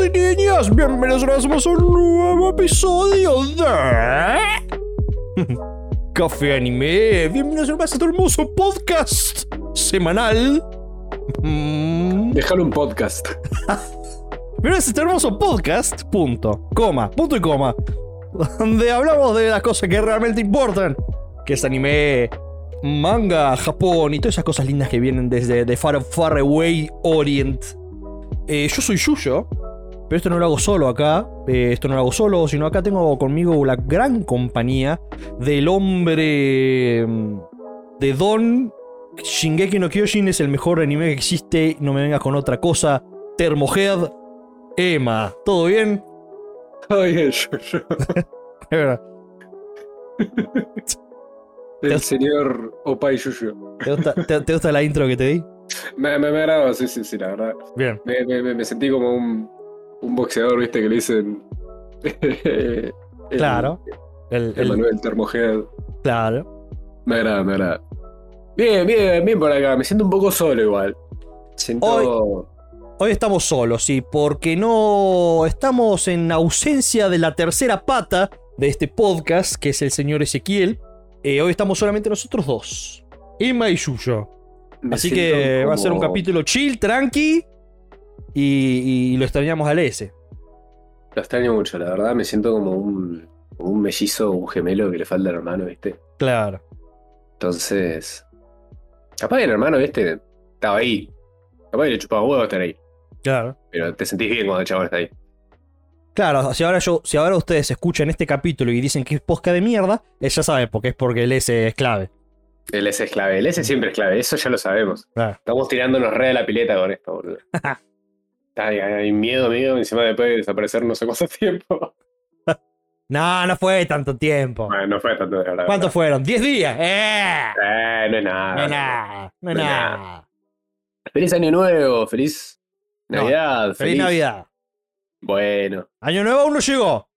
Buenas, bienvenidos una vez más a un nuevo episodio de... Café Anime. Bienvenidos una vez a este hermoso podcast semanal. Mm. Déjalo un podcast. Bienvenidos a este hermoso podcast, punto, coma, punto y coma. Donde hablamos de las cosas que realmente importan. Que es anime, manga, Japón y todas esas cosas lindas que vienen desde The Far, far Away Orient. Eh, yo soy Yuyo, pero esto no lo hago solo acá. eh, esto no lo hago solo, sino acá tengo conmigo la gran compañía del hombre. mm, de Don. Shingeki no Kyojin es el mejor anime que existe. No me vengas con otra cosa. Thermohead. Emma, ¿todo bien? Oye, yo- yo- Es verdad. el señor Opai Yuyo. ¿Te gusta, te- te gusta la intro que te di? Me, me, me agrada, sí, sí, sí, la verdad. Bien. Me, me, me, me sentí como un, un boxeador, viste, que le dicen. el- Claro. El, El el- Manuel Termohead. claro. Me agrada, me agrada. Bien, bien, bien por acá. Me siento un poco solo igual. Siento. Hoy estamos solos, sí, porque no estamos en ausencia de la tercera pata de este podcast, que es el señor Ezequiel. Eh, hoy estamos solamente nosotros dos. Emma y Yuyo. me Así siento que va a ser un como- capítulo chill, tranqui. Y, y lo extrañamos al S. Lo extraño mucho, la verdad. Me siento como un, como un mellizo, un gemelo que le falta al hermano, viste. Claro. Entonces, capaz que el hermano este estaba ahí. Capaz que le chupaba huevo estar ahí. Claro. Pero te sentís bien cuando el chabón está ahí. Claro, si ahora, yo, si ahora ustedes escuchan este capítulo y dicen que es posca de mierda, eh, ya saben, porque es porque el S es clave. El S es clave. El S siempre es clave. Eso ya lo sabemos. Claro. Estamos tirándonos re de la pileta con esto, boludo. Ay, ay, ay, miedo, miedo. Encima después de desaparecer no sé cuánto tiempo. No, no fue tanto tiempo. Bueno, no fue tanto de verdad. ¿Cuánto fueron? ¡10 días! ¡Eh! Eh, no es nada. No es nada, no es No es nada. Feliz año nuevo. Feliz No. Navidad. Feliz Navidad. Bueno, Año nuevo aún no llegó.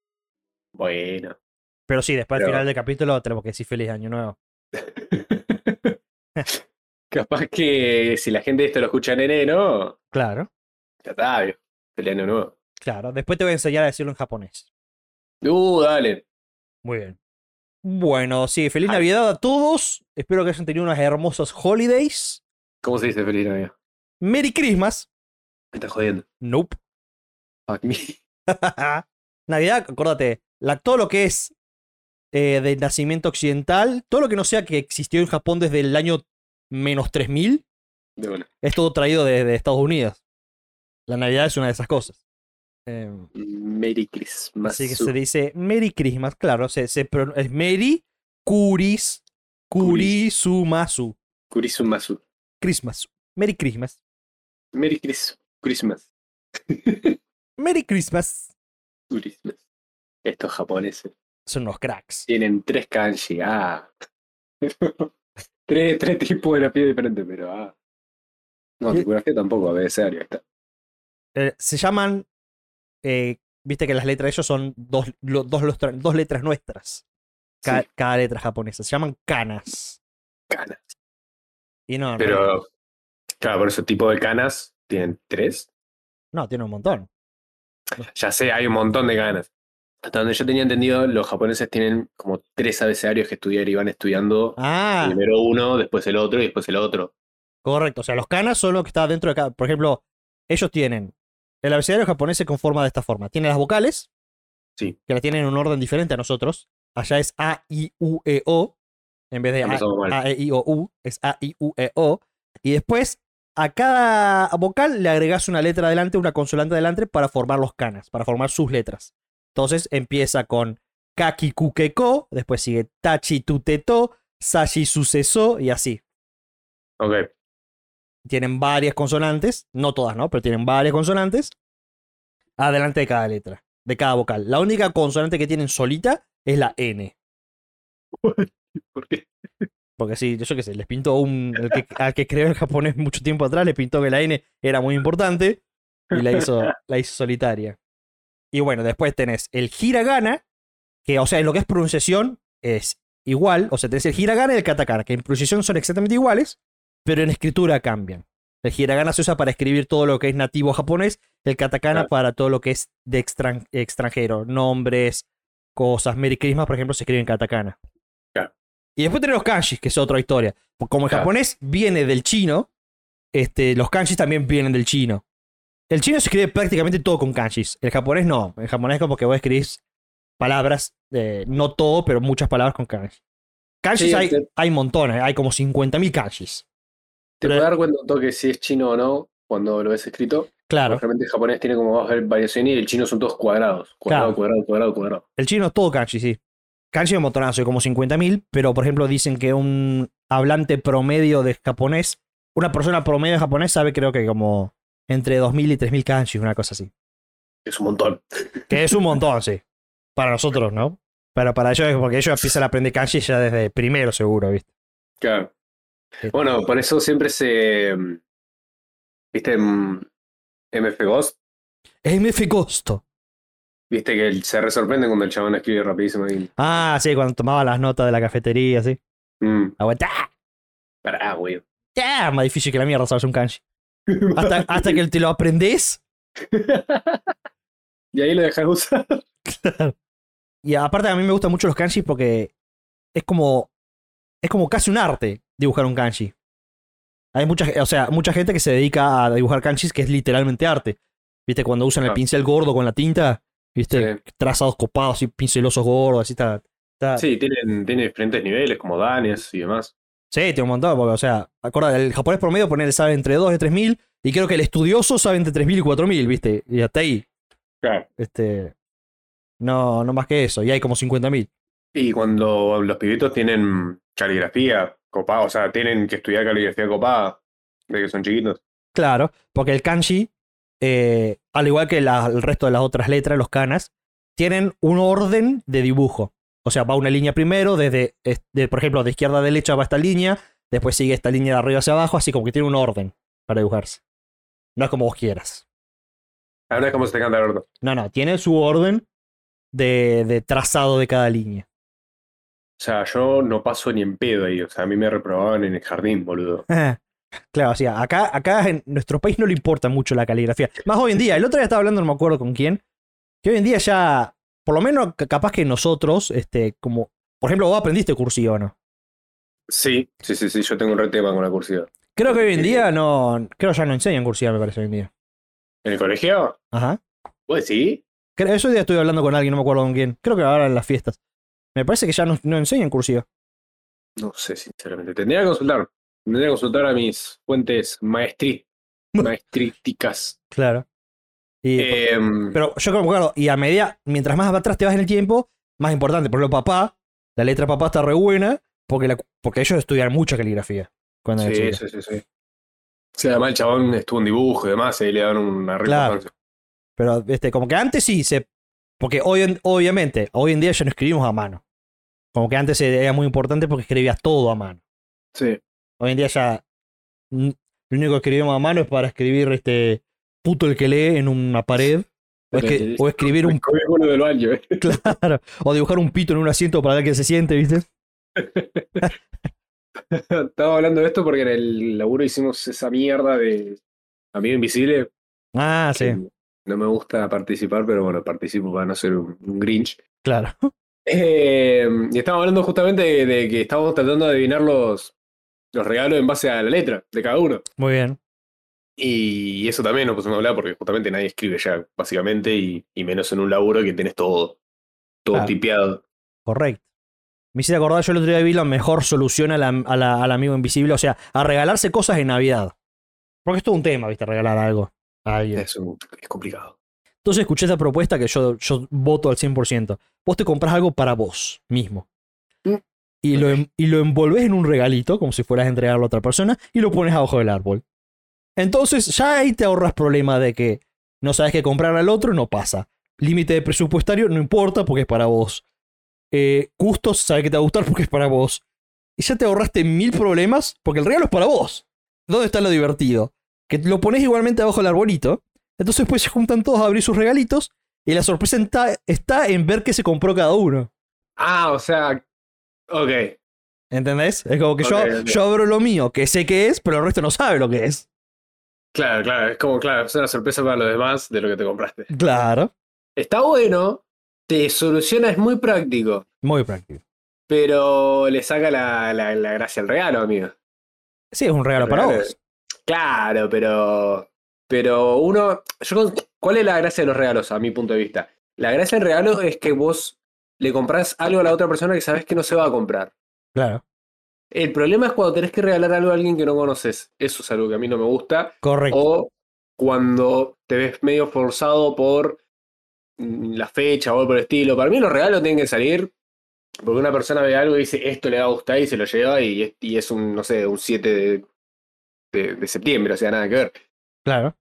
bueno. Pero sí, después al Pero- final del capítulo tenemos que decir feliz año nuevo. Capaz que si la gente esto lo escucha en enero, Claro, ya está, viejo. Feliz año nuevo. claro. Después te voy a enseñar a decirlo en japonés. Uh, dale. Muy bien. Bueno, sí, feliz Ay. Navidad a todos. Espero que hayan tenido unas hermosas holidays. ¿Cómo se dice feliz Navidad? Merry Christmas. Me estás jodiendo. Nope. Fuck me. Ah, Navidad, acuérdate, la- todo lo que es eh, de nacimiento occidental, todo lo que no sea que existió en Japón desde el año menos 3000, De una. es todo traído desde Estados Unidos. La Navidad es una de esas cosas. Eh, Merry Christmas. Así que se dice Merry Christmas, claro, se, se pro- es Merry Kuris Kurisumasu. Kurisumasu. Christmas. Merry Christmas. Merry Chris- Christmas. Merry Christmas. Christmas. Estos japoneses Son unos cracks. tienen tres kanji. Ah. tres, tres tipos de la piel diferentes, pero ah. No, ¿Qué? tipografía tampoco, a veces ahí está. Eh, se llaman. eh, Viste que las letras de ellos son dos, lo- dos, los tra- dos letras nuestras. Ca- Sí, Cada letra japonesa. Se llaman canas. canas. Y no, no, Pero, claro, por eso tipo de canas tienen tres. no, tiene un montón. Ya sé, hay un montón de ganas. Hasta donde yo tenía entendido, los japoneses tienen como tres abecedarios que estudiar y van estudiando Ah, primero uno, después el otro y después el otro. correcto. O sea, los canas son lo que está dentro de cada. Por ejemplo, ellos tienen. El abecedario japonés se conforma de esta forma. Tiene las vocales. Sí. Que las tienen en un orden diferente a nosotros. Allá es A, I, U, E, O. En vez de A, Empezamos mal. A, E, I, O, U, es A, I, U, E, O. Y después, a cada vocal le agregas una letra adelante, una consonante adelante para formar los canas, para formar sus letras. Entonces empieza con Kaki Kukeko, después sigue Tachi Tuteto, Sashi Suceso y así. Ok. Tienen varias consonantes, no todas, ¿no? Pero tienen varias consonantes adelante de cada letra, de cada vocal. La única consonante que tienen solita es la N. ¿Por qué? Porque sí, yo qué sé, les pintó un. el que- al que creó el japonés mucho tiempo atrás, le pintó que la N era muy importante y la hizo, la hizo solitaria. Y bueno, después tenés el hiragana, que, o sea, en lo que es pronunciación es igual. O sea, tenés el hiragana y el katakana, que en pronunciación son exactamente iguales, pero en escritura cambian. El hiragana se usa para escribir todo lo que es nativo japonés, el katakana Claro. para todo lo que es de extran- extranjero, nombres, cosas. Merry Christmas, por ejemplo, se escribe en katakana. Claro. Y después tenemos los kanjis, que es otra historia. Como el Claro. japonés viene del chino, este, los kanjis también vienen del chino. El chino se escribe prácticamente todo con kanjis. El japonés no. El japonés como que vos escribís palabras, eh, no todo, pero muchas palabras con kanji. Kanjis Sí, hay, te- hay montones, hay como 50.000 kanjis. Te Pero- puedes dar cuenta un toque si es chino o no cuando lo ves escrito. Claro, Realmente el japonés tiene como más variaciones y el chino son todos cuadrados. Cuadrado, Claro. cuadrado, cuadrado, cuadrado. el chino es todo kanji, sí. Kanji es un montonazo, hay como 50.000, pero por ejemplo dicen que un hablante promedio de japonés, una persona promedio de japonés sabe creo que como entre 2.000 y 3.000 kanjis, una cosa así. Es un montón. Que es un montón, sí. Para nosotros, ¿no? Pero para ellos, porque ellos empiezan a aprender kanji ya desde primero seguro, ¿viste? Claro. Sí. Bueno, por eso siempre se. mm, ¿Viste mm, en MF Ghost? MF Costo. Viste que el- se resorprenden cuando el chabón escribe rapidísimo y. Ah, sí, cuando tomaba las notas de la cafetería, sí. mm, Aguanta. pará, güey. ¡Ah! Más difícil que la mierda saberse un kanji. Hasta, hasta que te lo aprendes. Y ahí lo dejas usar. Y aparte a mí me gustan mucho los kanjis porque es como es como casi un arte dibujar un kanji. Hay mucha, o sea, mucha gente que se dedica a dibujar kanjis que es literalmente arte. ¿Viste? Cuando usan el Claro. pincel gordo con la tinta, ¿viste? Sí. Trazados copados y pincelosos gordos, así está. está- Sí, tienen, tienen diferentes niveles, como danes y demás. Sí, tiene un montón, porque, o sea, acuérdate, el japonés promedio poner sabe entre 2 y 3 mil, y creo que el estudioso sabe entre 3 mil y 4 mil, ¿viste? Y hasta ahí, Claro. este. No, no más que eso, y hay como 50 mil. Y cuando los pibitos tienen caligrafía copada, o sea, tienen que estudiar caligrafía copada de que son chiquitos. Claro, porque el kanji, eh, al igual que la- el resto de las otras letras, los kanas, tienen un orden de dibujo. O sea, va una línea primero, desde, es- de, por ejemplo, de izquierda a derecha va esta línea, después sigue esta línea de arriba hacia abajo, así como que tiene un orden para dibujarse. No es como vos quieras. Ahora es como se te canta el orto. No, no, tiene su orden de, de trazado de cada línea. O sea, yo no paso ni en pedo ahí. O sea, a mí me reprobaban en el jardín, boludo. Claro, o sea, acá, acá en nuestro país no le importa mucho la caligrafía. Más hoy en día, el otro día estaba hablando, no me acuerdo con quién, que hoy en día ya, por lo menos ca- capaz que nosotros, este, como, por ejemplo, vos aprendiste cursiva, ¿no? Sí, sí, sí, sí. Yo tengo un re tema con la cursiva. Creo que hoy en día no, creo ya no enseñan cursiva, me parece hoy en día. ¿En el colegio? Ajá. Pues sí. Creo- Eso hoy día estuve hablando con alguien, no me acuerdo con quién. Creo que ahora en las fiestas. Me parece que ya no, no enseñan cursiva. No sé, sinceramente. Tendría que consultar. Tendría que consultar a mis fuentes maestri, maestríticas. Claro. Y, Em, Pero yo creo que, claro, y a medida, mientras más atrás te vas en el tiempo, más importante. Por ejemplo, papá, la letra papá está re buena, porque, la- porque ellos estudian mucha caligrafía. Cuando eran sí, chicos. sí, sí, sí. O sea, además el chabón estuvo en dibujo y demás, y ahí le dan una re Claro. importancia. Pero este, como que antes sí se. Porque hoy en- obviamente, hoy en día ya no escribimos a mano. Como que antes era muy importante porque escribías todo a mano. Sí. Hoy en día ya. mm, Lo único que escribimos a mano es para escribir este puto el que lee en una pared. O, es que- o escribir un. Comí uno del baño, eh. Claro, o dibujar un pito en un asiento para ver qué se siente, ¿viste? Estaba hablando de esto porque en el laburo hicimos esa mierda de Amigo Invisible. Ah, sí, que No me gusta participar, pero bueno, participo para no ser un, un Grinch. claro. Eh, y estábamos hablando justamente de, de que estábamos tratando de adivinar los, los regalos en base a la letra de cada uno. Muy bien. Y eso también nos pusimos a hablar porque justamente nadie escribe ya, básicamente, y, y menos en un laburo que tenés todo, todo Claro. tipeado. Correcto. Me hiciste acordar, yo el otro día vi la mejor solución a la- a la- al amigo invisible, o sea, a regalarse cosas en Navidad. Porque es todo un tema, ¿viste? Regalar algo a alguien. Es, un- es complicado. Entonces escuché esta propuesta que yo, yo voto al 100%. Vos te compras algo para vos mismo. Mm. Y lo, en- y lo envolves en un regalito, como si fueras a entregarlo a otra persona, y lo pones abajo del árbol. Entonces ya ahí te ahorras problema de que no sabes qué comprar al otro, no pasa. Límite de presupuestario, no importa porque es para vos. Eh, gustos, sabes que te va a gustar porque es para vos. Y ya te ahorraste mil problemas porque el regalo es para vos. ¿Dónde está lo divertido? Que lo pones igualmente abajo del arbolito. Entonces pues se juntan todos a abrir sus regalitos y la sorpresa enta- está en ver qué se compró cada uno. Ah, o sea, ok. ¿Entendés? Es como que yo, Ok, ok. yo abro lo mío, que sé qué es, pero el resto no sabe lo que es. Claro, claro, es como, claro, es una sorpresa para los demás de lo que te compraste. Claro. Está bueno, te soluciona, es muy práctico, Muy práctico. pero le saca la, la- la gracia al regalo, amigo. Sí, es un regalo para Regalo. vos. Claro, pero. Pero uno. Yo, con- ¿Cuál es la gracia de los regalos, a mi punto de vista? La gracia del regalo es que vos le comprás algo a la otra persona que sabes que no se va a comprar. Claro. El problema es cuando tenés que regalar algo a alguien que no conoces. Eso es algo que a mí no me gusta. Correcto. O cuando te ves medio forzado por mm, la fecha o algo por el estilo. Para mí los regalos tienen que salir porque una persona ve algo y dice esto le va a gustar y se lo lleva y es, y es un, no sé, un 7 de, de- de septiembre, o sea, nada que ver. Claro.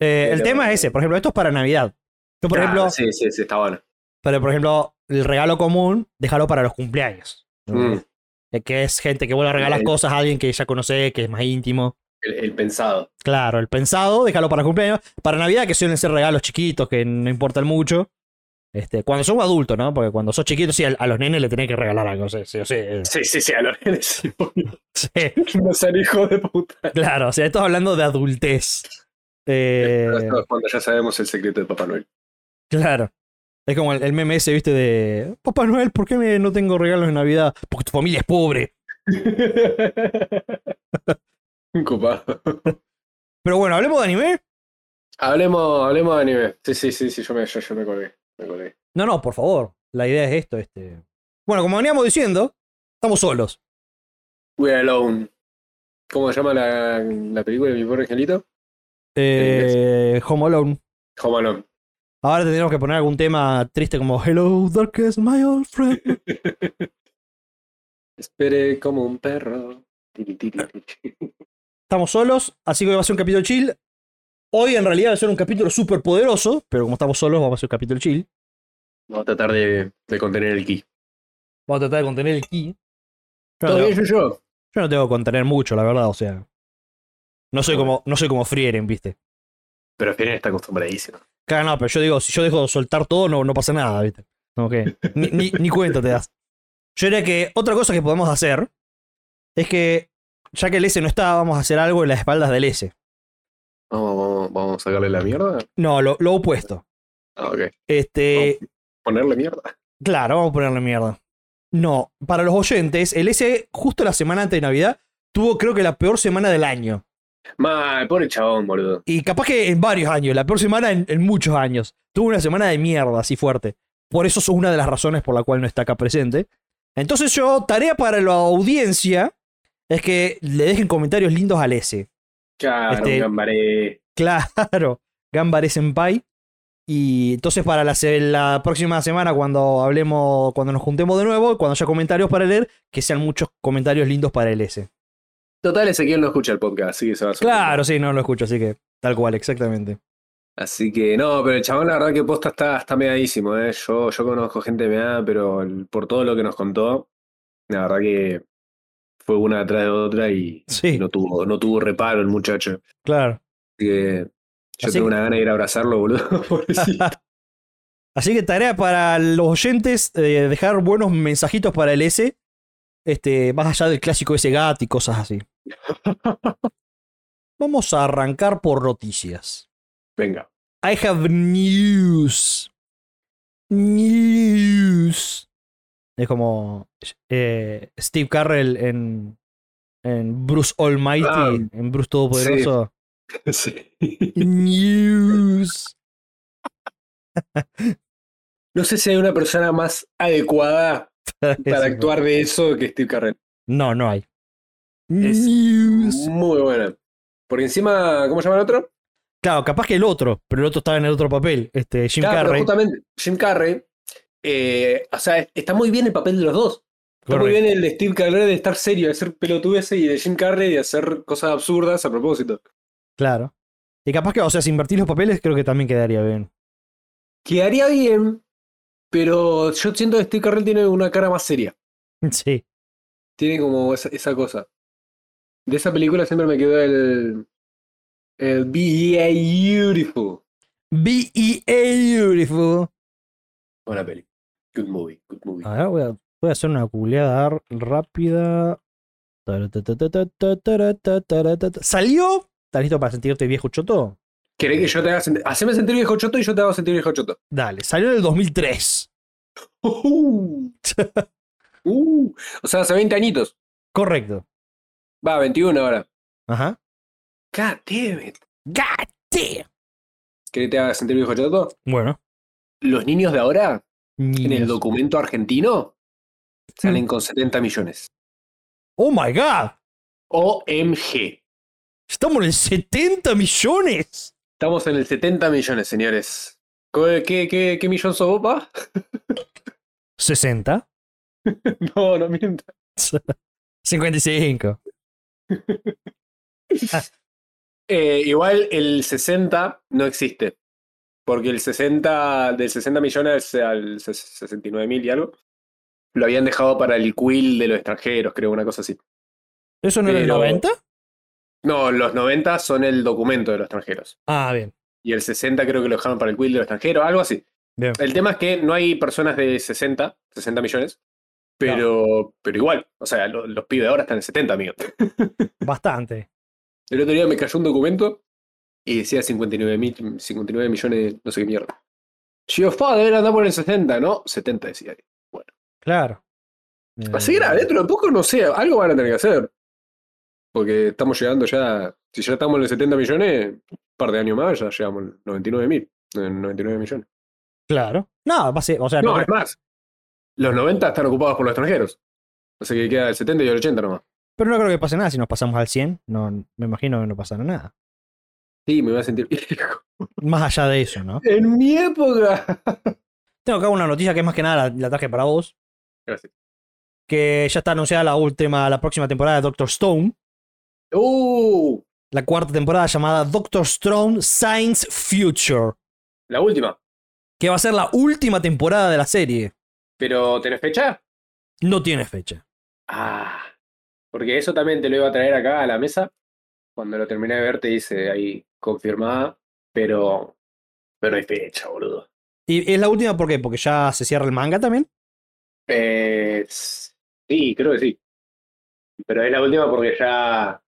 Eh, el Pero- tema es ese. Por ejemplo, esto es para Navidad. Yo, por Claro, ejemplo, Ah, Sí, sí, sí, está bueno. pero por ejemplo, el regalo común, déjalo para los cumpleaños. Mm, Eh, Que es gente que vuelve a regalar Sí. cosas a alguien que ya conoce, que es más íntimo. el, el pensado. Claro, el pensado, déjalo para cumpleaños. Para Navidad, que suelen ser regalos chiquitos, que no importan mucho. Este, cuando son adultos, ¿no? Porque cuando sos chiquito, sí, a, a los nenes le tenés que regalar algo. Sí, sí, sí, eh, Sí, sí, sí, a los nenes. sí. No sean hijos de puta. Claro, o sea, estamos hablando de adultez. Eh, Pero esto es cuando ya sabemos el secreto de Papá Noel. claro. Es como el, el meme ese, viste, de Papá Noel, ¿por qué me- no tengo regalos en Navidad? Porque tu familia es pobre. Un copado. Pero bueno, hablemos de anime. Hablemos, hablemos de anime. Sí, sí, sí, sí, yo me, yo, yo me colgué. Me colgué. No, no, por favor. La idea es esto, este. Bueno, como veníamos diciendo, estamos solos. We are alone. ¿Cómo se llama la, la película de mi pobre angelito? Eh, Home Alone. Home Alone. Ahora tendríamos que poner algún tema triste como Hello, Darkest, my old friend. Espere como un perro. Tiri, tiri, tiri. Estamos solos, así que va a ser un capítulo chill. Hoy en realidad va a ser un capítulo súper poderoso, pero como estamos solos, vamos a hacer un capítulo chill. Vamos a tratar de, de contener el ki. Vamos a tratar de contener el ki. Yo no, ¿Todo bien, tengo, yo, yo? yo no tengo que contener mucho, la verdad, o sea. No soy como, no soy como Frieren, viste. Pero Firen está acostumbradísimo. Claro, no, pero yo digo, si yo dejo de soltar todo, no, no pasa nada, viste. Como que ni, ni, ni cuenta te das. Yo diría que otra cosa que podemos hacer es que, ya que el S no está, vamos a hacer algo en las espaldas del S. Vamos, vamos, vamos a sacarle la mierda. No, lo, lo opuesto. Ah, ok. Este, Ponerle mierda. claro, vamos a ponerle mierda. No, para los oyentes, el S justo la semana antes de Navidad tuvo creo que la peor semana del año. Mal, pobre chabón, boludo. Y capaz que en varios años, la peor semana en, en muchos años. Tuvo una semana de mierda así fuerte. Por eso es una de las razones por la cual no está acá presente. Entonces yo, tarea para la audiencia, es que le dejen comentarios lindos al S. Claro, Este- un gambaré. Claro, Gambare Senpai. Y entonces para la, se- la próxima semana, cuando hablemos, cuando nos juntemos de nuevo, cuando haya comentarios para leer, que sean muchos comentarios lindos para el S. Total, Ezequiel no escucha el podcast, así que se va a sorprender. Claro, sí, no lo escucho, así que tal cual, exactamente. Así que no, pero el chabón la verdad que posta está, está meadísimo, ¿eh? Yo, yo conozco gente meada, pero el- por todo lo que nos contó, la verdad que fue una atrás de otra y Sí, no tuvo, no tuvo reparo el muchacho. claro. Así que yo Así tengo que- una gana de ir a abrazarlo, boludo. pobrecito. Así que tarea para los oyentes, eh, dejar buenos mensajitos para el S, este, más allá del clásico S GAT y cosas así. Vamos a arrancar por noticias. Venga. I have news. News. Es como eh, Steve Carrell en, en Bruce Almighty, Ah, en Bruce Todopoderoso. Sí. News. No sé si hay una persona más adecuada para actuar de eso que Steve Carrell. No, no hay. Es- Mm. News. Muy buena. Porque encima, ¿cómo se llama el otro? Claro, capaz que el otro, pero el otro estaba en el otro papel, este Jim Claro, pero Carrey. Justamente, Jim Carrey. eh, o sea, está muy bien el papel de los dos. Está muy Correcto. bien el de Steve Carrell de estar serio, de hacer pelotudeces y de Jim Carrey de hacer cosas absurdas a propósito. Claro. Y capaz que, o sea, si invertís los papeles, creo que también quedaría bien. Quedaría bien, pero yo siento que Steve Carrell tiene una cara más seria. Sí. Tiene como esa, esa cosa. De esa película siempre me quedó el. El Be Beautiful. B.E.A. Beautiful. Buena peli. Good movie, good movie. A ver, voy a, voy a hacer una googleada ar- rápida. Taratatatatatatatatatatata. Salió ¿Estás listo para sentirte viejo choto? ¿Querés que yo te haga sentir? Haceme sentir viejo choto y yo te hago sentir viejo choto. Dale, salió en el 2003. Ujú. oh! Uh, o sea, hace 20 añitos. Correcto. Va, 21 ahora. Ajá. God damn it. God damn. ¿Querés que te haga sentir viejo choto? Bueno. Los niños de ahora, en el niños. documento argentino, salen con 70 millones. Oh my god. OMG. Estamos en 70 millones. Estamos en el 70 millones, señores. ¿Qué, qué, qué, qué millón sos vos, pa? 60. No, no mientas. 55. Eh, igual el 60 no existe. Porque el 60, del 60 millones al 69 mil y algo, lo habían dejado para el quill de los extranjeros, creo, una cosa así. ¿Eso no era el Pero- 90? No, los 90 son el documento de los extranjeros. Ah, bien. Y el 60 creo que lo dejaron para el quill de los extranjeros, algo así. Bien. El tema es que no hay personas de 60, 60 millones, pero, pero igual. O sea, lo- los pibes de ahora están en 70, amigo. Bastante. El otro día me cayó un documento y decía 59, mil- 59 millones, no sé qué mierda. Yo, fa, deben andar por el 60, ¿no? 70 decía. Claro. Así Eh, era, dentro de poco, no sé, algo van a tener que hacer. Porque estamos llegando ya, si ya estamos en los 70 millones, un par de años más ya llegamos al 99 mil, 99 millones. Claro. No, va a ser. O sea, Ah, No, no- es más, los 90 están ocupados por los extranjeros. Así que queda el 70 y el 80 nomás. pero no creo que pase nada si nos pasamos al 100. No, me imagino que no pasará nada. Sí, me voy a sentir viejo. Más allá de eso, ¿no? En mi época. Tengo acá una noticia que es más que nada la, la traje para vos. Gracias. Que ya está anunciada la última, la próxima temporada de Doctor Stone. ¡Uh! La cuarta temporada llamada Doctor Stone Science Future. La última. Que va a ser la última temporada de la serie. ¿Pero tenés fecha? No tiene fecha. Ah, porque eso también te lo iba a traer acá a la mesa. Cuando lo terminé de ver, te dice ahí confirmada, pero, pero no hay fecha, boludo. ¿Y es la última por qué? Porque ya se cierra el manga también. Eh, sí, creo que sí. Pero es la última porque ya,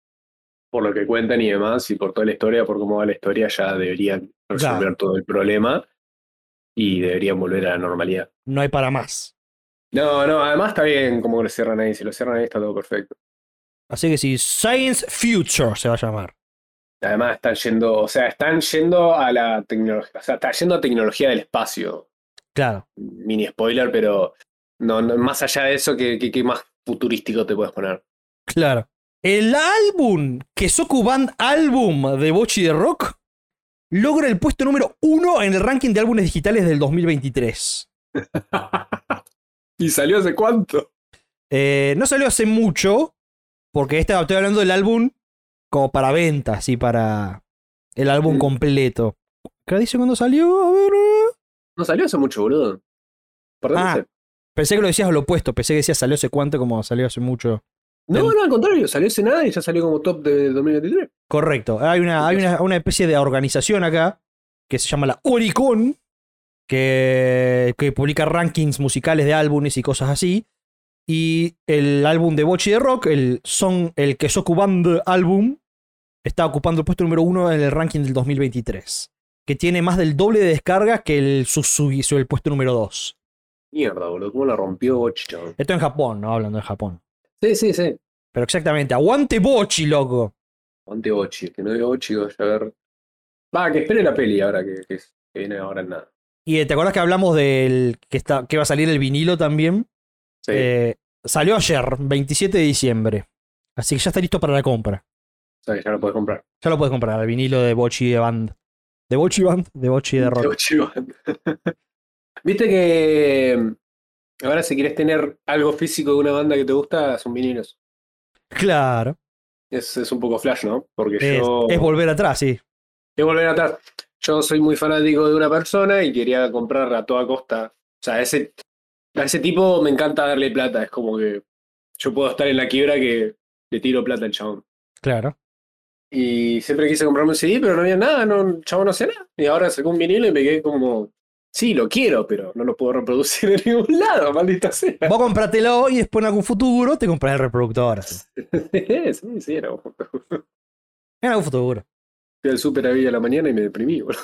por lo que cuentan y demás, y por toda la historia, por cómo va la historia, ya deberían Ya. resolver todo el problema y deberían volver a la normalidad. No hay para más. No, no, además está bien como lo cierran ahí. Si lo cierran ahí, está todo perfecto. Así que sí, Science Future se va a llamar. Además están yendo, o sea, están yendo a la tecnología, o sea, están yendo a tecnología del espacio. Claro. Mini spoiler, pero no, no- más allá de eso, ¿qué, qué- qué más futurístico te puedes poner? Claro. El álbum, que Soku Band Album de Bochi de Rock, logra el puesto número uno en el ranking de álbumes digitales del 2023. ¿Y salió hace cuánto? Eh, no salió hace mucho, porque este, estoy hablando del álbum como para venta, así para el álbum Mm. completo. ¿Qué dice cuando salió? A ver. eh. No salió hace mucho, boludo. Perdón, Ah, no sé. Pensé que lo decías lo opuesto, pensé que decías salió hace cuánto, como salió hace mucho. No, el- no, al contrario, salió hace nada y ya salió como top de 2023. Correcto. Hay una, hay una, una especie de organización acá que se llama la Oricon, que, que publica rankings musicales de álbumes y cosas así. Y el álbum de Bochi de Rock, el son el que Band álbum, está ocupando el puesto número uno en el ranking del 2023. Que tiene más del doble de descargas que el Suzuki, el puesto número 2. Mierda, boludo, cómo la rompió Bochi, chabón. Esto en Japón, no hablando de Japón. Sí, sí, sí. Pero exactamente, aguante Bochi, loco. Ponte Bochi, que no veo Bochi, voy a ver. Va, que espere la peli ahora que, que- que viene ahora en nada. Y eh, te acuerdas que hablamos del que, está, que va a salir el vinilo también. Sí. Eh, salió ayer, 27 de diciembre. Así que ya está listo para la compra. O sea que ya lo podés comprar. Ya lo puedes comprar, el vinilo de Bochi de Band. ¿De Bochi Band? De Bochi de Te Rock. motivo. Viste que em, ahora si quieres tener algo físico de una banda que te gusta, son vinilos. Claro. Es, es un poco flash, ¿no? Porque Es, yo... es volver atrás, sí. es volver atrás. Yo soy muy fanático de una persona y quería comprar a toda costa. O sea, ese, a ese tipo me encanta darle plata. Es como que yo puedo estar en la quiebra que le tiro plata al chabón. Claro. Y siempre quise comprarme un CD, pero no había nada, no, el chabón no hacía nada. Y ahora sacó un vinilo y me quedé como, sí, lo quiero, pero no lo puedo reproducir en ningún lado, maldita sea. Vos compratelo hoy y después en algún futuro te compras el reproductor. así. Sí, sí, era un- En algún futuro. Fui al súper a la la mañana y me deprimí, boludo.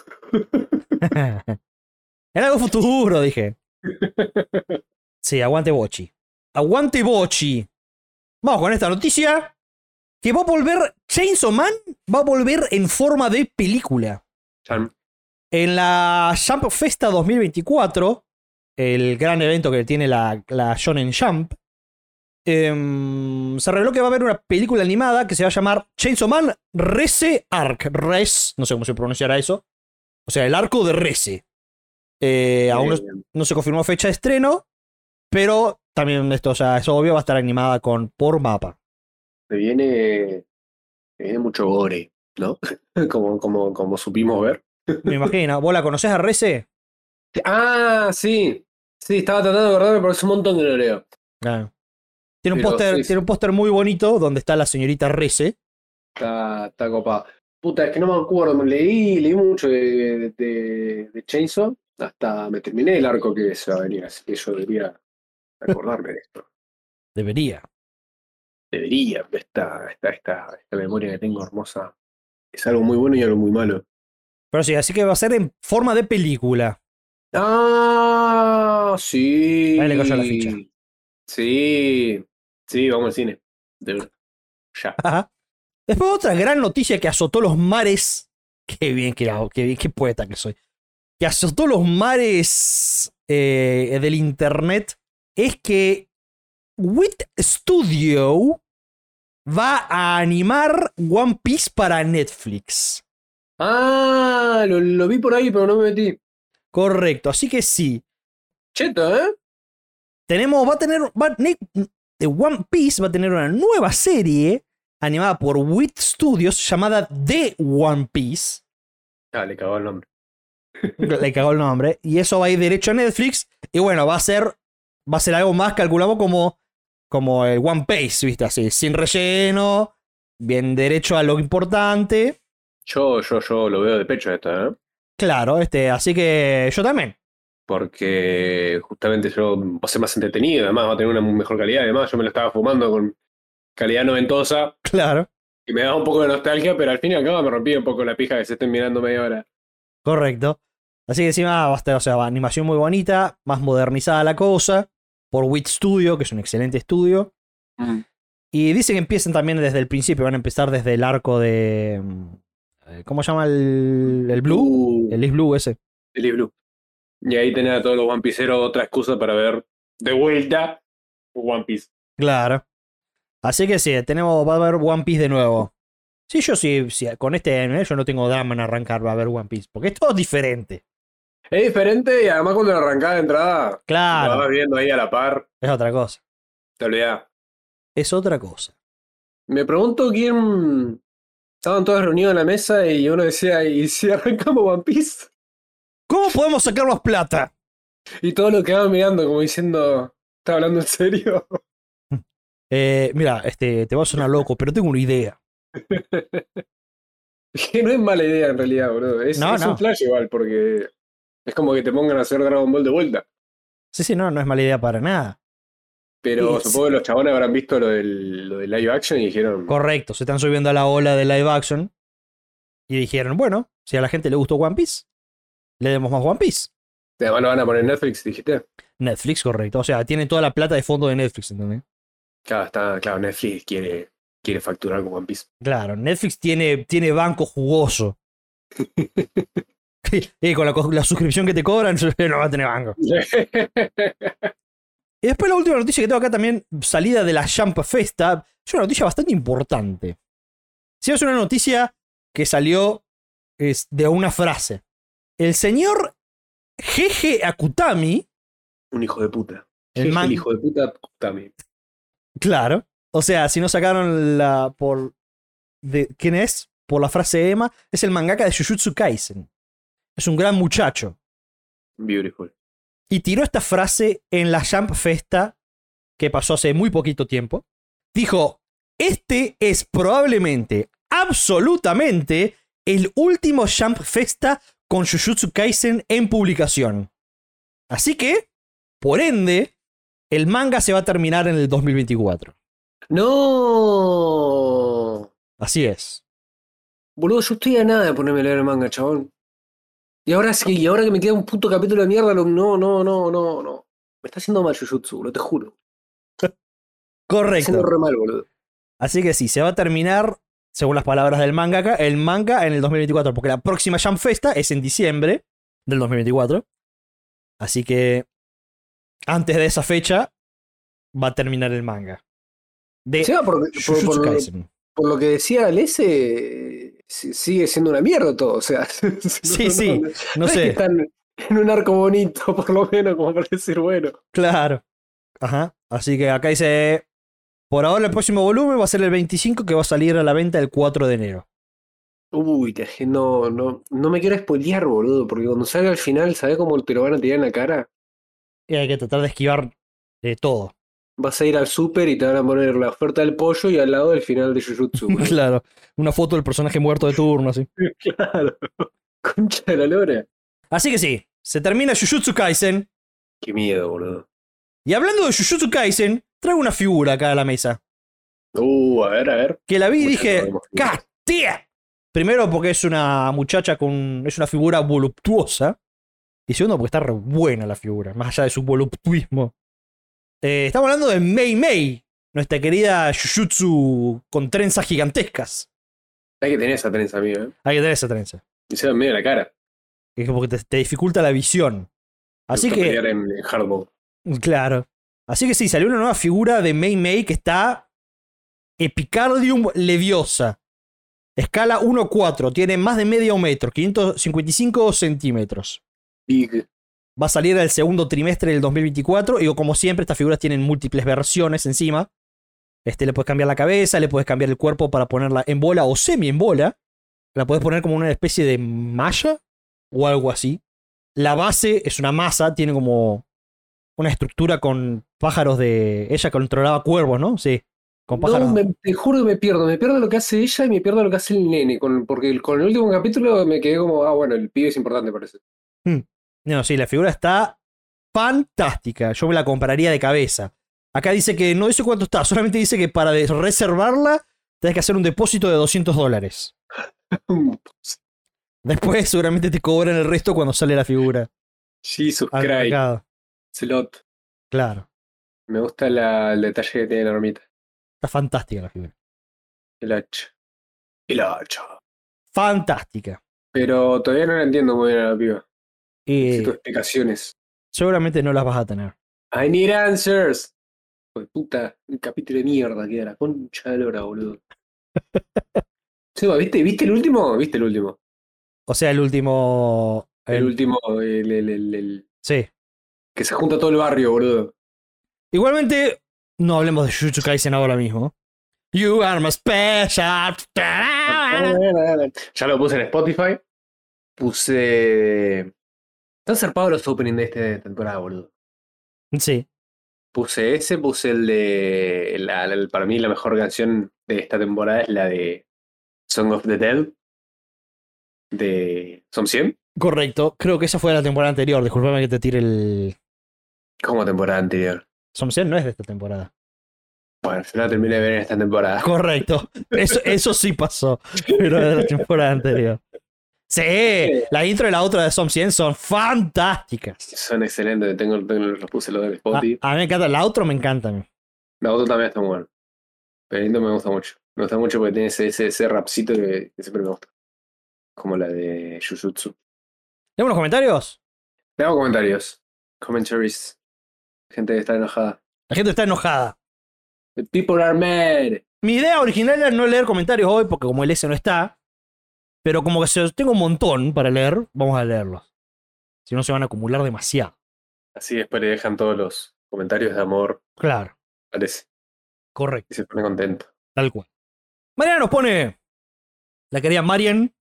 Era algo futuro, dije. Sí, aguante Bochi. Aguante Bochi. Vamos con esta noticia. Que va a volver. Chainsaw Man va a volver en forma de película. Chan. En la Jump Festa 2024, el gran evento que tiene la, la Shonen Jump, em, se reveló que va a haber una película animada que se va a llamar Chainsaw Man Rese Arc. Res, no sé cómo se pronunciará eso. O sea, el arco de Rese. Eh, aún no, Eh, no se confirmó fecha de estreno, pero también esto, o sea, es obvio, va a estar animada con por mapa. Se viene, se viene mucho gore, ¿no? Como, como, como supimos ver. Me imagino. ¿Vos la conocés a Rese? Ah, sí. Sí, estaba tratando de acordarme, pero es un montón que lo leo. Ah. Tiene un Pero póster, sí, sí. tiene un póster muy bonito donde está la señorita Rese. Está, está copado. Puta, es que no me acuerdo. Leí, leí mucho de, de, de Chainsaw. Hasta me terminé el arco que se va a venir, así que yo debería acordarme de esto. Debería. Debería, esta, esta, esta, esta memoria que tengo hermosa. Es algo muy bueno y algo muy malo. Pero sí, así que va a ser en forma de película. Ah, sí. Ahí le cayó la ficha. Sí, sí, vamos al cine. De una. Ya. Ajá. Después otra gran noticia que azotó los mares. Qué bien que la- qué bien, qué poeta que soy. Que azotó los mares eh, del internet es que Wit Studio va a animar One Piece para Netflix. Ah, lo, lo vi por ahí, pero no me metí. Correcto, así que sí. Cheto, ¿eh? Tenemos, va a tener, va- ne- The One Piece va a tener una nueva serie animada por Wit Studios llamada The One Piece. Ah, le cagó el nombre. Le cagó el nombre. Y eso va a ir derecho a Netflix. Y bueno, va a ser. Va a ser algo más calculado como. Como el One Piece, ¿viste? Así, sin relleno. Bien derecho a lo importante. Yo, yo, yo lo veo de pecho esto, ¿eh? Claro, este, así que yo también. Porque justamente yo va a ser más entretenido, además va a tener una mejor calidad, además yo me lo estaba fumando con calidad noventosa, Claro. que me daba un poco de nostalgia, pero al fin y al cabo me rompía un poco la pija que se estén mirando media hora. Correcto. Así que encima va a estar, o sea, animación muy bonita, más modernizada la cosa. Por Wit Studio, que es un excelente estudio. Y dice que empiezan también desde el principio, van a empezar desde el arco de. mm, ¿Cómo se llama el, el Blue? Uh, El Is Blue ese. el Is Blue. Y ahí tenía a todos los One Pieceros otra excusa para ver de vuelta One Piece. Claro. Así que sí, tenemos, va a haber One Piece de nuevo. Sí, yo sí, sí, con este anime yo no tengo drama en arrancar, va a haber One Piece, porque es todo diferente. Es diferente y además cuando lo arrancás de entrada, Claro, lo vas viendo ahí a la par, es otra cosa. te olvidás. Es otra cosa. Me pregunto quién. Estaban todos reunidos en la mesa y uno decía, ¿y si arrancamos One Piece? ¿Cómo podemos sacar más plata? Y todos lo quedaban mirando, como diciendo, ¿está hablando en serio? Eh, mira, este, te va a sonar loco, pero tengo una idea. Que no es mala idea en realidad, bro. Es, No, es no. un flash igual, porque es como que te pongan a hacer Dragon Ball de vuelta. Sí, sí, no, no es mala idea para nada. Pero Sí, supongo que los chabones habrán visto lo del, lo del live action y dijeron, Correcto, se están subiendo a la ola de live action y dijeron, bueno, si a la gente le gustó One Piece, le demos más One Piece. además lo van a poner en Netflix, dijiste. Netflix, correcto. O sea, tiene toda la plata de fondo de Netflix, ¿entendés? Claro, está, claro, Netflix quiere, quiere facturar con One Piece. Claro, Netflix tiene, tiene banco jugoso. y con la, co- la suscripción que te cobran, no va a tener banco. Y después la última noticia que tengo acá también, salida de la Jump Festa, es una noticia bastante importante. Si es una noticia que salió es de una frase. El señor Jeje Akutami, un hijo de puta. el, Es man- el hijo de puta también. Claro. O sea, si no sacaron la. por. De, ¿Quién es? Por la frase Emma, es el mangaka de Jujutsu Kaisen. Es un gran muchacho. Beautiful. Y tiró esta frase en la Jump Festa que pasó hace muy poquito tiempo. Dijo: Este es probablemente, absolutamente, el último Jump Festa con Jujutsu Kaisen en publicación. Así que, por ende, el manga se va a terminar en el 2024. ¡No! Así es. Boludo, yo estoy a nada de ponerme a leer el manga, chabón. Y ahora sí, y ahora que me queda un puto capítulo de mierda, lo- no, no, no, no, no. Me está haciendo mal Jujutsu, boludo, te juro. Me está haciendo Correcto. re mal, boludo. Así que sí, se va a terminar, según las palabras del mangaka, el manga en el 2024, porque la próxima Jam Festa es en diciembre del 2024. Así que antes de esa fecha va a terminar el manga. De Encima por, por- Eh, Jujutsu por- Kaisen. por lo que decía el S, si- sigue siendo una mierda todo, o sea. Sí, sí, No es que sé, están en un arco bonito, por lo menos, como para decir, bueno. claro. Ajá. Así que acá dice, por ahora el próximo volumen va a ser el 25 que va a salir a la venta el 4 de enero. Uy, te- no, no, no me quiero spoilear, boludo, porque cuando salga al final, ¿sabes cómo te lo van a tirar en la cara? Y hay que tratar de esquivar eh, todo. Vas a ir al súper y te van a poner la oferta del pollo y al lado el final de Jujutsu. boludo. Claro. Una foto del personaje muerto de turno, así. Claro. Concha de la lora. Así que sí, se termina Jujutsu Kaisen. Qué miedo, boludo. Y hablando de Jujutsu Kaisen, traigo una figura acá a la mesa. Uh, a ver, a ver. Que la vi y Muchas dije, gracias. ¡Castia! Primero porque es una muchacha con. es una figura voluptuosa. Y segundo porque está re buena la figura, más allá de su voluptuismo. Eh, estamos hablando de Mei Mei, nuestra querida Jujutsu con trenzas gigantescas. Hay que tener esa trenza, amigo, ¿eh? Hay que tener esa trenza. Y se va en medio de la cara. Es como que te, te dificulta la visión. Así Gusta que. pelear en, en hardball. Claro. Así que sí, salió una nueva figura de Mei Mei que está Epicardium Leviosa. Escala 1.4, tiene más de medio metro, 555 centímetros. Big. Va a salir el segundo trimestre del 2024 y como siempre estas figuras tienen múltiples versiones encima. Este, le puedes cambiar la cabeza, le puedes cambiar el cuerpo para ponerla en bola o semi en bola. La puedes poner como una especie de malla o algo así. La base es una masa, tiene como una estructura con pájaros de... Ella controlaba cuervos, ¿no? Sí. Con pájaros. No, me- te juro que me pierdo. Me pierdo lo que hace ella y me pierdo lo que hace el nene. Con, porque el- con el último capítulo me quedé como, ah, bueno, el pibe es importante, parece. No, sí, la figura está fantástica. Yo me la compraría de cabeza. Acá dice que no dice cuánto está, solamente dice que para de- reservarla tenés que hacer un depósito de 200 dólares. Después seguramente te cobran el resto cuando sale la figura. Jesus al Christ. mercado. Slot. Claro, Me gusta la- el detalle que tiene la ermita. está fantástica la figura. El hacha. El hacha. Fantástica. Pero todavía no la entiendo muy bien a la piba. Y Necesito explicaciones. seguramente no las vas a tener. I need answers. Hijo de puta, un capítulo de mierda queda la concha de la hora, boludo. Seba, ¿viste, ¿viste el último? ¿Viste el último? O sea, el último... El, el- último, el, el- el- el- sí. que se junta todo el barrio, boludo. Igualmente, no hablemos de Jujutsu Kaisen ahora mismo. You are my special. Ah, Ya lo puse en Spotify. Puse. Están zarpados los opening de esta temporada, boludo. Sí. Puse ese, puse el de. la- la- para mí, la mejor canción de esta temporada es la de Song of the Dead. De. Son 100. Correcto, creo que esa fue de la temporada anterior. Disculpame que te tire el. Como temporada anterior. Somsen no es de esta temporada. Bueno, yo la terminé de ver en esta temporada. Correcto, eso, eso sí pasó, pero de la temporada anterior. Sí, la intro y la otra de Somsen son fantásticas. Son excelentes. Tengo, tengo- los puse los del A, Spotify. a mí me encanta, la otra me encanta. a mí. La otra también está muy buena. Pero el intro me gusta mucho. Me gusta mucho porque tiene ese, ese, ese rapcito que, que siempre me gusta. Como la de Jujutsu. ¿Tenemos unos comentarios? Le hago comentarios. Commentaries. Gente que está enojada. La gente está enojada. The people are mad. Mi idea original era no leer comentarios hoy porque como el S no está, pero como que se- tengo un montón para leer, vamos a leerlos. Si no se van a acumular demasiado. Así después le dejan todos los comentarios de amor. Claro, Parece. correcto. Y se pone contento. Tal cual. Mariana nos pone. La querida Marian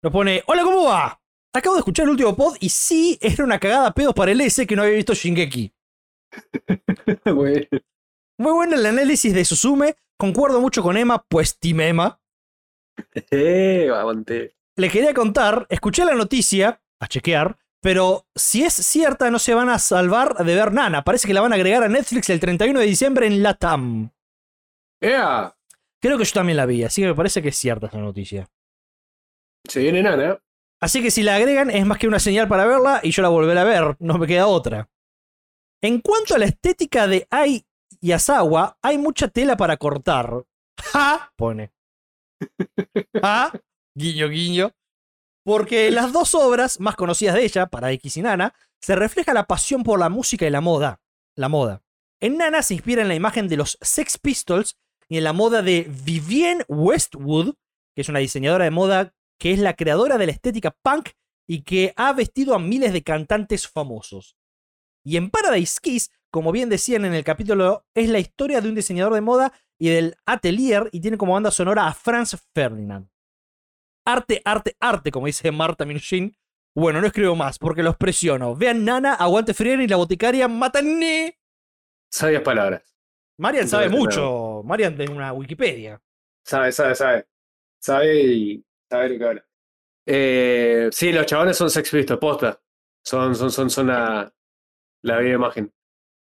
nos pone. Hola, ¿cómo va? Acabo de escuchar el último pod y sí era una cagada a pedos para el S que no había visto Shingeki. Muy bien. Muy bueno el análisis de Susume. Concuerdo mucho con Emma, pues Team Emma. Eh, aguante. Le quería contar, escuché la noticia, a chequear, pero si es cierta no se van a salvar de ver Nana. Parece que la van a agregar a Netflix el 31 de diciembre en Latam. ¡Ea! Creo que yo también la vi, así que me parece que es cierta esa noticia. Se viene Nana. Así que si la agregan es más que una señal para verla y yo la volveré a ver, no me queda otra. En cuanto a la estética de Ai y Asawa, hay mucha tela para cortar. Ja, pone. Ja, guiño, guiño. Porque las dos obras más conocidas de ella, para X y Nana, se refleja la pasión por la música y la moda. La moda. En Nana se inspira en la imagen de los Sex Pistols y en la moda de Vivienne Westwood, que es una diseñadora de moda que es la creadora de la estética punk y que ha vestido a miles de cantantes famosos. Y en Paradise Kiss, como bien decían en el capítulo, es la historia de un diseñador de moda y del atelier y tiene como banda sonora a Franz Ferdinand. Arte, arte, arte, como dice Marta Minchin. Bueno, no escribo más porque los presiono. Vean Nana, Aguante Frieren y la boticaria Matané. Sabias palabras. Marian sabe Entonces, mucho. Marian de una Wikipedia. Sabe, sabe, sabe. Sabe y sabe lo que habla. Eh, sí, los chabones son Sex Pistols, posta. Son, son, son, son la, la viva imagen.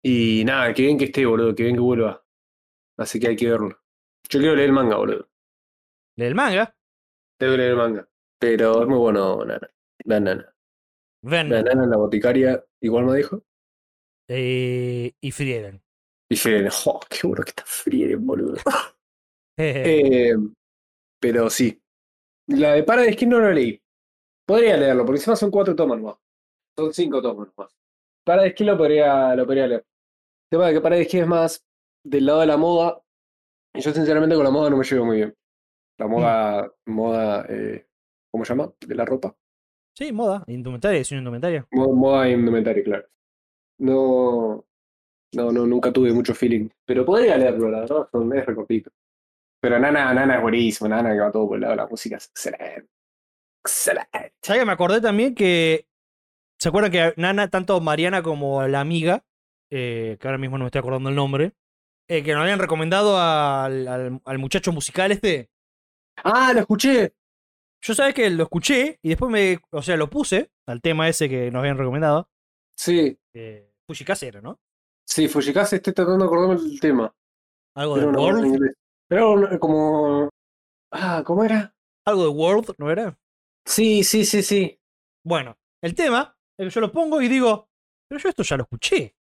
Y nada, que bien que esté, boludo, que bien que vuelva. Así que hay que verlo. Yo quiero leer el manga, boludo. Lee el manga. Tengo que leer el manga. Pero es muy bueno, nana. La nana. Ven La nana, la boticaria, igual me dijo. eh, y Frieren. Y Frieren, jo, qué bueno que está Frieren, boludo. Eh, pero sí. La de Paradise Kiss no la leí. Podría leerlo, porque encima son cuatro tomos nomás. Son cinco tomos nomás. Paradise Kiss lo podría, lo podría leer. El tema de que Paradise Kiss es más del lado de la moda. Y yo sinceramente con la moda no me llevo muy bien. La moda, moda, eh, ¿cómo se llama? De la ropa. sí, moda. Indumentaria, es una indumentaria. Mo- Moda e indumentaria, claro. No, no, no, nunca tuve mucho feeling. Pero podría leerlo, la verdad, son- es recortito. Pero Nana, Nana es buenísimo, Nana que va todo por el lado de la música, es excelente. Excelente. ¿Sabes que me acordé también que. ¿Se acuerdan que Nana, tanto Mariana como la amiga, eh, que ahora mismo no me estoy acordando el nombre, eh, que nos habían recomendado al, al- al muchacho musical este? Ah, lo escuché. Yo sabes que lo escuché y después me. O sea, lo puse al tema ese que nos habían recomendado. Sí, Eh, Fushikase era, ¿no? sí, Fujikase, estoy tratando de acordarme del tema. Algo de Era una voz en World. inglés. Era un- como. Ah, ¿cómo era? Algo de World, ¿no era? Sí, sí, sí, sí. Bueno, el tema es que yo lo pongo y digo, pero yo esto ya lo escuché.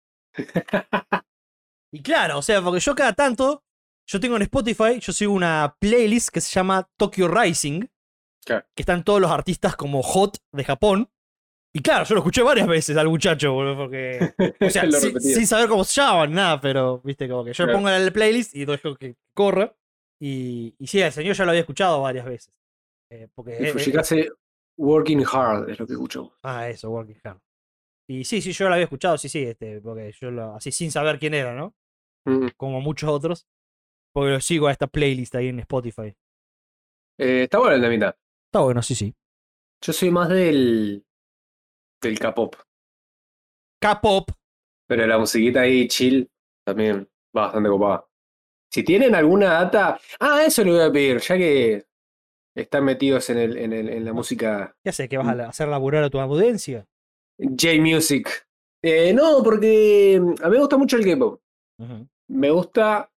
y claro, o sea, porque yo cada tanto, yo tengo en Spotify, yo sigo una playlist que se llama Tokyo Rising, Claro. que están todos los artistas como Hot de Japón. Y claro, yo lo escuché varias veces al muchacho, boludo, porque. O sea, Lo sin, repetía. sin saber cómo se llaman, nada, pero, viste, como que yo Claro. pongo en la playlist y dejo que corra. Y, y sí, el señor ya lo había escuchado varias veces. Eh, porque Y eh, eh, Fujikase, Working Hard, es lo que escucho. Ah, eso, Working Hard. Y sí, sí, yo lo había escuchado, sí, sí, este, porque yo lo, así sin saber quién era, ¿no? Mm. Como muchos otros. Porque lo sigo a esta playlist ahí en Spotify. Eh, está bueno el de mitad. Está bueno, sí, sí. Yo soy más del. del K-pop. K-pop. Pero la musiquita ahí chill también va bastante copada. Si tienen alguna data. Ah, eso le voy a pedir, ya que están metidos en, el, en, el- en la música Ya sé que vas a la- hacer laburar a tu audiencia. J-Music. Eh, no, porque mm, a mí me gusta mucho el K-pop. Ujú. Me gusta.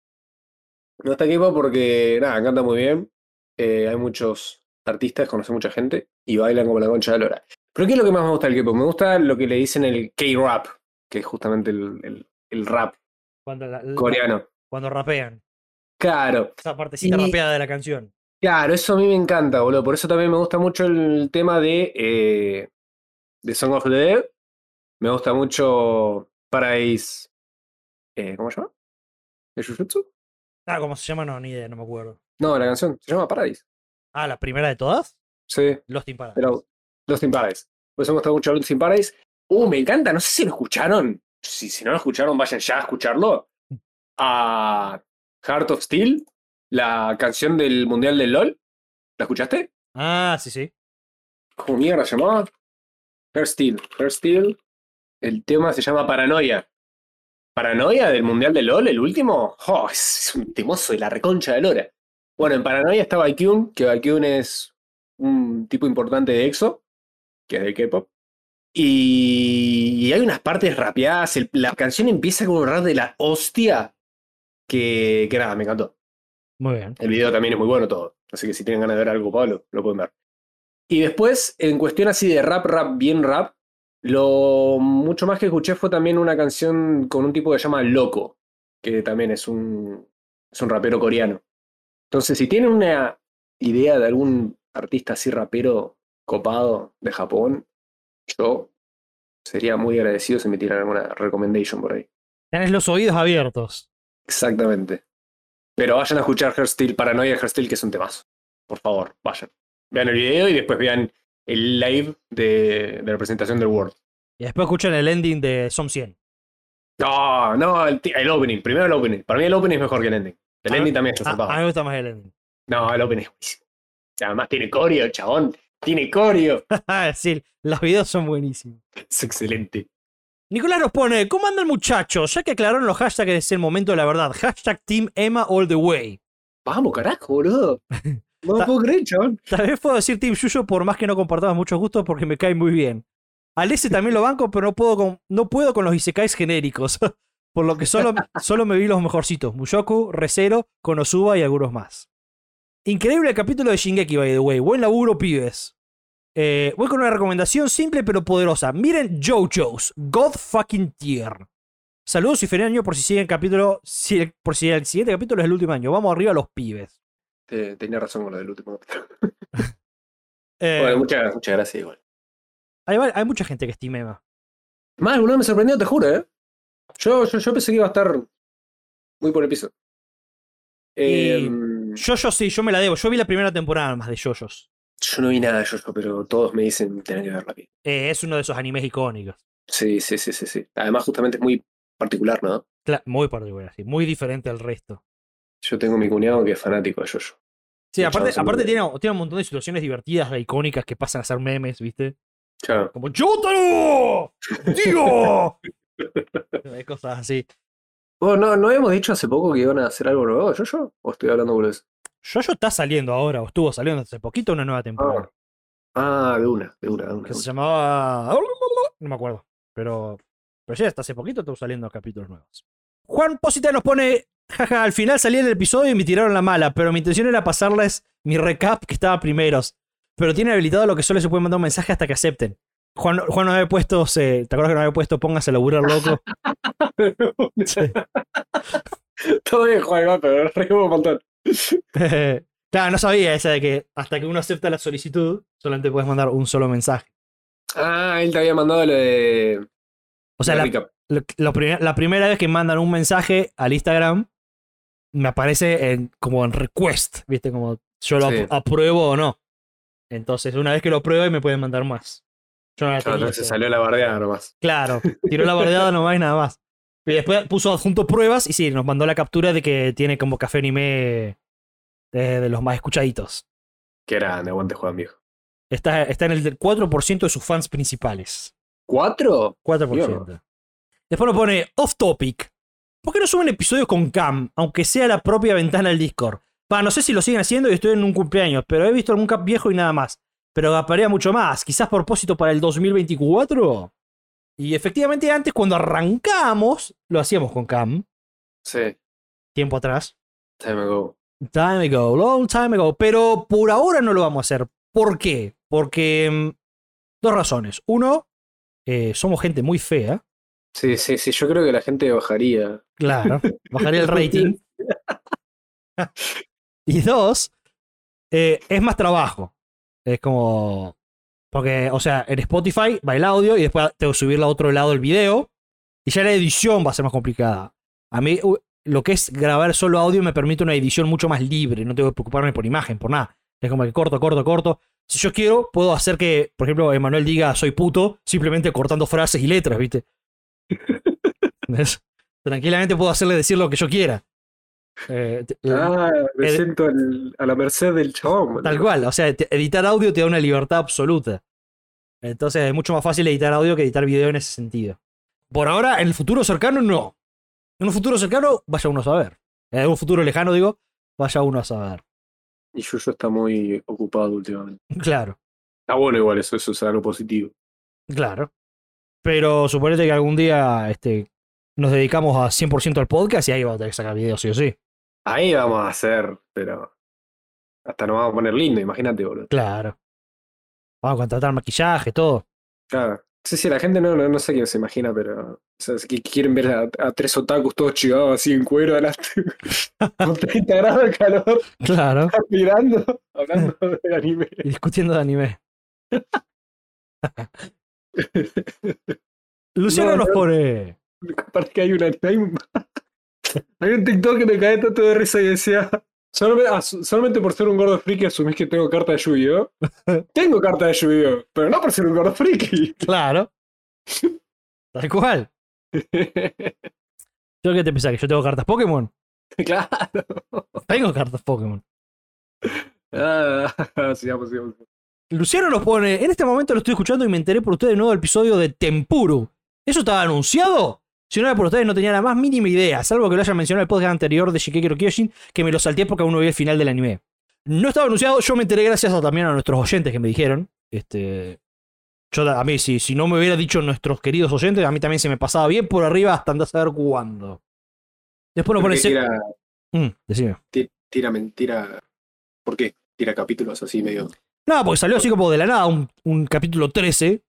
Me gusta el K-pop porque, nada, canta muy bien. Eh, hay muchos artistas, conoce mucha gente y bailan como la concha de la lora. Pero ¿qué es lo que más me gusta del K-pop? Me gusta lo que le dicen el K-rap, que es justamente el, el- el rap Cuando, la- la- coreano. cuando rapean. Claro. Esa partecita Y- rapeada de la canción. Claro, eso a mí me encanta, boludo. Por eso también me gusta mucho el tema de, eh, de Song of the Dead. Me gusta mucho Paradise. eh, ¿cómo se llama? ¿De Jujutsu? Ah, ¿cómo se llama? No, ni idea, no me acuerdo. No, la canción se llama Paradise. Ah, la primera de todas. Sí, Los Timparadas. pero Lost in Paradise. Por eso me gusta mucho Lost in Paradise. Uh, me encanta, no sé si lo escucharon. Si, si no lo escucharon, vayan ya a escucharlo. A Heart of Steel, la canción del Mundial del LOL. ¿La escuchaste? Ah, sí, sí. ¿Cómo mierda se llamaba? Hair Steel. Hair Steel. El tema se llama Paranoia. Paranoia del Mundial de LOL, el último. Jo, es es un temoso de la reconcha de Lora. Bueno, en Paranoia está Baekhyun, que Baekhyun es un tipo importante de EXO, que es de K-pop. Y, y hay unas partes rapeadas. el- la canción empieza con un rap de la hostia. Que, que nada, me encantó. Muy bien. El video también es muy bueno todo. Así que si tienen ganas de ver algo, Pablo, lo pueden ver. Y después, en cuestión así de rap, rap, bien rap, lo mucho más que escuché fue también una canción con un tipo que se llama Loco, que también es un, es un rapero coreano. Entonces, si tienen una idea de algún artista así rapero copado de Japón, yo sería muy agradecido si me tiran alguna recommendation por ahí. Tenés los oídos abiertos. Exactamente. Pero vayan a escuchar Hairstyle, Paranoia de Hairstyle, que es un temazo. Por favor, vayan. Vean el video y después vean el live de, de la presentación del World. Y después escuchan el ending de Som 100. No, no, el, ti- el opening. Primero el opening. Para mí el opening es mejor que el ending. El A ver, ending también está Ah, zarpado. a mí me gusta más el ending. No, el opening es buenísimo. Además tiene coreo, el chabón. Tiene coreo. sí, los videos son buenísimos. Es excelente. Nicolás nos pone, ¿cómo anda el muchacho? Ya que aclararon los hashtags es el momento de la verdad. Hashtag Team Emma all the way. Vamos, carajo, boludo. No Ta- lo puedo creer, chabón. Tal vez puedo decir Team Yuyo por más que no compartamos muchos gustos porque me cae muy bien. Al S también lo banco, pero no puedo con, no puedo con los isekais genéricos. por lo que solo, solo me vi los mejorcitos. Mushoku, Recero, Konosuba y algunos más. Increíble el capítulo de Shingeki, by the way. Buen laburo, pibes. Eh, voy con una recomendación simple pero poderosa. Miren JoJo's God fucking tier. Saludos y feliz año por si sigue el capítulo, si el- por si el siguiente capítulo es el último año. Vamos arriba los pibes. Eh, tenía razón con lo del último. Eh, Bueno, muchas, muchas gracias igual. hay, va- hay mucha gente que estima Emma. Más, alguno me sorprendió, te juro, ¿eh? Yo, yo, yo pensé que iba a estar muy por el piso. Y- Em, Yo, yo, yo sí, yo me la debo. Yo vi la primera temporada más de Yoyos. no vi nada de Jojo, pero todos me dicen tener que verla. bien". Eh, es uno de esos animes icónicos. Sí, sí, sí, sí, sí. Además, justamente es muy particular, ¿no? Cla- muy particular, sí, muy diferente al resto. Yo tengo mi cuñado que es fanático de Jojo. Sí, Sí, aparte, chavos, son aparte muy tiene, tiene un montón de situaciones divertidas e icónicas que pasan a ser memes, ¿viste? Claro. Como ¡Yotaro! ¡Tío! Hay cosas así. Bueno, no, ¿no habíamos dicho hace poco que iban a hacer algo nuevo de Jojo? ¿O estoy hablando por eso? Yoyo está saliendo ahora, o estuvo saliendo hace poquito una nueva temporada. Ah, de una, de una, de una. que de se una. llamaba. No me acuerdo. Pero. Pero sí, hasta hace poquito estuvo saliendo capítulos nuevos. Juan Posita nos pone. Jaja, al final salí del episodio y me tiraron la mala, pero mi intención era pasarles mi recap que estaba primeros. Pero tiene habilitado lo que solo se puede mandar un mensaje hasta que acepten. Juan, Juan no había puesto, se- ¿te acuerdas que no había puesto póngase a laburar loco? Sí. Todo bien, Juan, igual, pero reímos un montón. claro, no sabía esa de que hasta que uno acepta la solicitud, solamente puedes mandar un solo mensaje. Ah, él te había mandado lo de. O sea, de la, recap. lo- lo primer- la primera vez que mandan un mensaje al Instagram, me aparece en, como en request, ¿viste? Como yo lo Sí. apru- apruebo o no. Entonces, una vez que lo apruebe, me pueden mandar más. Yo no la tenía, Claro, Ah, entonces pero- salió la bardeada nomás. Claro, tiró la bardeada nomás y nada más. Y después puso adjunto pruebas y sí, nos mandó la captura de que tiene como café anime de, de los más escuchaditos. Que grande, aguante Juan viejo. Está, está en el del 4% de sus fans principales. ¿Cuatro? 4%. Después nos pone off topic. ¿Por qué no suben episodios con Cam, aunque sea la propia ventana del Discord? Va, no sé si lo siguen haciendo y estoy en un cumpleaños, pero he visto algún Cam viejo y nada más. Pero gaparía mucho más, quizás propósito para el 2024. Y efectivamente antes, cuando arrancamos, lo hacíamos con Cam, Sí, tiempo atrás. time ago. Time ago, long time ago. Pero por ahora no lo vamos a hacer. ¿Por qué? Porque... mm, Dos razones. Uno, eh, somos gente muy fea. Sí, sí, sí, yo creo que la gente bajaría. Claro, bajaría el rating. y dos, eh, es más trabajo. Es como. Porque, o sea, en Spotify va el audio y después tengo que subirlo a otro lado el video. Y ya la edición va a ser más complicada. A mí, u- lo que es grabar solo audio me permite una edición mucho más libre. No tengo que preocuparme por imagen, por nada. Es como que corto, corto, corto. Si yo quiero, puedo hacer que, por ejemplo, Emanuel diga soy puto simplemente cortando frases y letras, ¿viste? ¿Ves? Tranquilamente puedo hacerle decir lo que yo quiera. Eh, te- Ah, me el- siento al- a la merced del chabón. boludo. Tal cual, o sea, te- editar audio te da una libertad absoluta. Entonces es mucho más fácil editar audio que editar video en ese sentido. Por ahora, en el futuro cercano, no. En un futuro cercano, vaya uno a saber. En un futuro lejano, digo, vaya uno a saber. Y Yuyo está muy ocupado últimamente. Claro, Está bueno igual, eso, eso es algo positivo. claro. Pero suponete que algún día este, nos dedicamos a 100% al podcast y ahí vamos a tener que sacar video, sí o sí. Ahí vamos a hacer, pero. Hasta nos vamos a poner lindo, imagínate, boludo. Claro. Vamos a contratar maquillaje, todo. Claro. Sí, sí, la gente no, no, no sé qué se imagina, pero. O sea, es que quieren ver a, a tres otakus todos chivados así en cuero delante. con 30 grados de calor, Claro. mirando, hablando del anime. Y discutiendo de anime. Luciano No, nos no. pone. Aparte que hay un hay un, hay un TikTok que me cae tanto de risa y decía. Solamente, ah, so- solamente por ser un gordo friki asumís que tengo carta de yu Tengo carta de yu pero no por ser un gordo friki. Claro. Tal cual. ¿Yo qué te pensás? ¿Que yo tengo cartas Pokémon? claro. Tengo cartas Pokémon. Ah, sigamos, sigamos. Luciano nos pone, en este momento lo estoy escuchando y me enteré por ustedes de nuevo del episodio de Tempuru. ¿Eso estaba anunciado? Si no era por ustedes no tenía la más mínima idea, salvo que lo hayan mencionado en el podcast anterior de Shikeki no Kyojin, que me lo salté porque aún no vi el final del anime. No estaba anunciado, yo me enteré gracias a- también a nuestros oyentes que me dijeron. Este, yo da- a mí, si, si no me hubiera dicho nuestros queridos oyentes, a mí también se me pasaba bien por arriba hasta andar a saber cuándo. Después nos ¿Por pone... qué se- tira, Mm, decime. ti- tira mentira? ¿Por qué? Tira capítulos así medio. No, porque salió así como de la nada un, un capítulo 13,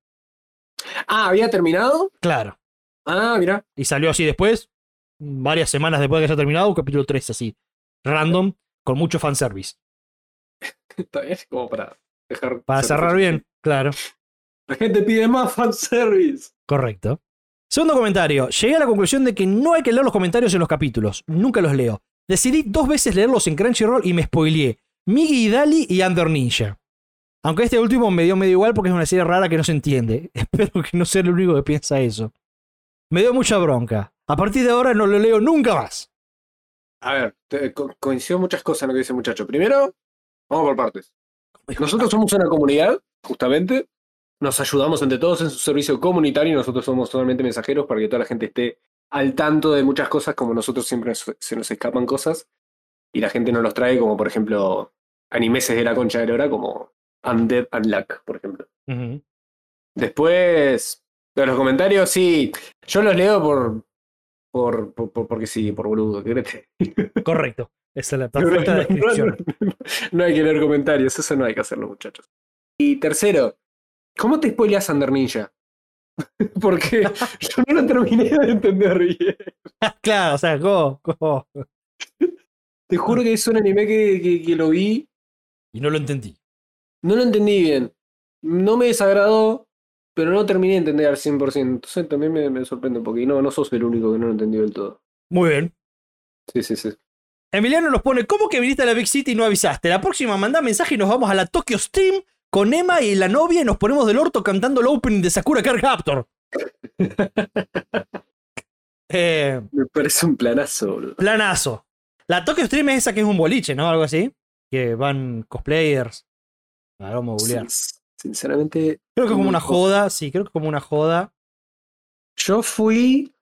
Ah, ¿había terminado? claro. Ah, mira. Y salió así después, varias semanas después de que haya terminado, un capítulo 3 así, random, con mucho fanservice. Está bien, como para dejar. Para cerrar bien, claro, La gente pide más fanservice. correcto. Segundo comentario, llegué a la conclusión de que no hay que leer los comentarios en los capítulos, nunca los leo. Decidí dos veces leerlos en Crunchyroll y me spoileé. Migi y Dali y Under Ninja. Aunque este último me dio medio igual porque es una serie rara que no se entiende. Espero que no sea el único que piensa eso. Me dio mucha bronca. A partir de ahora no lo leo nunca más. A ver, te- co- coincido muchas cosas en lo que dice el muchacho. Primero, vamos por partes. Nosotros somos una comunidad, justamente. Nos ayudamos entre todos en su servicio comunitario y nosotros somos solamente mensajeros para que toda la gente esté al tanto de muchas cosas, como nosotros siempre nos- se nos escapan cosas y la gente nos los trae, como por ejemplo animeses de la concha de la hora, como Undead Unluck, por ejemplo. Después, de los comentarios, sí. Yo los leo por. por, por- por- porque sí, por boludo, ¿qué crees? Correcto. Esa es la No, perfecta no, descripción. no, no hay que leer comentarios, eso no hay que hacerlo, muchachos. Y tercero, ¿cómo te spoileas Under Ninja? Porque yo no lo terminé de entender bien. Claro, o sea, go, go. Te juro que es un anime que, que- que lo vi, Y no lo entendí. no lo entendí bien. No me desagradó, pero no terminé de entender al 100%. Entonces también me, me sorprende, porque no, no sos el único que no lo entendió del todo. Muy bien. Sí, sí, sí. Emiliano nos pone, ¿cómo que viniste a la Big City y no avisaste? La próxima manda mensaje y nos vamos a la Tokyo Stream con Emma y la novia y nos ponemos del orto cantando el opening de Sakura Card Captor. Eh, Me parece un planazo, boludo. planazo. La Tokyo Stream es esa que es un boliche, ¿no? Algo así. Que van cosplayers. Ah, vamos a googlear. Sin- Sinceramente, Creo que es como una Mm. joda, sí, creo que es como una joda. yo fui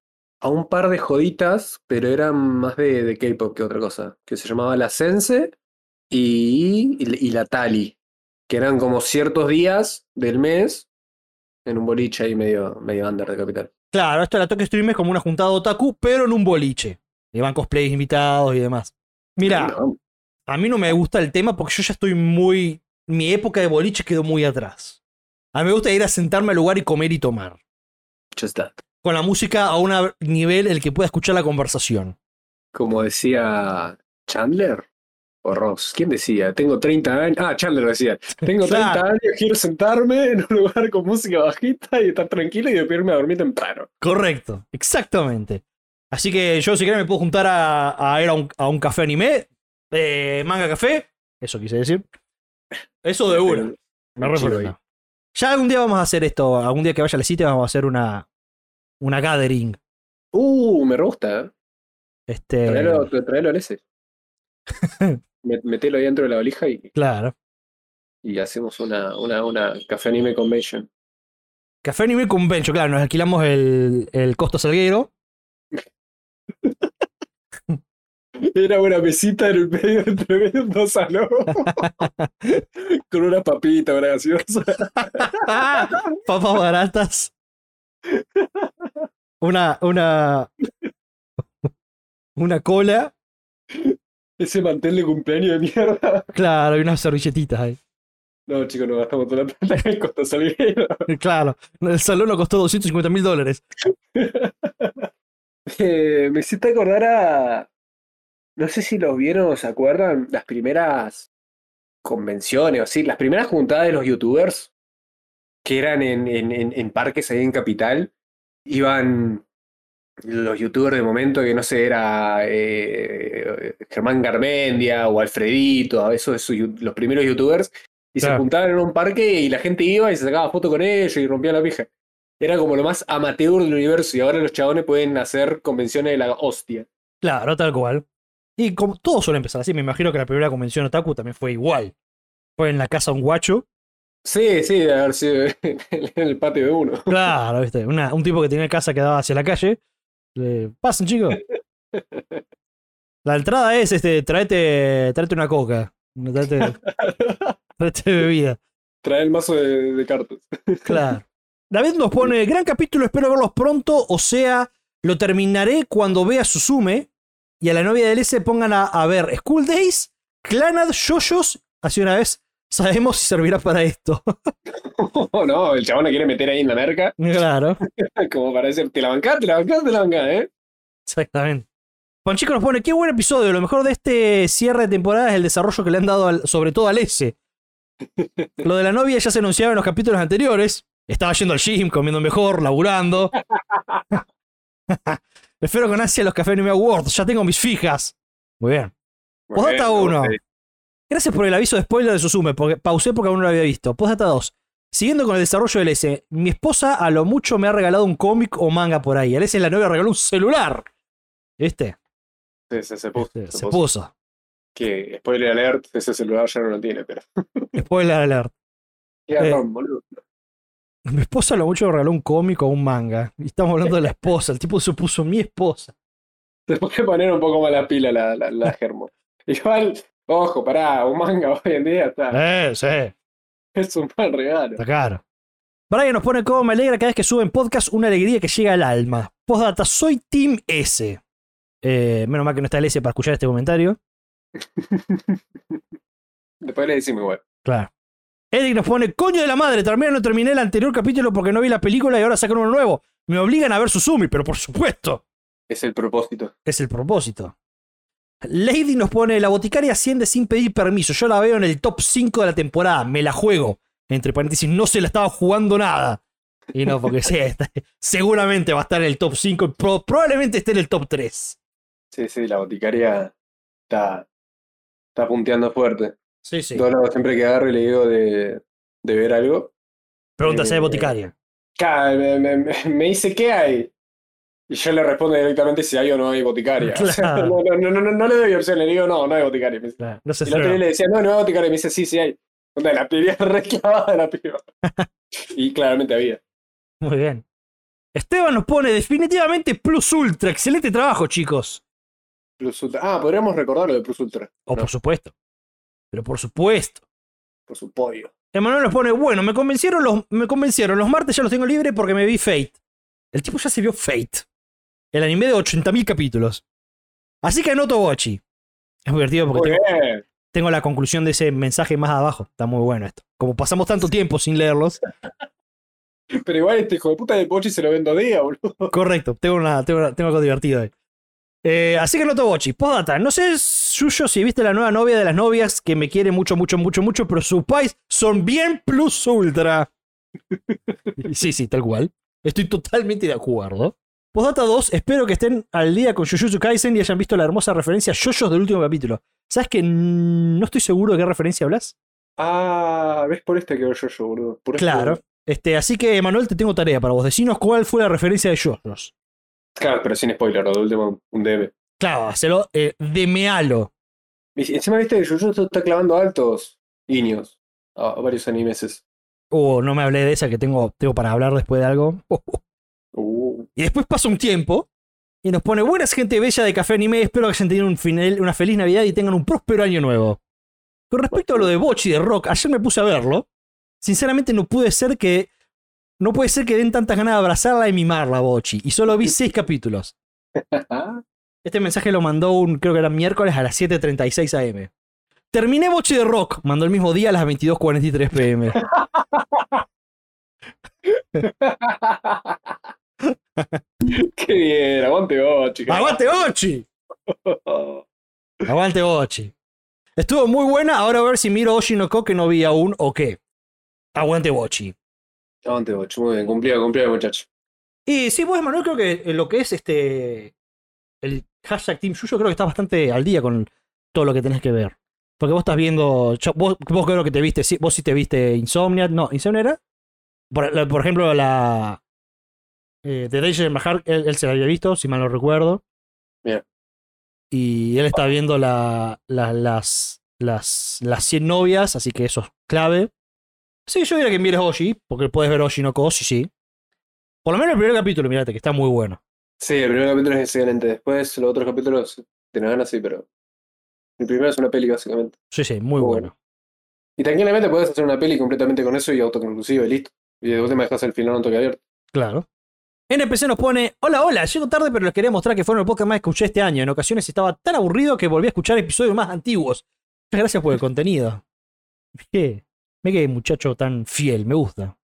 a un par de joditas, pero eran más de, de K-pop que otra cosa, que se llamaba la Sense y, y la- y la Tali, que eran como ciertos días del mes en un boliche ahí medio, medio under de capital. Claro, esto de la Tokyo Stream es como una juntada otaku, pero en un boliche. Y van cosplays invitados y demás. Mira, No, a mí no me gusta el tema porque yo ya estoy muy. Mi época de boliche quedó muy atrás. A mí me gusta ir a sentarme al lugar y comer y tomar. just that. Con la música a un nivel el que pueda escuchar la conversación. Como decía Chandler o Ross, ¿quién decía? Tengo 30 años. Ah, Chandler decía. Tengo 30 Claro. años, quiero sentarme en un lugar con música bajita y estar tranquilo y después irme a dormir temprano. Correcto, exactamente. Así que yo, si querés, me puedo juntar a, a ir a un, a un café anime. eh, manga café. Eso quise decir. Eso de una. Me re Chivo sorprende. ahí. Ya algún día vamos a hacer esto. Algún día que vaya a la cita vamos a hacer una, una gathering. Uh, me re gusta. ¿eh? Este, Traelo, tra- traelo al ese. Me- Metelo ahí dentro de la valija y, Claro. y hacemos una, una, una café anime convention. Café Anime Convention, claro, nos alquilamos el, el Costa Salguero. Era una mesita en el medio de tremendo salón. Con una papita, una gaseosa. Ah, Papas baratas. Una, una. Una cola. Ese mantel de cumpleaños de mierda. Claro, y unas servilletitas ahí. No, chicos, nos gastamos toda la plata en el costo salguero. Claro, el salón nos costó 250 mil dólares. Eh, me hiciste acordar a. No sé si los vieron o se acuerdan, las primeras convenciones, o así, las primeras juntadas de los youtubers que eran en, en- en- en parques ahí en Capital. Iban los youtubers de momento que no sé, era eh, Germán Garmendia o Alfredito, esos, esos yu- los primeros youtubers, y se Claro. juntaban en un parque y la gente iba y se sacaba foto con ellos y rompía la pija. Era como lo más amateur del universo y ahora los chabones pueden hacer convenciones de la hostia. Claro, tal cual. Y como todo suele empezar así, me imagino que la primera convención otaku también fue igual. Fue en la casa de un guacho. Sí, sí, de haber sido en el patio de uno. Claro, viste, una- un tipo que tenía casa que daba hacia la calle. Le, Pasen, chicos. La entrada es este, tráete, tráete una coca. Tráete, tráete bebida. Trae el mazo de, de cartas. Claro. David nos pone, gran capítulo, espero verlos pronto, o sea, lo terminaré cuando vea Suzume y a la novia del S pongan a, a ver School Days, Clanad, Yoyos, así una vez, sabemos si servirá para esto. Oh, no, el chabón la quiere meter ahí en la merca. claro, Como para decir, te la bancás, te la bancás, te la bancás, ¿eh? exactamente. Panchico nos pone, qué buen episodio, lo mejor de este cierre de temporada es el desarrollo que le han dado al- sobre todo al S. Lo de la novia ya se anunciaba en los capítulos anteriores, estaba yendo al gym, comiendo mejor, laburando. Espero con ansia los Café Anime Awards. Ya tengo mis fijas. Muy bien. Postdata Bueno, 1. sí. Gracias por el aviso de spoiler de Susume. Porque pausé porque aún no lo había visto. Postdata 2. Siguiendo con el desarrollo del S. Mi esposa a lo mucho me ha regalado un cómic o manga por ahí. Al S la novia regaló un celular. ¿Viste? Sí, sí, se puso. Este, se se puso. puso. Que, spoiler alert, ese celular ya no lo tiene, pero. Spoiler alert. Qué garrón, Eh. boludo. Mi esposa a lo mucho me regaló un cómic o un manga. Y estamos hablando de la esposa. El tipo se puso mi esposa. Se puede poner un poco más la pila la, la, la germo. Igual, ojo, pará, un manga hoy en día está. Eh, sí. Es un mal regalo. Está caro. Brian nos pone como me alegra cada vez que suben podcast una alegría que llega al alma. Postdata, soy Team S. Eh, menos mal que no está el S para escuchar este comentario. Después le decimos igual. Claro. Eric nos pone, coño de la madre, también no terminé el anterior capítulo porque no vi la película y ahora sacan uno nuevo. Me obligan a ver Susumi, pero por supuesto. Es el propósito. Es el propósito. Lady nos pone, la boticaria asciende sin pedir permiso. Yo la veo en el top 5 de la temporada. Me la juego. Entre paréntesis, no se la estaba jugando nada. Y no, porque sí, está- seguramente va a estar en el top 5. y pro- probablemente esté en el top 3. Sí, sí, la boticaria está, está punteando fuerte. Sí, sí. Yo no, siempre que agarro y le digo de, de ver algo, Pregunta si hay boticaria. ca- me, me- me- me dice qué hay. Y yo le respondo directamente si hay o no hay boticaria. O sea, Claro. no, no, no, no, no le doy opción, le digo no, no hay boticaria. Me dice, Claro, No sé Y si el otro día le decía, no, no, te cara, y me dice, sí, sí hay. Onda, la piba re clavada de la piba. y claramente había. Muy bien. Esteban nos pone definitivamente Plus Ultra. Excelente trabajo, chicos. Plus Ultra. Ah, podríamos recordar lo de Plus Ultra, O No. por supuesto. Pero por supuesto. por su pollo. Emanuel nos pone, bueno, me convencieron los, me convencieron. Los martes ya los tengo libre porque me vi Fate. El tipo ya se vio Fate. El anime de 80.000 capítulos. Así que anoto Bochi. Es muy divertido porque Muy tengo, bien. tengo la conclusión de ese mensaje más abajo. Está muy bueno esto. Como pasamos tanto tiempo sin leerlos. Pero igual este hijo de puta de Pochi se lo vendo a día, boludo. Correcto, tengo, una, tengo, una- tengo algo divertido ahí. Eh, así que no Bochi. Postdata. No sé, Suyo, si viste la nueva novia de las novias que me quiere mucho, mucho, mucho, mucho, pero sus pais son bien plus ultra. sí, sí, tal cual. Estoy totalmente de acuerdo. Postdata 2. Espero que estén al día con Jujutsu Kaisen y hayan visto la hermosa referencia a Yoyos del último capítulo. ¿Sabes que n- no estoy seguro de qué referencia hablas? Ah, ves por este que yo yo, boludo. Por este- Claro. Este, así que, Manuel, te tengo tarea para vos. Decinos cuál fue la referencia de Yoyos. Claro, pero sin spoiler, lo de último, un DM. Claro, hacelo eh, de mealo. Y encima viste que Jujutsu está clavando altos guiños a, a varios animeses. Uh, no me hablé de esa que tengo, tengo para hablar después de algo. Uh, Y después pasa un tiempo y nos pone buenas gente bella de Café Anime. Espero que hayan tenido un final, una feliz Navidad y tengan un próspero año nuevo. Con respecto a lo de Bochi de Rock, ayer me puse a verlo. Sinceramente no pude ser que. No puede ser que den tantas ganas de abrazarla y mimarla a Bochi. Y solo vi seis capítulos. Este mensaje lo mandó un, creo que era miércoles a las 7.36 am. Terminé Boche de Rock, mandó el mismo día a las 22.43 pm. Qué bien, aguante vos, chicos. ¡Aguante Ochi! ¡Aguante Ochi! Estuvo muy buena, ahora a ver si miro Oshi no Ko que no vi aún o qué. Aguante Bochi. Aguante vos, muy bien, cumplido, cumplido, muchacho. Y sí, pues Manuel, creo que eh, lo que es este. El hashtag Team Yuyo, creo que estás bastante al día con todo lo que tenés que ver. Porque vos estás viendo. yo- vos, vos creo que te viste. sí- Vos sí te viste Insomnia. No, Insomnia era. Por, la- por ejemplo, la. eh, The Days of Mahar, él, él se la había visto, si mal no recuerdo. Bien. Y él está viendo la, la- las, las, las 100 novias, así que eso es clave. Sí, yo diría que mires Oshi, porque puedes ver Oshi no Ko, sí, sí. Por lo menos el primer capítulo, mirate, que está muy bueno. Sí, el primer capítulo es excelente. Después, los otros capítulos, te ganas, sí, pero. El primero es una peli, básicamente. Sí, sí, muy Muy bueno. Y tranquilamente puedes hacer una peli completamente con eso y autoconclusivo y listo. Y de última dejas el final un toque abierto. Claro. NPC nos pone, hola, hola, llego tarde pero les quería mostrar que fueron el podcast más que escuché este año. En ocasiones estaba tan aburrido que volví a escuchar episodios más antiguos. Muchas gracias por el contenido. Ve que muchacho tan fiel, me gusta.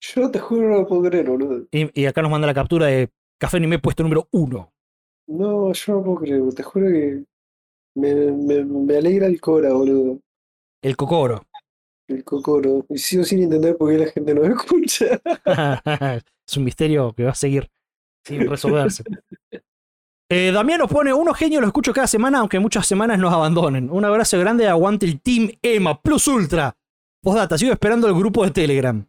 Yo te juro, no lo puedo creer, boludo. Y, y acá nos manda la captura de Café Anime puesto número uno. No, yo no puedo creer, te juro que me, me, me alegra el Cora, boludo. El Cocoro. El Cocoro. Y sigo sin entender por qué la gente no escucha. es un misterio que va a seguir sin resolverse. Eh, Damián nos pone, unos genios los escucho cada semana, aunque muchas semanas nos abandonen. Un abrazo grande, aguante el Team EMA Plus Ultra. Postdata, sigo esperando el grupo de Telegram.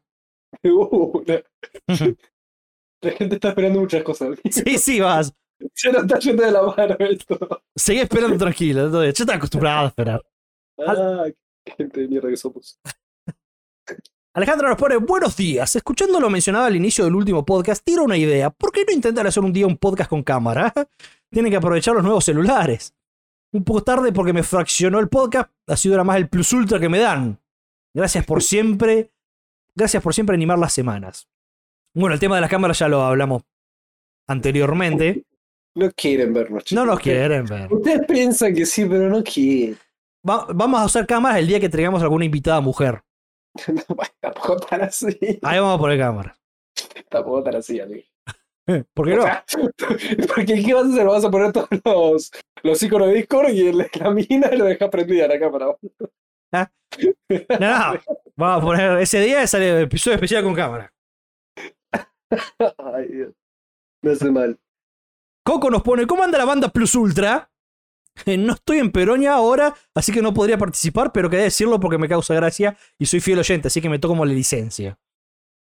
De una. La gente está esperando muchas cosas. sí, sí, vas. Ya no está yendo de la mano esto. Seguí esperando tranquilo. entonces, Yo estaba acostumbrado a esperar. Ah, qué gente de mierda que somos. Alejandra nos pone, buenos días. Escuchando lo mencionado al inicio del último podcast, tiro una idea. ¿Por qué no intentar hacer un día un podcast con cámara? Tienen que aprovechar los nuevos celulares. Un poco tarde porque me fraccionó el podcast. Ha sido nada más el plus ultra que me dan. Gracias por siempre. Gracias por siempre animar las semanas. Bueno, el tema de las cámaras ya lo hablamos anteriormente. No quieren vernos, No chicos. nos quieren ver. Ustedes piensan que sí, pero no quieren. Va- vamos a usar cámaras el día que traigamos alguna invitada mujer. No, tampoco tan así. Ahí vamos a poner cámaras. Tampoco tan así, amigo. ¿Por qué O no? sea, Porque ¿qué vas a hacer? Vas a poner todos los, los iconos de Discord y el- la mina lo dejas prendida la cámara. No, no. Vamos a poner. Ese día sale el episodio especial con cámara. Ay, Dios. Me hace mal. Coco nos pone: ¿Cómo anda la banda Plus Ultra? Eh, No estoy en Peronia ahora, así que no podría participar, pero quería decirlo porque me causa gracia y soy fiel oyente, así que me toco como la licencia.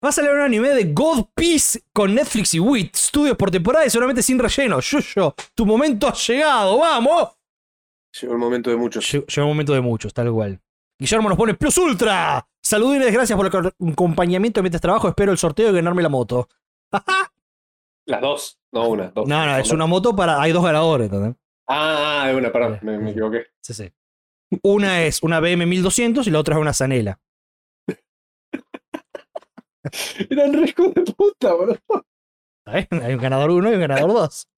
Va a salir un anime de God Peace con Netflix y Wit Studios por temporada y solamente sin relleno. Yuyo, tu momento ha llegado, vamos. Llegó el momento de muchos. Lle- Llegó el momento de muchos, tal cual. Guillermo nos pone Plus Ultra. Saludines, gracias por el acor- acompañamiento mientras trabajo. Espero el sorteo y ganarme la moto. Las dos, no una. Ah, Dos. No, no, es una moto para. Hay dos ganadores, ¿entendés? Ah, ah, es una, perdón, me, me equivoqué. Sí, sí. Una es una BM 1200 y la otra es una Zanela. Eran riesgos de puta, bro. ¿Sabés? Hay un ganador uno y un ganador dos.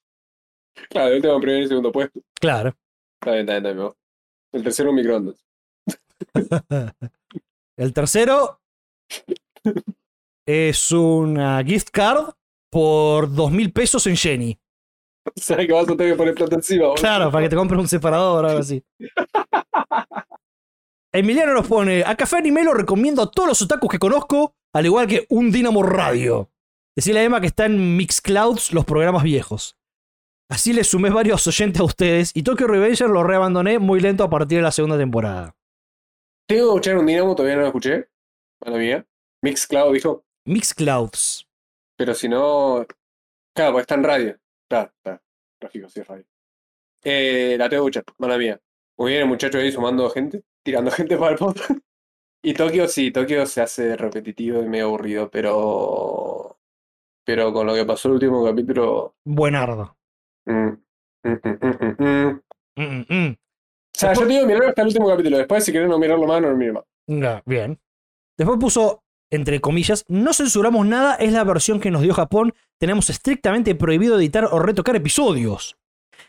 Claro, el último, primer y segundo puesto. Claro. Está bien, está bien, está bien. vos. El tercero, un microondas. El tercero es una gift card por dos mil pesos en Jenny. Sabes que vas a tener que poner plata encima, boludo. Claro, para que te compres un separador o algo así. Emiliano nos pone, a Café Anime lo recomiendo a todos los otakus que conozco, al igual que un Dinamo Radio. Decirle a Emma que está en Mixclouds los programas viejos. Así le sumé varios oyentes a ustedes y Tokyo Revenger lo reabandoné muy lento a partir de la segunda temporada. Tengo que escuchar un Dinamo, todavía no lo escuché. Mala mía. Mixcloud dijo. Mixclouds. Pero si no. Claro, porque está en radio. Está, está. Lógico, sí es radio. Eh, la tengo que escuchar, mala mía. Muy bien, el muchacho ahí sumando gente, tirando gente para el podcast. Y Tokio sí, Tokio se hace repetitivo y medio aburrido, pero. Pero con lo que pasó el último capítulo. Buenardo. mm, mm, mm, mm, mm, mm. Mm, mm, O sea, yo te digo mirar hasta el último capítulo. Después, si querés no mirarlo más, no lo mires más. mm. Ah, Bien. Después puso, entre comillas, no censuramos nada, es la versión que nos dio Japón, tenemos estrictamente prohibido editar o retocar episodios.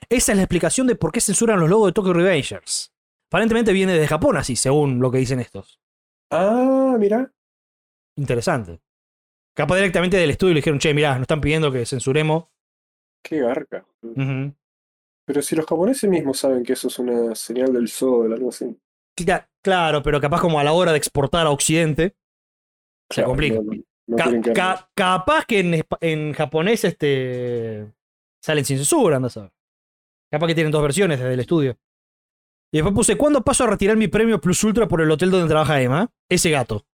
Esa es la explicación de por qué censuran los logos de Tokyo Revengers. Aparentemente viene desde Japón, así, según lo que dicen estos. Ah, mira. Interesante. Capaz directamente del estudio le dijeron, che, mirá, nos están pidiendo que censuremos. Qué garca. Ujú. Pero si los japoneses mismos saben que eso es una señal del sol, algo así. Cla- Claro, pero capaz como a la hora de exportar a Occidente, Se Claro, complica. No, no Ca- quieren que- ca- capaz que en, espa- en japonés este, salen sin censura, anda a saber. Capaz que tienen dos versiones desde el estudio. Y después puse, ¿cuándo paso a retirar mi premio Plus Ultra por el hotel donde trabaja Emma? Ese gato.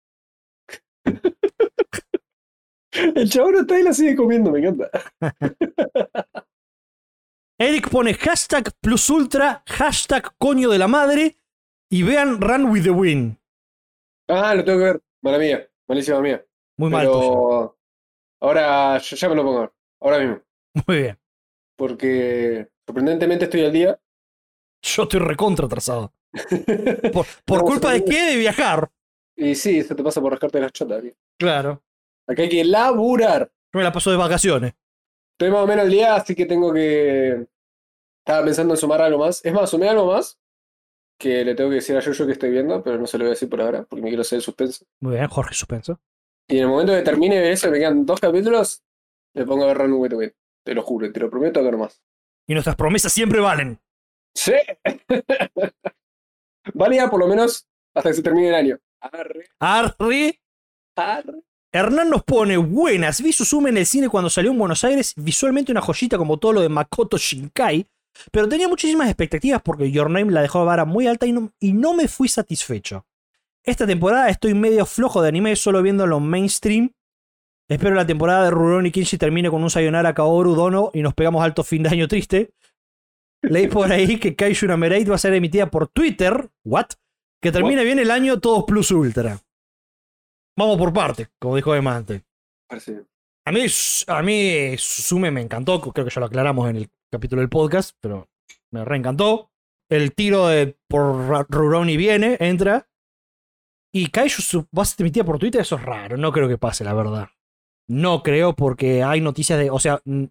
El chabón está ahí y la sigue comiendo, me encanta. Eric pone hashtag Plus Ultra, hashtag coño de la madre y vean Run with the Win. Ah, lo tengo que ver. Mala mía, malísima mía. Muy mal tuyo. Pero ahora yo ya me lo pongo, ahora mismo. Muy bien. Porque sorprendentemente estoy al día. Yo estoy recontra atrasado. ¿Por, por No, culpa de seguro. qué? De viajar. Y sí, eso te pasa por rascarte las chotas. tío. Claro. Acá hay que laburar. Yo me la paso de vacaciones. Estoy más o menos al día, así que tengo que. Estaba pensando en sumar algo más. Es más, sumé algo más que le tengo que decir a Yoyo que estoy viendo, pero no se lo voy a decir por ahora, porque me quiero hacer el suspenso. Muy bien, Jorge Suspenso. Y en el momento que termine de ver eso, me quedan dos capítulos, me pongo a ver Run Wait Wait. Te lo juro, te lo prometo acá nomás. Y nuestras promesas siempre valen. ¡Sí! Válida por lo menos hasta que se termine el año. Arre, Arre. arre. Hernán nos pone, buenas, vi Suzume en el cine cuando salió en Buenos Aires, visualmente una joyita como todo lo de Makoto Shinkai, pero tenía muchísimas expectativas porque Your Name la dejó vara muy alta y no, y no me fui satisfecho. Esta temporada estoy medio flojo de anime, solo viendo lo mainstream. Espero la temporada de Rurouni Kinshi termine con un Sayonara Kaoru Dono y nos pegamos alto fin de año triste. Leí por ahí que Kaiju Number 8 va a ser emitida por Twitter, what? Que termine bien el año todos plus ultra. Vamos por parte, como dijo Emma antes. Parece bien. A mí, a mí Sume me encantó, creo que ya lo aclaramos en el capítulo del podcast, pero me reencantó. El tiro de por Ra- Rurouni viene, entra. Y Kaiju su- va a ser emitida por Twitter, eso es raro, no creo que pase, la verdad. No creo porque hay noticias de, o sea, mm,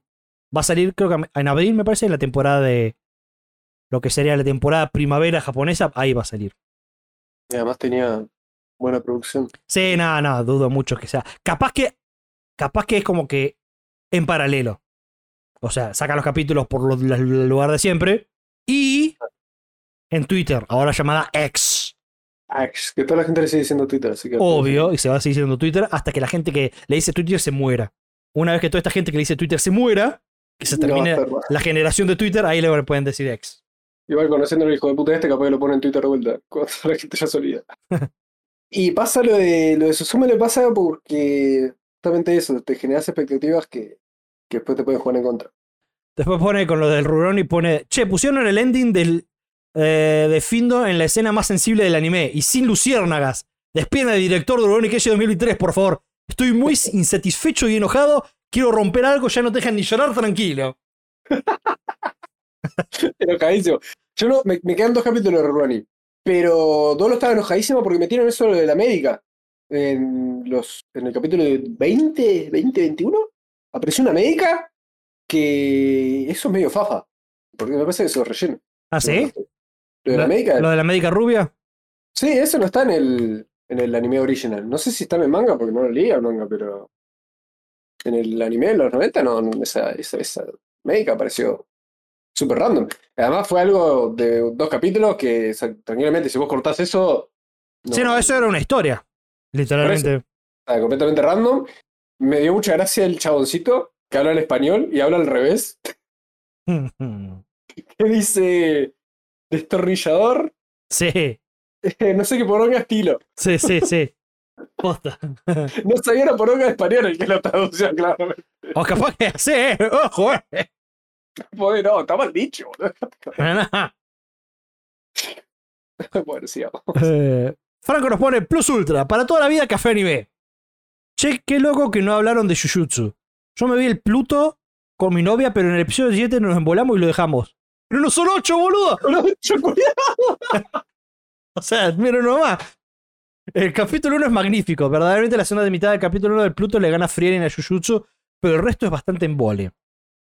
va a salir creo que en abril me parece la temporada de lo que sería la temporada primavera japonesa, ahí va a salir. Y además tenía buena producción. Sí, nada, nada, dudo mucho que sea. Capaz que. Capaz que es como que en paralelo. O sea, sacan los capítulos por lo- la- el lugar de siempre. Y. En Twitter, ahora llamada X. Ax, Ah, que toda la gente le sigue diciendo Twitter, así que. Obvio, y se va a seguir siendo Twitter hasta que la gente que le dice Twitter se muera. Una vez que toda esta gente que le dice Twitter se muera, que se No va a termine estar más. la generación de Twitter, ahí le pueden decir X. Igual conociendo al hijo de puta este, capaz que lo pone en Twitter de vuelta. Cuando la gente ya se olvida. y pasa lo de. Lo de Suzume le pasa porque. Justamente eso, te generas expectativas que, que después te pueden jugar en contra. Después pone con lo del Rurón y pone, che, pusieron el ending del, eh, de Findo en la escena más sensible del anime y sin luciérnagas. Despiden al director de Rurón y 2003, por favor. Estoy muy insatisfecho y enojado. Quiero romper algo, ya no te dejan ni llorar tranquilo. Enojadísimo. Yo no, me, me quedan dos capítulos de Rurouni. Pero Dolo estaba enojadísimo porque metieron eso de la médica. En, los, en el capítulo de 20, 20, 21, apareció una médica que eso es medio fafa. Porque me parece que eso es relleno. ¿Ah, sí? Lo de la Lo- médica. ¿Lo de la médica rubia? Sí, eso no está en el, en el anime original. No sé si está en el manga, porque no lo leía el manga, pero. En el anime de los 90, no, no, esa, esa, esa médica apareció súper random. Además, fue algo de dos capítulos que, o sea, tranquilamente, si vos cortás eso. Sí, no, eso era una historia. Literalmente. está completamente random. Me dio mucha gracia el chaboncito que habla en español y habla al revés. Que dice. Destornillador. Sí, no sé qué poronga estilo. sí, sí, sí. Posta. No sabía la poronga de español el que lo traducía, claro. O capaz que sí, ojo, eh. Bueno, no, está mal dicho, boludo. Bueno, sigamos. Eh, Franco nos pone Plus Ultra, para toda la vida café anime. Che, qué loco que no hablaron de Jujutsu. Yo me vi el Pluto con mi novia, pero en el episodio 7 nos embolamos y lo dejamos. Pero no son 8, boludo. Boludo, yo culiao. O sea, miren nomás. El capítulo 1 es magnífico. Verdaderamente la segunda de mitad del capítulo 1 del Pluto le gana Frieren a Jujutsu, pero el resto es bastante embole.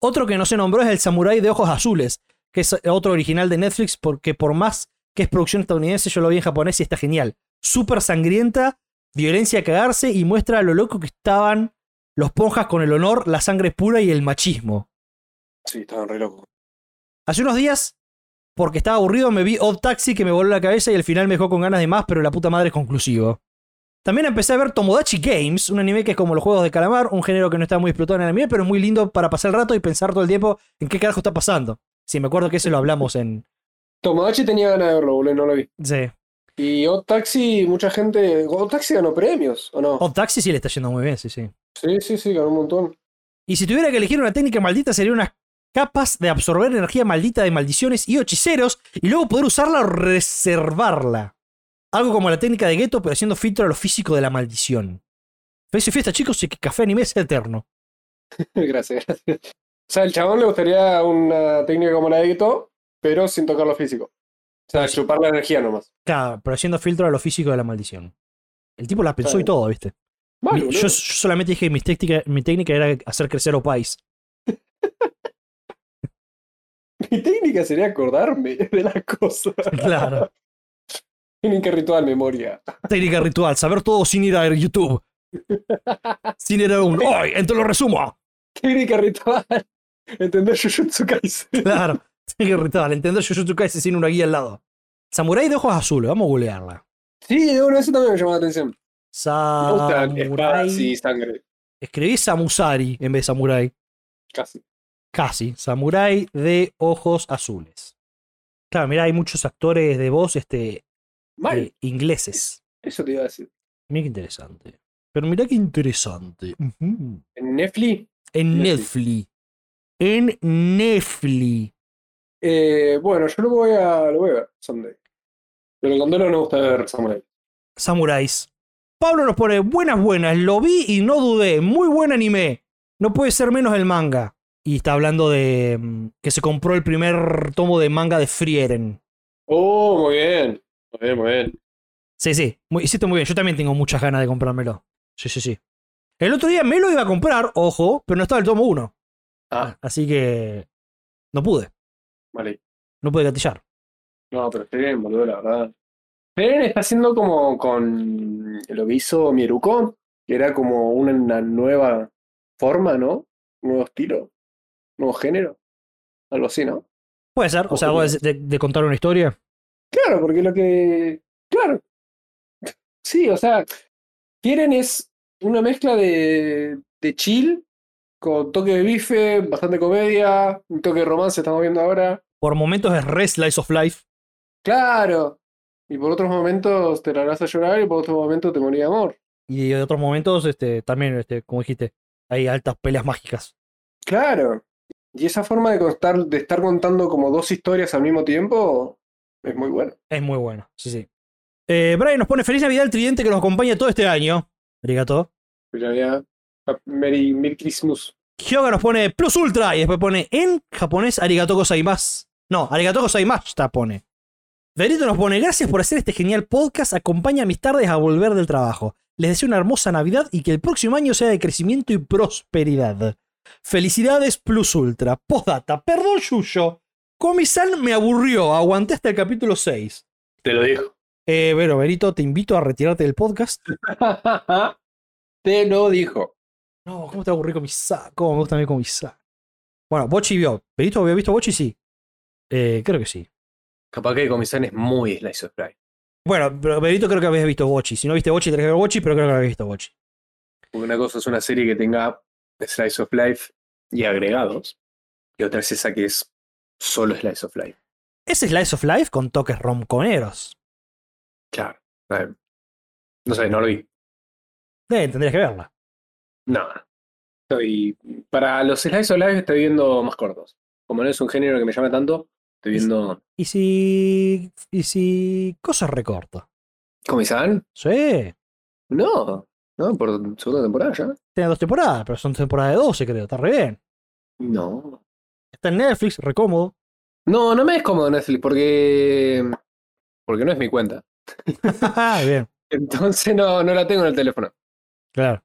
Otro que no se nombró es el Samurai de Ojos Azules, que es otro original de Netflix porque por más que es producción estadounidense, yo lo vi en japonés y está genial. Súper sangrienta, violencia a cagarse y muestra lo loco que estaban los ponjas con el honor, la sangre pura y el machismo. Sí, estaban re locos. Hace unos días, porque estaba aburrido, me vi Odd Taxi que me voló la cabeza y al final me dejó con ganas de más, pero la puta madre es conclusivo. También empecé a ver Tomodachi Games, un anime que es como los juegos de calamar, un género que no está muy explotado en el anime, pero es muy lindo para pasar el rato y pensar todo el tiempo en qué carajo está pasando. Sí, me acuerdo que ese lo hablamos en... Tomodachi tenía ganas de verlo, boludo, y no lo vi. Sí. Y Odd Taxi, mucha gente. Odd Taxi ganó premios, ¿o no? Odd Taxi sí le está yendo muy bien, sí, sí. Sí, sí, sí, ganó un montón. Y si tuviera que elegir una técnica maldita sería unas capas de absorber energía maldita de maldiciones y hechiceros y luego poder usarla o reservarla. Algo como la técnica de Ghetto, pero haciendo filtro a lo físico de la maldición. Feliz fiesta, chicos, y que café anime sea eterno. gracias, gracias. O sea, al chabón le gustaría una técnica como la de Gueto, pero sin tocar lo físico. O sea, chupar la energía nomás. Claro, pero haciendo filtro a lo físico de la maldición. El tipo la pensó Claro. y todo, ¿viste? Mal, Mi- boludo. yo, yo solamente dije que mi técnica, mi técnica era hacer crecer a Opais. Mi técnica sería acordarme de las cosas. Claro. Tienen que ritual memoria. técnica ritual, saber todo sin ir a YouTube. Sin ir a un. ¡Ay! Entonces lo resumo. Técnica ritual. ¿Entendés Jujutsu Kaisen? Claro, tiene que irritar. Entender Jujutsu Kaisen sin una guía al lado. Samurai de ojos azules, vamos a googlearla. Sí, bueno, eso también me llamó la atención. Ah, Me gustan Samurai. espadas y sangre. Escribí Samusari en vez de Samurai. Casi. Casi. Samurai de ojos azules. Claro, mira, hay muchos actores de voz este, Mal. eh, ingleses. Eso te iba a decir. Mira qué interesante. Pero mira qué interesante. Ujú. En Netflix. En Netflix. Netflix. En Netflix. eh, bueno, yo lo voy a, lo voy a ver someday. Pero con Dolo no me gusta ver Samurai. Samuráis. Pablo nos pone buenas, buenas, lo vi y no dudé, muy buen anime. No puede ser menos el manga. Y está hablando de mm, que se compró el primer tomo de manga de Frieren. Oh, muy bien. Muy bien, muy bien. Sí, sí, muy- hiciste muy bien. Yo también tengo muchas ganas de comprármelo. Sí, sí, sí. El otro día me lo iba a comprar, ojo, pero no estaba el tomo 1. Ah, Así que no pude, vale. no pude gatillar. No, pero Feren, boludo, la verdad. Feren está haciendo como con lo que hizo Mieruko, que era como una, una nueva forma, ¿no? Nuevo estilo, nuevo género. Algo así, ¿no? Puede ser, o sea, Ojo. vos decís de, de contar una historia. Claro, porque lo que. Claro. Sí, o sea, quieren es una mezcla de, de chill con toque de bife, bastante comedia, un toque de romance estamos viendo ahora. Por momentos es re slice of life. Claro. Y por otros momentos te la harás a llorar y por otros momentos te morí de amor. Y en otros momentos, este, también, este, como dijiste, hay altas peleas mágicas. Claro. Y esa forma de contar, de estar contando como dos historias al mismo tiempo es muy buena. Es muy bueno, sí, sí. Eh, Brian nos pone feliz Navidad al tridente que nos acompaña todo este año. Arigato. Pero ya, Merry, Merry Christmas. Hyoga nos pone plus ultra y después pone en japonés arigato gozaimasu. No, arigato gozaimashita pone. Verito nos pone gracias por hacer este genial podcast. Acompaña mis tardes a volver del trabajo. Les deseo una hermosa Navidad y que el próximo año sea de crecimiento y prosperidad. Felicidades plus ultra. Postdata. Perdón, Yuyo. Comisán me aburrió. Aguanté hasta el capítulo 6. Te lo dijo. Eh, pero, Verito, te invito a retirarte del podcast. Te lo dijo. No, ¿cómo te aburrí con mi saco? ¿Cómo me gusta a mí con mi saco? Bueno, Bochi vio. ¿Perito había visto Bochi? Sí. Eh, creo que sí. Capaz que Comisán es muy Slice of Life. Bueno, pero Perito creo que habías visto Bochi. Si no viste Bochi, tenés que ver Bochi, pero creo que habías visto Bochi. Porque una cosa es una serie que tenga Slice of Life y agregados. Y otra es esa que es solo Slice of Life. Es Slice of Life con toques romconeros. Claro. Eh, No sé, no lo vi. Eh, tendrías que verla. No. Estoy. Para los Slice of Life estoy viendo más cortos. Como no es un género que me llama tanto, estoy Es- viendo. ¿Y si. ¿Y si. Cosas recorta? ¿Comisán? Sí. Tiene No. No, por segunda temporada ya. dos temporadas, pero son temporadas de 12, creo. Está re bien. No. Está en Netflix, recómodo. No, no me es cómodo Netflix porque. Porque no es mi cuenta. Ah, bien, Entonces no, no la tengo en el teléfono. claro.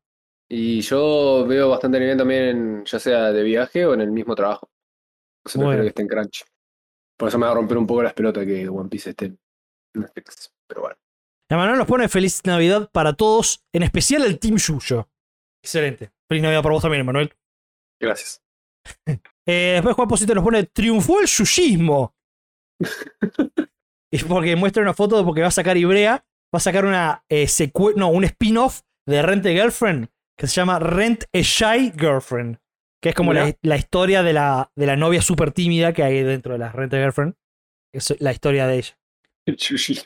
Y yo veo bastante anime también, en- ya sea de viaje o en el mismo trabajo. Por eso Muy prefiero bien. que esté en Crunch. Por eso me va a romper un poco las pelotas que One Piece esté Netflix. Pero bueno. Emanuel nos pone feliz Navidad para todos, en especial el Team Yuyo. Excelente. Feliz Navidad para vos también, Emanuel. Gracias. Eh, después Juan Posito nos pone, triunfó el yuyismo. es porque muestra una foto de porque va a sacar Ibrea, va a sacar una eh, secue- no, un spin-off de Rent a Girlfriend, que se llama Rent a Shy Girlfriend, que es como la, Mirá. la historia de la, de la novia súper tímida que hay dentro de la Rent a Girlfriend. Es la historia de ella. El sushi.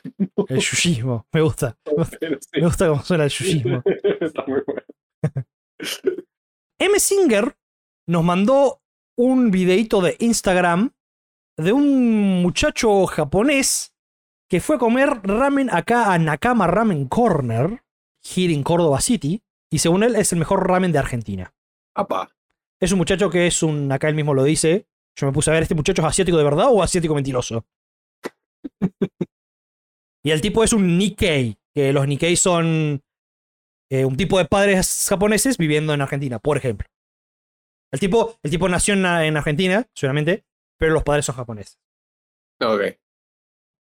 El yuyismo, me gusta. Pero sí. Me gusta cómo suena el yuyismo. Está muy bueno. M. Singer nos mandó un videito de Instagram de un muchacho japonés que fue a comer ramen acá a Nakama Ramen Corner, here en Córdoba City, y según él es el mejor ramen de Argentina. Apa. Es un muchacho que es un, acá él mismo lo dice, yo me puse a ver, ¿este muchacho es asiático de verdad o asiático mentiroso? y el tipo es un Nikkei, que los Nikkei son eh, un tipo de padres japoneses viviendo en Argentina, por ejemplo. El tipo, el tipo nació en, en Argentina, seguramente, pero los padres son japoneses. Ok.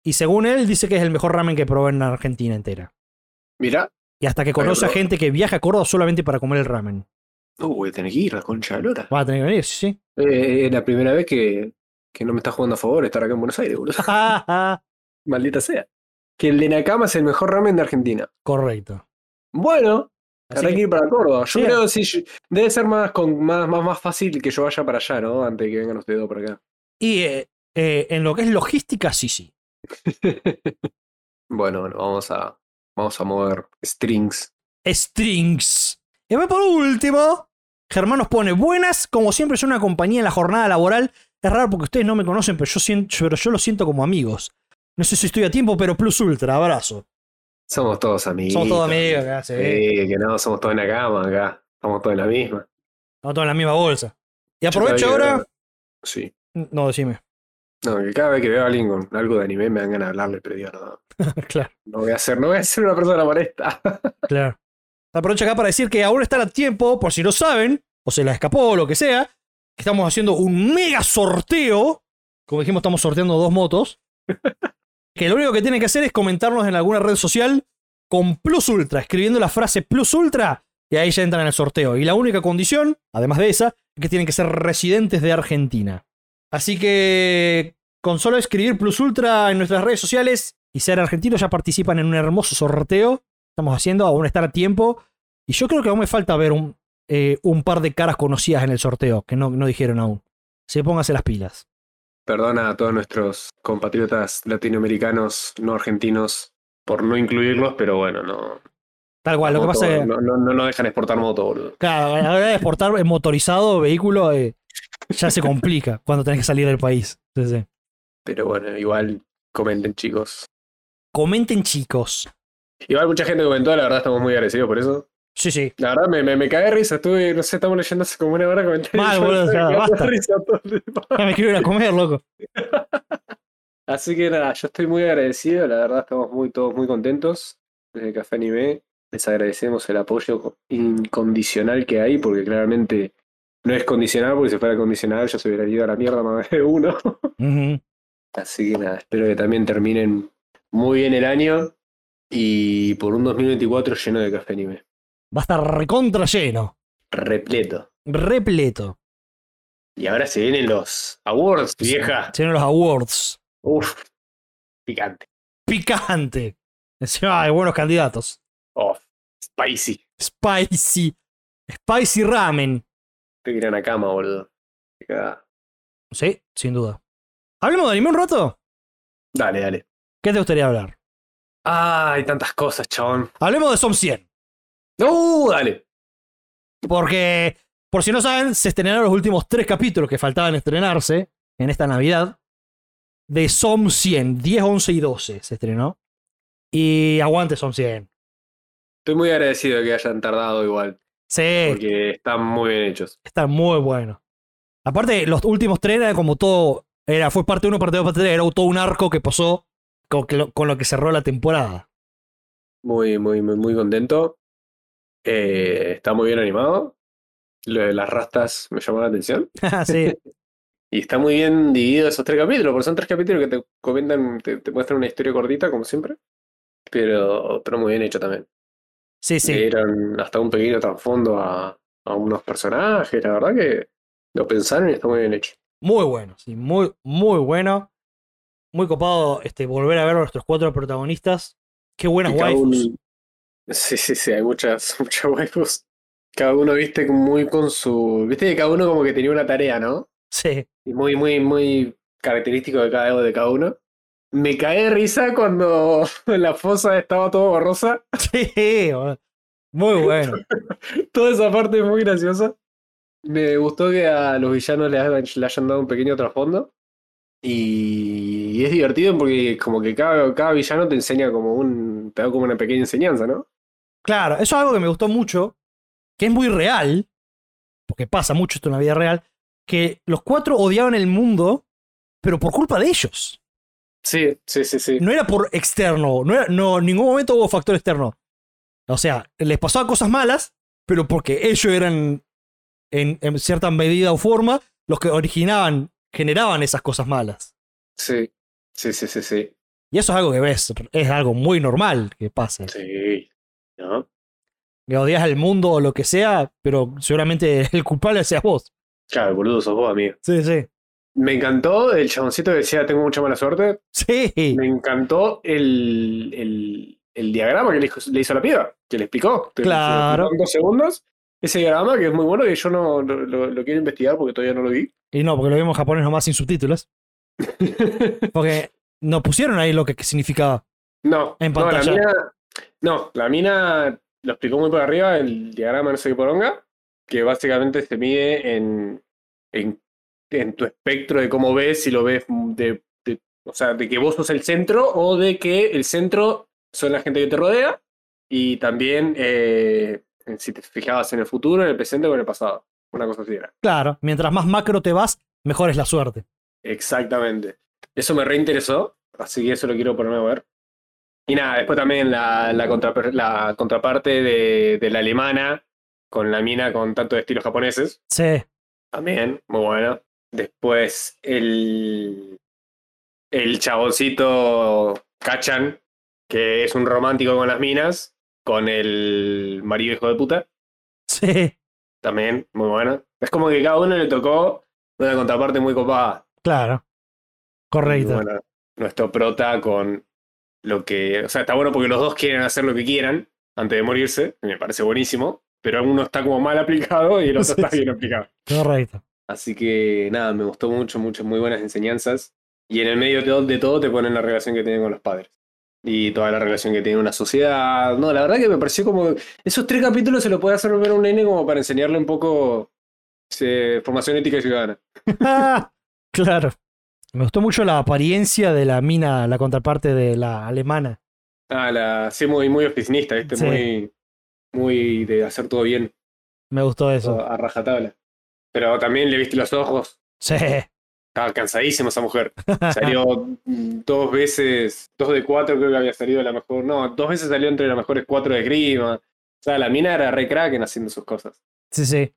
Y según él, dice que es el mejor ramen que probó en Argentina entera. Mira. Y hasta que conoce a Pero- gente que viaja a Córdoba solamente para comer el ramen. Uy, tenés que ir la concha de lora. Va a tener que venir, sí, sí. Eh, es la primera vez que, que no me está jugando a favor estar acá en Buenos Aires, boludo. Maldita sea. Que el de Nakama es el mejor ramen de Argentina. Correcto. Bueno, Así habrá que, que- ir para Córdoba. Yo Sí. creo que sí, yo- debe ser más, con, más, más, más fácil que yo vaya para allá, ¿no? Antes de que vengan ustedes dos para acá. Y eh, eh, en lo que es logística, sí, sí. bueno, bueno, vamos a, vamos a mover strings. Strings. Y después, por último, Germán nos pone buenas, como siempre, soy una compañía en la jornada laboral. Es raro porque ustedes no me conocen, pero yo, siento, pero yo lo siento como amigos. No sé si estoy a tiempo, pero plus ultra, abrazo. Somos todos amigos. Somos todos amigos, acá, sí. Sí, que no, somos todos en la cama acá. Estamos todos en la misma. Estamos todos en la misma bolsa. Y Yo aprovecho cada vez que ahora. veo- Sí. No, decime. No, que cada vez que veo a alguien con algo de anime me dan ganas de hablarle, pero digo, no, claro, no voy a ser, no voy a ser una persona molesta. claro. Aprovecho acá para decir que aún están a tiempo, por si no saben, o se la escapó o lo que sea. que Estamos haciendo un mega sorteo. Como dijimos, estamos sorteando dos motos. que lo único que tienen que hacer es comentarnos en alguna red social con Plus Ultra, escribiendo la frase Plus Ultra, y ahí ya entran en el sorteo. Y la única condición, además de esa, es que tienen que ser residentes de Argentina. Así que con solo escribir Plus Ultra en nuestras redes sociales y ser argentinos ya participan en un hermoso sorteo. Estamos haciendo, aún estar a tiempo. Y yo creo que aún me falta ver un, eh, un par de caras conocidas en el sorteo, que no, no dijeron aún. Se pónganse las pilas. Perdona a todos nuestros compatriotas latinoamericanos, no argentinos, por no incluirlos, pero bueno, no. Tal cual, Ah, lo que moto, pasa es que... no, no, no nos dejan exportar moto, boludo. Claro, a la hora de exportar en motorizado vehículo eh, ya se complica cuando tenés que salir del país. Sí, sí. Pero bueno, igual comenten, chicos. Comenten, chicos. Igual mucha gente comentó, la verdad estamos muy agradecidos por eso. Sí, sí. La verdad me, me, me caí de risa, estuve, no sé, estamos leyendo hace como una hora comentarios. Mal, yo boludo, me ya, caí de basta. risa todo el tiempo. Ya me quiero ir a comer, loco. Así que nada, yo estoy muy agradecido, la verdad estamos muy, todos muy contentos desde Café Anime. Les agradecemos el apoyo co- incondicional que hay, porque claramente no es condicional, porque si fuera condicional ya se hubiera ido a la mierda más de uno. Ujú. Así que nada, espero que también terminen muy bien el año y por un 2024 lleno de Café Anime. Va a estar recontra lleno. Repleto. Repleto. Y ahora se vienen los awards, vieja. Se vienen los awards. Uf, picante. Picante. Encima hay buenos candidatos. Oh, spicy. Spicy. Spicy ramen. Te tiran a cama, boludo. Te caga. Sí, sin duda. ¿Hablemos de anime un rato? Dale, dale. ¿Qué te gustaría hablar? Ah, hay tantas cosas, chabón. Hablemos de Som 100. ¡No! dale. Porque, por si no saben, se estrenaron los últimos tres capítulos que faltaban estrenarse en esta Navidad de SOM 100, 10, 11 y 12 se estrenó. Y aguante SOM 100. Estoy muy agradecido de que hayan tardado igual, Sí, porque están muy bien hechos. está muy bueno. Aparte, los últimos tres eran como todo, era, fue parte 1, parte 2, parte 3, era todo un arco que pasó con, que lo- con lo que cerró la temporada. Muy, muy, muy, muy contento. Eh, está muy bien animado. Lo de las rastas me llamó la atención. sí. Y está muy bien dividido esos tres capítulos, porque son tres capítulos que te comentan, te, te muestran una historia cortita, como siempre. Pero, pero muy bien hecho también. Sí, Le sí. dieron hasta un pequeño trasfondo a, a unos personajes, la verdad que lo pensaron y está muy bien hecho. Muy bueno, sí, muy, muy bueno. Muy copado este, volver a ver a nuestros cuatro protagonistas. Qué buenas Y cada uno- waifus. Sí, sí, sí, hay muchas, muchas waifus. Cada uno, viste, muy con su. Viste que cada uno como que tenía una tarea, ¿no? Sí. Y muy, muy, muy característico de cada, de cada uno. Me caí de risa cuando la fosa estaba todo borrosa. Sí, boludo. muy bueno. Toda esa parte es muy graciosa. Me gustó que a los villanos le hayan, le hayan dado un pequeño trasfondo. Y, es divertido porque como que cada, cada villano te enseña como un. te da como una pequeña enseñanza, ¿no? Claro, eso es algo que me gustó mucho, que es muy real, porque pasa mucho esto en la vida real, que los cuatro odiaban el mundo, pero por culpa de ellos. Sí, sí, sí, sí. No era por externo, no era, no, en ningún momento hubo factor externo. O sea, les pasaban cosas malas, pero porque ellos eran, en, en cierta medida o forma, los que originaban, generaban esas cosas malas. Sí, sí, sí, sí, sí. Y eso es algo que ves, es algo muy normal que pase. Sí. ¿No? Que odias al mundo o lo que sea, pero seguramente el culpable seas vos. Claro, boludo, sos vos, amigo. Sí, sí. Me encantó el chaboncito que decía tengo mucha mala suerte. Sí, Me encantó el, el, el diagrama que le, hizo- le hizo la piba, que le explicó. Te- Claro. En dos segundos. Ese diagrama que es muy bueno y yo no lo, lo- lo quiero investigar porque todavía no lo vi. y no, porque lo vimos en japonés nomás sin subtítulos. Porque nos pusieron ahí lo que significaba. no, En no, la pantalla. mina, no, la mina lo explicó muy por arriba, el diagrama no sé qué poronga, que básicamente se mide en, en, en tu espectro de cómo ves, si lo ves de, de- o sea, de que vos sos el centro o de que el centro son la gente que te rodea y también eh, si te fijabas en el futuro, en el presente o en el pasado. Una cosa así era. Claro, mientras más macro te vas, mejor es la suerte. Exactamente. Eso me reinteresó, así que eso lo quiero ponerme a ver. Y nada, después también la, la, contrap- la contraparte de, de la alemana con la mina con tanto de estilos japoneses. Sí, También, muy bueno. Después el, el chaboncito Kachan, que es un romántico con las minas, con el marido hijo de puta. sí, También, muy bueno. Es como que cada uno le tocó una contraparte muy copada. claro. Y Correcto. bueno, nuestro prota con lo que. O sea, está bueno porque los dos quieren hacer lo que quieran antes de morirse. y Me parece buenísimo. Pero uno está como mal aplicado y el otro Sí, está sí. bien aplicado. Correcto. Así que nada, me gustó mucho, mucho, muy buenas enseñanzas. Y en el medio de, de todo te ponen la relación que tienen con los padres. Y toda la relación que tiene una sociedad. No, la verdad que me pareció como. Esos tres capítulos se lo puede hacer ver a un nene como para enseñarle un poco eh, formación ética y ciudadana. Ah, claro. Me gustó mucho la apariencia de la mina, la contraparte de la alemana. Ah, la, sí, muy, muy oficinista, ¿viste? Sí. Muy, muy de hacer todo bien, Me gustó todo eso. a rajatabla. Pero también le viste los ojos, Sí. estaba cansadísima esa mujer. Salió mm, dos veces, dos de cuatro creo que había salido la mejor, no, dos veces salió entre las mejores cuatro de esgrima. O sea, la mina era re crack en haciendo sus cosas, Sí, sí.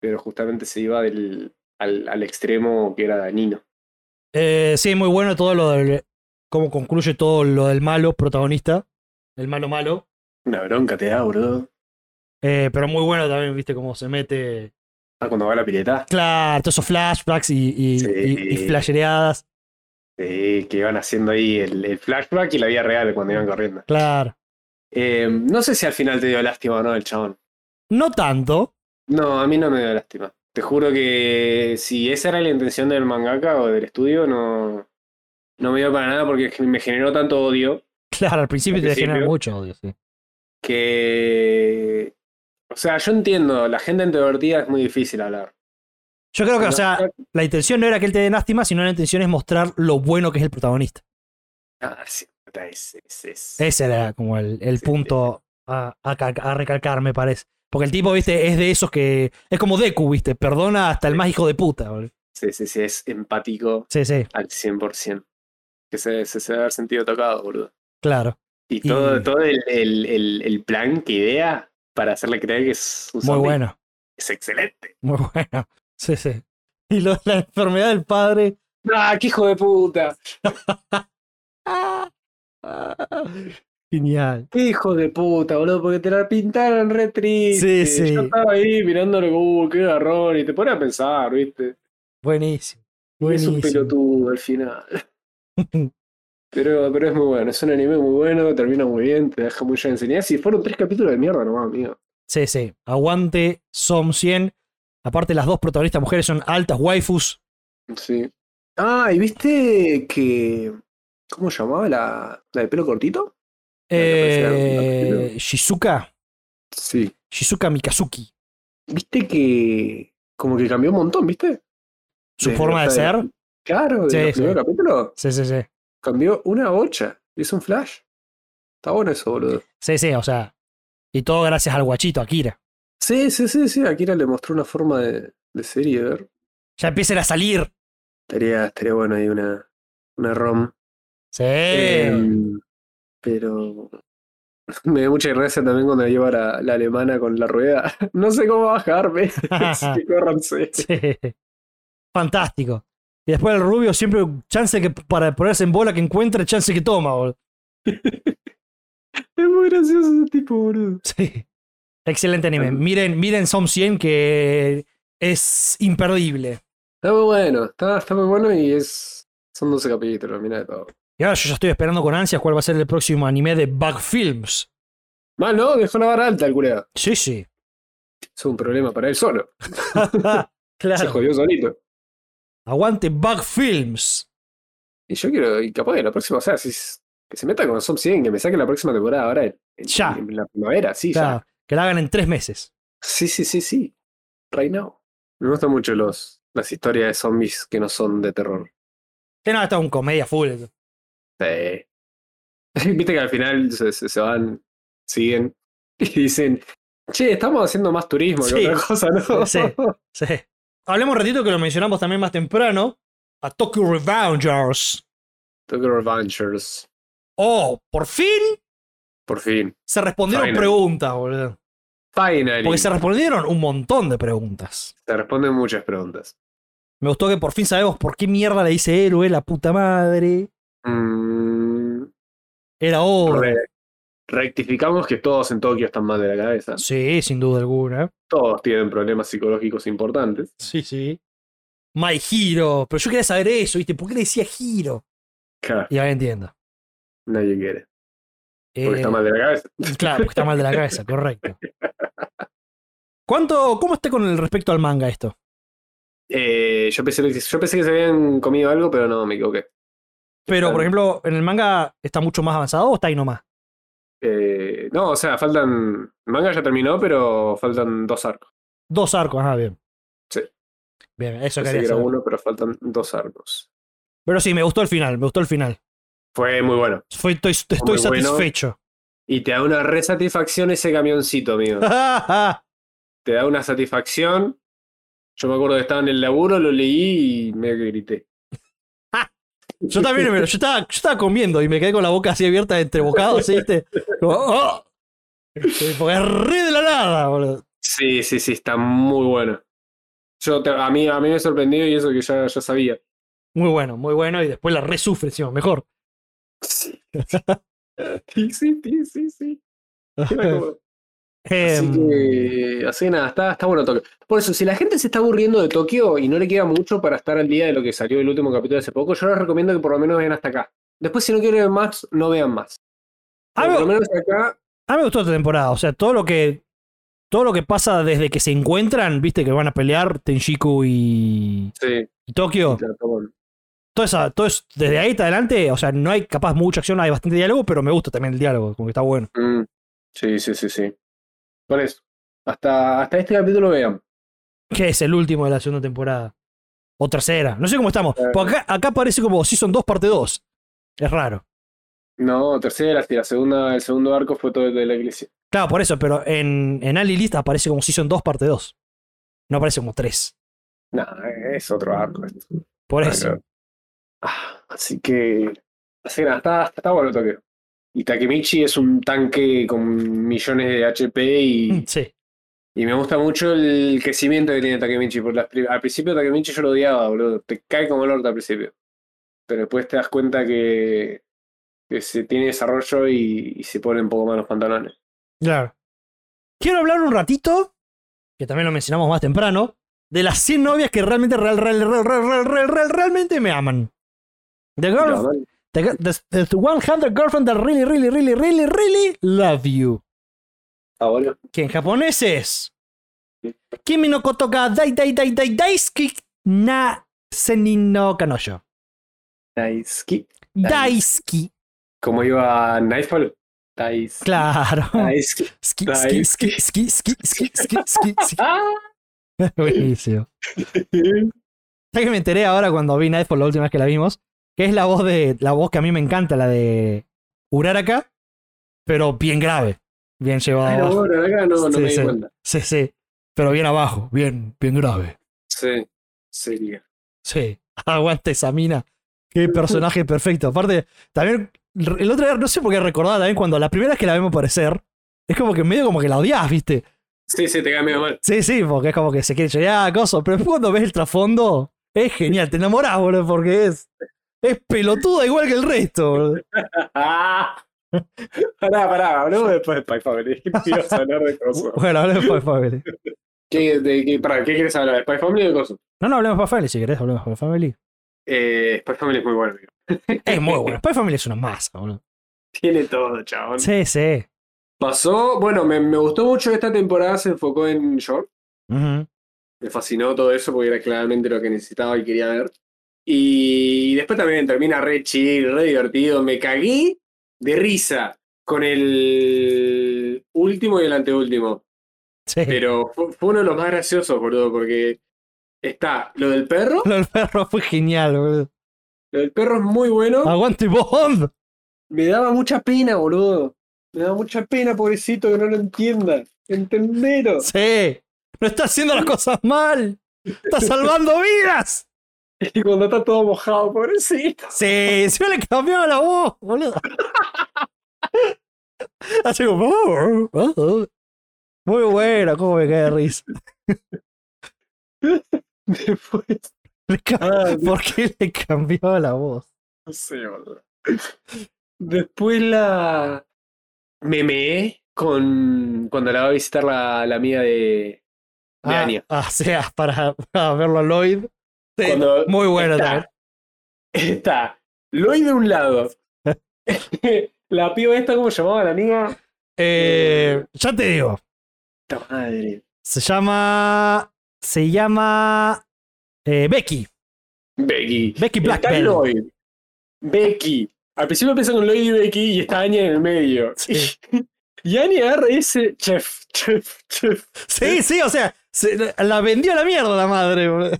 pero justamente se iba del, al, al extremo que era dañino. Eh, sí, muy bueno todo lo del. Cómo concluye todo lo del malo protagonista. El malo malo. Una bronca te da, bro. Eh, pero muy bueno también, viste, cómo se mete. Ah, cuando va a la pileta. Claro, todos esos flashbacks y, y, Sí. y- y flashereadas. Sí, que iban haciendo ahí el, el flashback y la vida real cuando iban corriendo. Claro. Eh, no sé si al final te dio lástima o no el chabón. No tanto. No, a mí no me dio lástima. Te juro que si esa era la intención del mangaka o del estudio, no, no me dio para nada porque gen- me generó tanto odio Claro, al principio Al te genera principio. mucho odio, sí. que... O sea, yo entiendo, la gente introvertida es muy difícil hablar. Yo creo que, o No, sea, la intención no era que él te dé lástima, sino la intención es mostrar lo bueno que es el protagonista. ah, sí, es- es- es- Ese era como el, el Sí, punto a, a cal- a recalcar, me parece. Porque el tipo, viste, es de esos que. Es como Deku, viste. Perdona hasta el más hijo de puta. boludo. sí, sí, sí, es empático Sí, sí, al 100%. Que se, se, se debe haber sentido tocado, boludo. claro. Y todo, Y- todo el, el- el- el plan que idea para hacerle creer que es un Muy zombie bueno. es excelente. Muy bueno. Sí, sí. Y lo de la enfermedad del padre. ¡Ah, qué hijo de puta! Ah, ah, Genial. ¡Qué hijo de puta, boludo! Porque te la pintaron re triste. Sí, sí. Yo estaba ahí mirándolo, ¡uh, qué garrón! Y te pones a pensar, ¿viste? Buenísimo. Y Es Buenísimo. un pelotudo al final. Pero, pero es muy bueno, es un anime muy bueno, termina muy bien, te deja mucha enseñanza. Y fueron tres capítulos de mierda nomás, amigo. Sí, sí. Aguante, Som 100. Aparte, las dos protagonistas mujeres son altas waifus. Sí. Ah, y viste que. ¿Cómo se llamaba la, la de pelo cortito? Eh, no, no, no, no. Shizuka. Sí. Shizuka Mikazuki. Viste que. Como que cambió un montón, ¿viste? Su Desde forma de los- ser. Claro, Sí, desde los sí. primeros capítulos Sí, sí, sí. cambió una bocha. Es un flash. Está bueno eso, boludo. Sí, sí, o sea. Y todo gracias al guachito, Akira. Sí, sí, sí, sí. Akira le mostró una forma de, de ser y de ver. Ya empiecen a salir. Estaría, estaría bueno ahí una, una ROM. Sí. Eh. Em, pero me dio mucha gracia también cuando lleva la, la alemana con la rueda. No sé cómo bajarme. Sí, córranse. Sí. Fantástico. Y después el rubio siempre chance que para ponerse en bola que encuentre, chance que toma, boludo. Es muy gracioso ese tipo, boludo. Sí. Excelente anime. Ajá. Miren, miren Som 100 que es imperdible. Está muy bueno, está, está muy bueno y es. Son 12 capítulos, mira de todo. Y ahora yo ya estoy esperando con ansias cuál va a ser el próximo anime de Bug Films. Mal, ¿no? Dejó la vara alta el culeado. Sí, sí. Es un problema para él solo. Se claro. jodió solito. Aguante Bug Films. Y yo quiero, y capaz que la próxima, o sea, si es- que se meta con Som 100, que me saque la próxima temporada ahora. En, en- Ya. en la primavera, sí, ya. Claro, que la hagan en tres meses. Sí, sí, sí, sí. Right now. Me gustan mucho los, las historias de zombies que no son de terror. Que no, esto es un comedia full. esto. Sí. Viste que al final se, se- se van, siguen y dicen, che, estamos haciendo más turismo Sí. que otra cosa, ¿no? Sí. Sí. Hablemos un ratito que lo mencionamos también más temprano. A Tokyo Revengers. Tokyo Revengers. Oh, por fin Por fin. se respondieron Finally. preguntas, boludo. Finally. Porque se respondieron un montón de preguntas. Te responden muchas preguntas. Me gustó que por fin sabemos por qué mierda le dice héroe, la puta madre. Mm, Era oro. re- rectificamos que todos en Tokio están mal de la cabeza. Sí, sin duda alguna. Todos tienen problemas psicológicos importantes. Sí, sí. My Hero. Pero yo quería saber eso, ¿viste? ¿Por qué le decía Hero? Claro, Y ahora entiendo. nadie quiere. Porque Eh, está mal de la cabeza. Claro, porque está mal de la cabeza, correcto. ¿Cuánto, ¿Cómo está con el respecto al manga esto? Eh, yo, pensé, yo pensé que se habían comido algo, pero no, me equivoqué. Pero, por ejemplo, ¿en el manga está mucho más avanzado o está ahí nomás? Eh, no, o sea, faltan. el Manga ya terminó, pero faltan dos arcos. Dos arcos, ah, bien. Sí. Bien, eso Pensé quería que era saber. uno, pero faltan dos arcos. Pero sí, me gustó el final, me gustó el final. Fue muy bueno. Fue- estoy estoy Muy bueno. satisfecho. Y te da una resatisfacción ese camioncito, amigo. te da una satisfacción. Yo me acuerdo que estaba en el laburo, lo leí y me grité. yo también, pero yo estaba, yo estaba comiendo y me quedé con la boca así abierta entre bocados, ¿sí? ¿viste? Como, ¡oh! Sí, Porque es re de la nada, boludo. Sí, sí, sí, está muy bueno. Yo te- a, mí, a mí me sorprendió y eso que ya, ya sabía. Muy bueno, muy bueno. Y después la resufre, encima, mejor. Sí, sí, sí, sí. sí. Era como- Así Em, que, así que nada, está, está bueno Tokio. Por eso, si la gente se está aburriendo de Tokio y no le queda mucho para estar al día de lo que salió el último capítulo de hace poco, yo les recomiendo que por lo menos vean hasta acá. Después, si no quieren ver más, no vean más. Ah, Pero por no. lo menos acá, A mí me gustó esta temporada. O sea, todo lo que. Todo lo que pasa desde que se encuentran, viste, que van a pelear Tenchiku y, sí, y Tokio. ya, está bueno. Todo esa, todo es, desde ahí hasta adelante, o sea, no hay capaz mucha acción, hay bastante diálogo, pero me gusta también el diálogo, como que está bueno. Mm, sí, sí, sí, sí. Por eso, hasta, hasta este capítulo vean. Que es el último de la segunda temporada. O tercera. No sé cómo estamos. Claro. Porque acá, acá parece como Season 2, parte 2. Es raro. No, tercera, sí, la segunda, el segundo arco fue todo el de la iglesia. Claro, por eso, pero en, en Ali List aparece como Season 2, parte 2. No aparece como 3. No, es otro arco esto. Por eso. Ah, así que. Así que nada, está, está bueno el Tokio. Y Takemichi es un tanque con millones de HP y Mm, Sí. Y me gusta mucho el crecimiento que tiene Takemichi. Porque las pri- al principio Takemichi yo lo odiaba, boludo. Te cae como el orto al principio. Pero después te das cuenta que, que se tiene desarrollo y, y se pone un poco más los pantalones. Claro. Quiero hablar un ratito, que también lo mencionamos más temprano, de las 100 novias que realmente, real, real, real, real, real, real, real- realmente me aman. The, girl, Pero, the, girl- the, the 100 girlfriend that really, really, really, really, really love you. Ah, boludo. Que en japonés es Kimi no Kotoka Dai Dai Dai Dai Daisuki na Senin no Kanoyo. Daisuke. Daisuki. ¿Cómo iba Nightfall? Daisuke. Claro. Daisuke. Ski, ski, ski, Daisuki. ski, ski, ski, ski, ski, ski. ¡Ah! Buenísimo. Ya que me enteré ahora cuando vi Nightfall la última vez que la vimos, que es la voz de la voz que a mí me encanta, la de Uraraka, pero bien grave, bien Ay, llevada no, abajo. bueno, acá no, no Sí, me di sí. cuenta. Sí, sí, pero bien abajo, bien, bien grave. Sí, sería. Sí, aguante esa mina. Qué personaje perfecto. Aparte, también el otro día no sé por qué recordaba también cuando la primera vez que la vemos aparecer, es como que medio como que la odias, ¿viste? Sí, sí, te cae medio mal. Sí, sí, porque es como que se quiere llegar a cosas. Pero después cuando ves el trasfondo, es genial, te enamorás, boludo, porque es. Es pelotuda igual que el resto, boludo. ¡Ah! Pará, pará, hablemos después de Spy Family. Ibas a hablar de cosas. Bueno, hablemos de Spy Family. ¿Qué, de, qué, pará, ¿qué quieres hablar? ¿De Spy Family o de cosas? No, no hablemos de Spy Family, si querés, hablemos de Spy Family. Eh, Spy Family es muy bueno. amigo. Es muy bueno. Spy Family es una masa, boludo. Tiene todo, chabón. Sí, sí. Pasó, bueno, me, me gustó mucho esta temporada, se enfocó en Short. Ujú. Me fascinó todo eso porque era claramente lo que necesitaba y quería ver. Y después también termina re chill, re divertido. Me cagué de risa con el último y el anteúltimo. Sí. Pero fu- fue uno de los más graciosos, boludo, porque está lo del perro. Lo del perro fue genial, boludo. Lo del perro es muy bueno. Aguante Bond. Me daba mucha pena, boludo. Me daba mucha pena, pobrecito, que no lo entienda. Entendero. Sí. No está haciendo las cosas mal. Está salvando vidas. Y cuando está todo mojado, pobrecito. Sí, se le cambió la voz, boludo. Así como. "Oh, oh, oh". Muy bueno, cómo me cae de risa. Después. Le ca- Ah, ¿Por qué le cambió la voz? no sé, boludo. Después la. Memeé con. Cuando la va a visitar la, la amiga de. De Ah, Anya. ah, sea, para, para verlo a Lloyd. Sí, Cuando- muy bueno está. también. Está Lloyd de un lado. la piba esta, ¿cómo llamaba la amiga? Eh, ya te digo. Puta madre. Se llama. Se llama. eh, Becky. Becky. Becky Está Blackbell. Lloyd. Becky. Al principio pienso con Lloyd y Becky y está Anya en el medio. Sí. Y Anya agarra y dice, chef, chef, chef. Sí, sí, o sea, se- la vendió a la mierda la madre, boludo.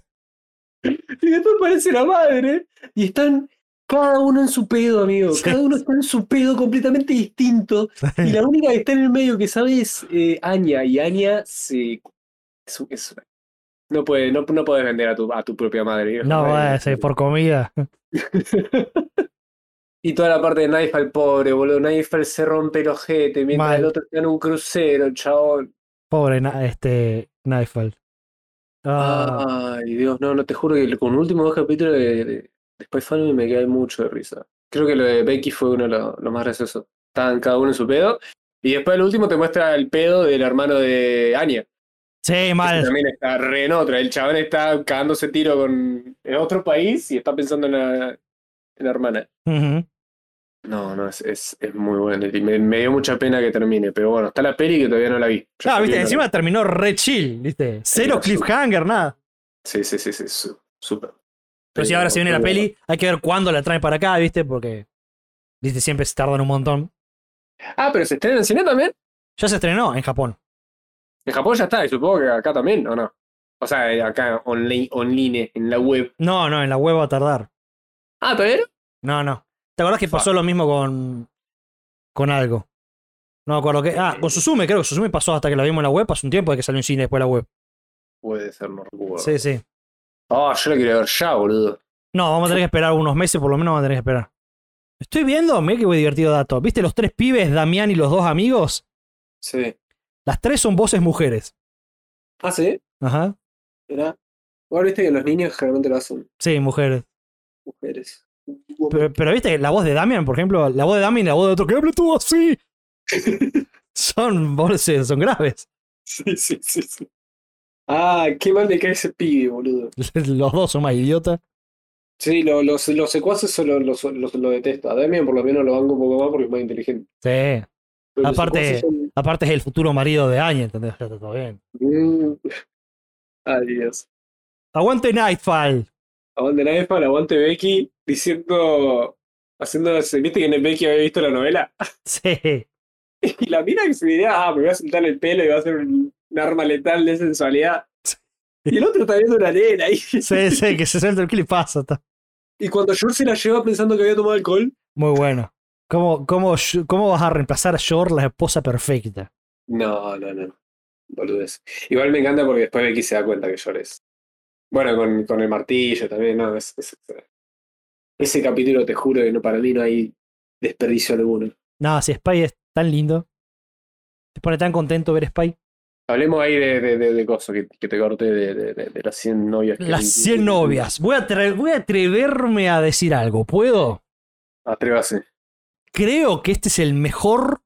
Y después aparece la madre y están cada uno en su pedo, amigo. Sí. Cada uno está en su pedo completamente distinto. Y la única que está en el medio que sabe es eh, Anya. Y Anya se... es un- es una- no, puede, no, no puedes vender a tu, a tu propia madre. No, Eh, eh, sí, por comida. Y toda la parte de Nightfall, pobre, boludo. Nightfall se rompe el ojete mientras Mal. el otro está en un crucero, chabón. Pobre na- este Nightfall. Ah, Ay, Dios, no, no te juro que con el último dos capítulos de, de, de Spy Family me quedé mucho de risa. Creo que lo de Becky fue uno de los los más graciosos. Estaban cada uno en su pedo. Y después el último te muestra el pedo del hermano de Anya. sí, que mal. también está re en otra. El chabón está cagándose tiro con, en otro país y está pensando en la, en la hermana. Ujú. No, no, es, es, es muy bueno. Y me, me dio mucha pena que termine, pero bueno, está la peli que todavía no la vi. Yo Claro, estoy Ah, viste, viendo- encima terminó re chill, viste. Cero Era su- cliffhanger, nada. Sí, sí, sí, sí, su- súper. Pero si ahora se viene la pero- peli, hay que ver cuándo la traen para acá, viste, porque. Viste, siempre se tardan un montón. Ah, pero se estrena en cine también. Ya se estrenó en Japón. En Japón ya está, y supongo que acá también, ¿o no? O sea, eh, acá online, online, en la web. No, no, en la web va a tardar. Ah, pero No, no. ¿Te acordás que pasó lo mismo con. con algo? No me acuerdo qué. Ah, con Susume, creo que Susume pasó hasta que la vimos en la web. Pasó un tiempo de que salió en cine después de la web. Puede ser, no recuerdo. Sí, sí. Ah, yo la quiero ver ya, boludo. No, vamos a tener que esperar unos meses, por lo menos vamos a tener que esperar. Estoy viendo, mira qué divertido dato. ¿Viste los tres pibes, Damián y los dos amigos? Sí. Las tres son voces mujeres. Ah, sí, Ajá. era. Igual viste que los niños generalmente lo hacen, Sí, mujeres. mujeres. Pero, pero viste, la voz de Damian, por ejemplo, la voz de Damian y la voz de otro que hable todo así. son voces, son graves. Sí, sí, sí, sí. Ah, qué mal me cae ese pibe, boludo. Los dos son más idiotas. Sí, lo- los, los secuaces solo los, los- lo detesto. A Damian por lo menos lo banco un poco más porque es más inteligente. Sí. Pero los Aparte- secuaces son- Aparte es el futuro marido de Anya, ¿entendés? Ya está todo bien. Mm. Ay, Dios. Aguante Nightfall. Aguante Nightfall, aguante Becky, diciendo, haciendo, ¿viste que en Becky había visto la novela? Sí. Y la mina que se diría, ah, me voy a soltar el pelo y va a ser un, un arma letal de sensualidad. Y el otro está viendo una nena ahí. Sí, sí, que se suelta. ¿Qué le pasa? Está- Y cuando George se la lleva pensando que había tomado alcohol, Muy bueno. ¿Cómo, cómo, ¿Cómo vas a reemplazar a Shore la esposa perfecta? No, no, no. Boludez. Igual me encanta porque después Becky se da cuenta que llores. Bueno, con, con el martillo también, no, es- es- es- ese capítulo te juro que no, para mí no hay desperdicio alguno. No, si Spy es tan lindo. Te pone tan contento ver Spy. Hablemos ahí de, de, de, de cosas que, que te corté de, de, de- de las 100 novias. que- Las 100 novias. Voy a, atre- voy a atreverme a decir algo. ¿Puedo? Atrévase. Creo que este es el mejor,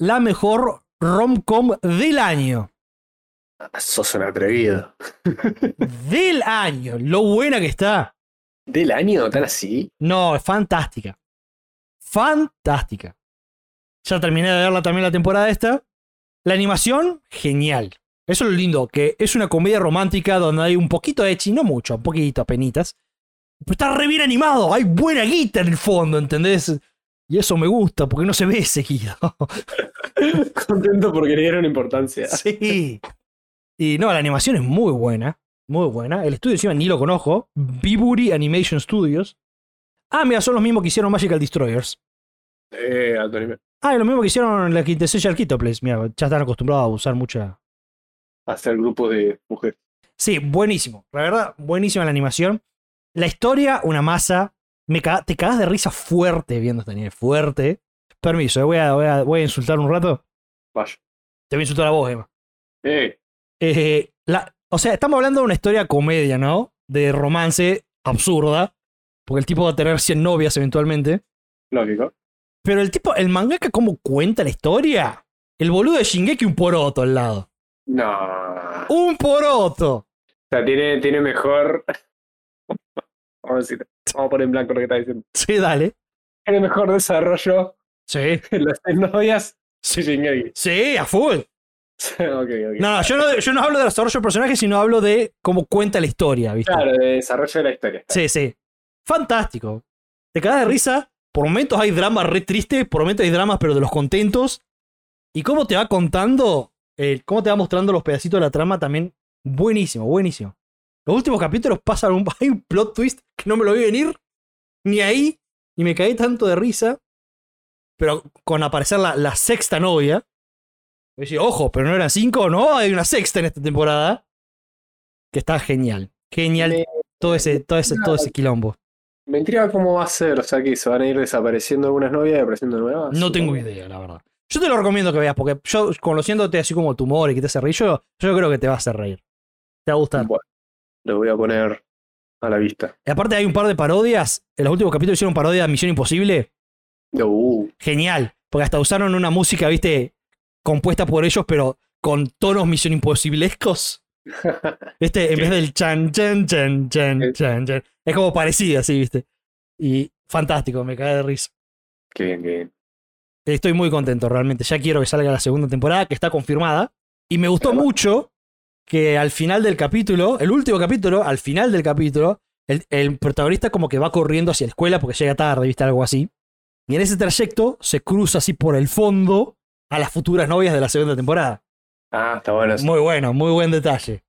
la mejor rom-com del año. Ah, Sos un atrevido. Del año. Lo buena que está. ¿Del año? ¿Tan así? No, es fantástica. Fantástica. Ya terminé de verla también la temporada esta. La animación, genial. Eso es lo lindo, que es una comedia romántica donde hay un poquito de ecchi, no mucho, un poquito, penitas. Pero está re bien animado, hay buena guita en el fondo, ¿entendés? Y eso me gusta, porque no se ve seguido. Contento porque le dieron importancia. Sí. Y no, la animación es muy buena. Muy buena. El estudio encima ni lo conozco. Biburi Animation Studios. Ah, mira, son los mismos que hicieron Magical Destroyers. Eh, alto nivel. Ah, y lo mismo que hicieron en la quinta Essential Quitoples. Mira, ya están acostumbrados a usar mucha. Hacer grupo de mujeres. Sí, buenísimo. La verdad, buenísima la animación. La historia, una masa. Me caga- te cagas de risa fuerte viendo esta anime. Fuerte. Permiso, eh, voy, a, voy a- voy a insultar un rato. Vaya. Te voy a insultar a vos, Emma. Eh, Eh, la- o sea, estamos hablando de una historia comedia, ¿no? De romance absurda. Porque el tipo va a tener 100 novias eventualmente. lógico. Pero el tipo, el mangaka, ¿cómo cuenta la historia? El boludo de Shingeki, un poroto al lado. No. ¡Un poroto! O sea, tiene, tiene mejor. Vamos a decir- vamos a poner en blanco lo que está diciendo. Sí, dale. Tiene mejor desarrollo Sí. en las seis novias que Shingeki. Sí, a full. Ok, ok. No, no, yo no, yo no hablo de desarrollo de personajes, sino hablo de cómo cuenta la historia, ¿viste? Claro, de desarrollo de la historia. Sí, sí. Fantástico. Te cagas de risa. Por momentos hay dramas re tristes, por momentos hay dramas, pero de los contentos. Y cómo te va contando, eh, cómo te va mostrando los pedacitos de la trama también. Buenísimo, buenísimo. Los últimos capítulos pasan un, hay un plot twist que no me lo vi venir, ni ahí, y me caí tanto de risa. Pero con aparecer la, la sexta novia, voy a decir, ojo, pero no eran cinco, no, hay una sexta en esta temporada. Que está genial, genial Me, todo Eh, ese, todo ese, todo ese quilombo. me intriga cómo va a ser. O sea, que se van a ir desapareciendo algunas novias y apareciendo nuevas. No tengo idea, la verdad. Yo te lo recomiendo que veas, porque yo, conociéndote así como tu humor y que te hace reír, yo, yo creo que te va a hacer reír. Te va a gustar. Bueno, lo voy a poner a la vista. Y aparte hay un par de parodias. En los últimos capítulos hicieron parodia de Misión Imposible. Uh, Genial. Porque hasta usaron una música, viste, compuesta por ellos, pero con tonos Misión Imposiblescos. Este, en Sí. vez del chan, chan, chan, chan, Sí. chan, chan. Es como parecido así, viste. Y fantástico, me cae de risa. qué bien, qué bien. Estoy muy contento realmente. Ya quiero que salga la segunda temporada, que está confirmada. Y me gustó mucho que al final del capítulo, el último capítulo, al final del capítulo, el, el protagonista como que va corriendo hacia la escuela porque llega tarde, viste, algo así. Y en ese trayecto se cruza así por el fondo a las futuras novias de la segunda temporada. Ah, está bueno. eso. Muy bueno, muy buen detalle.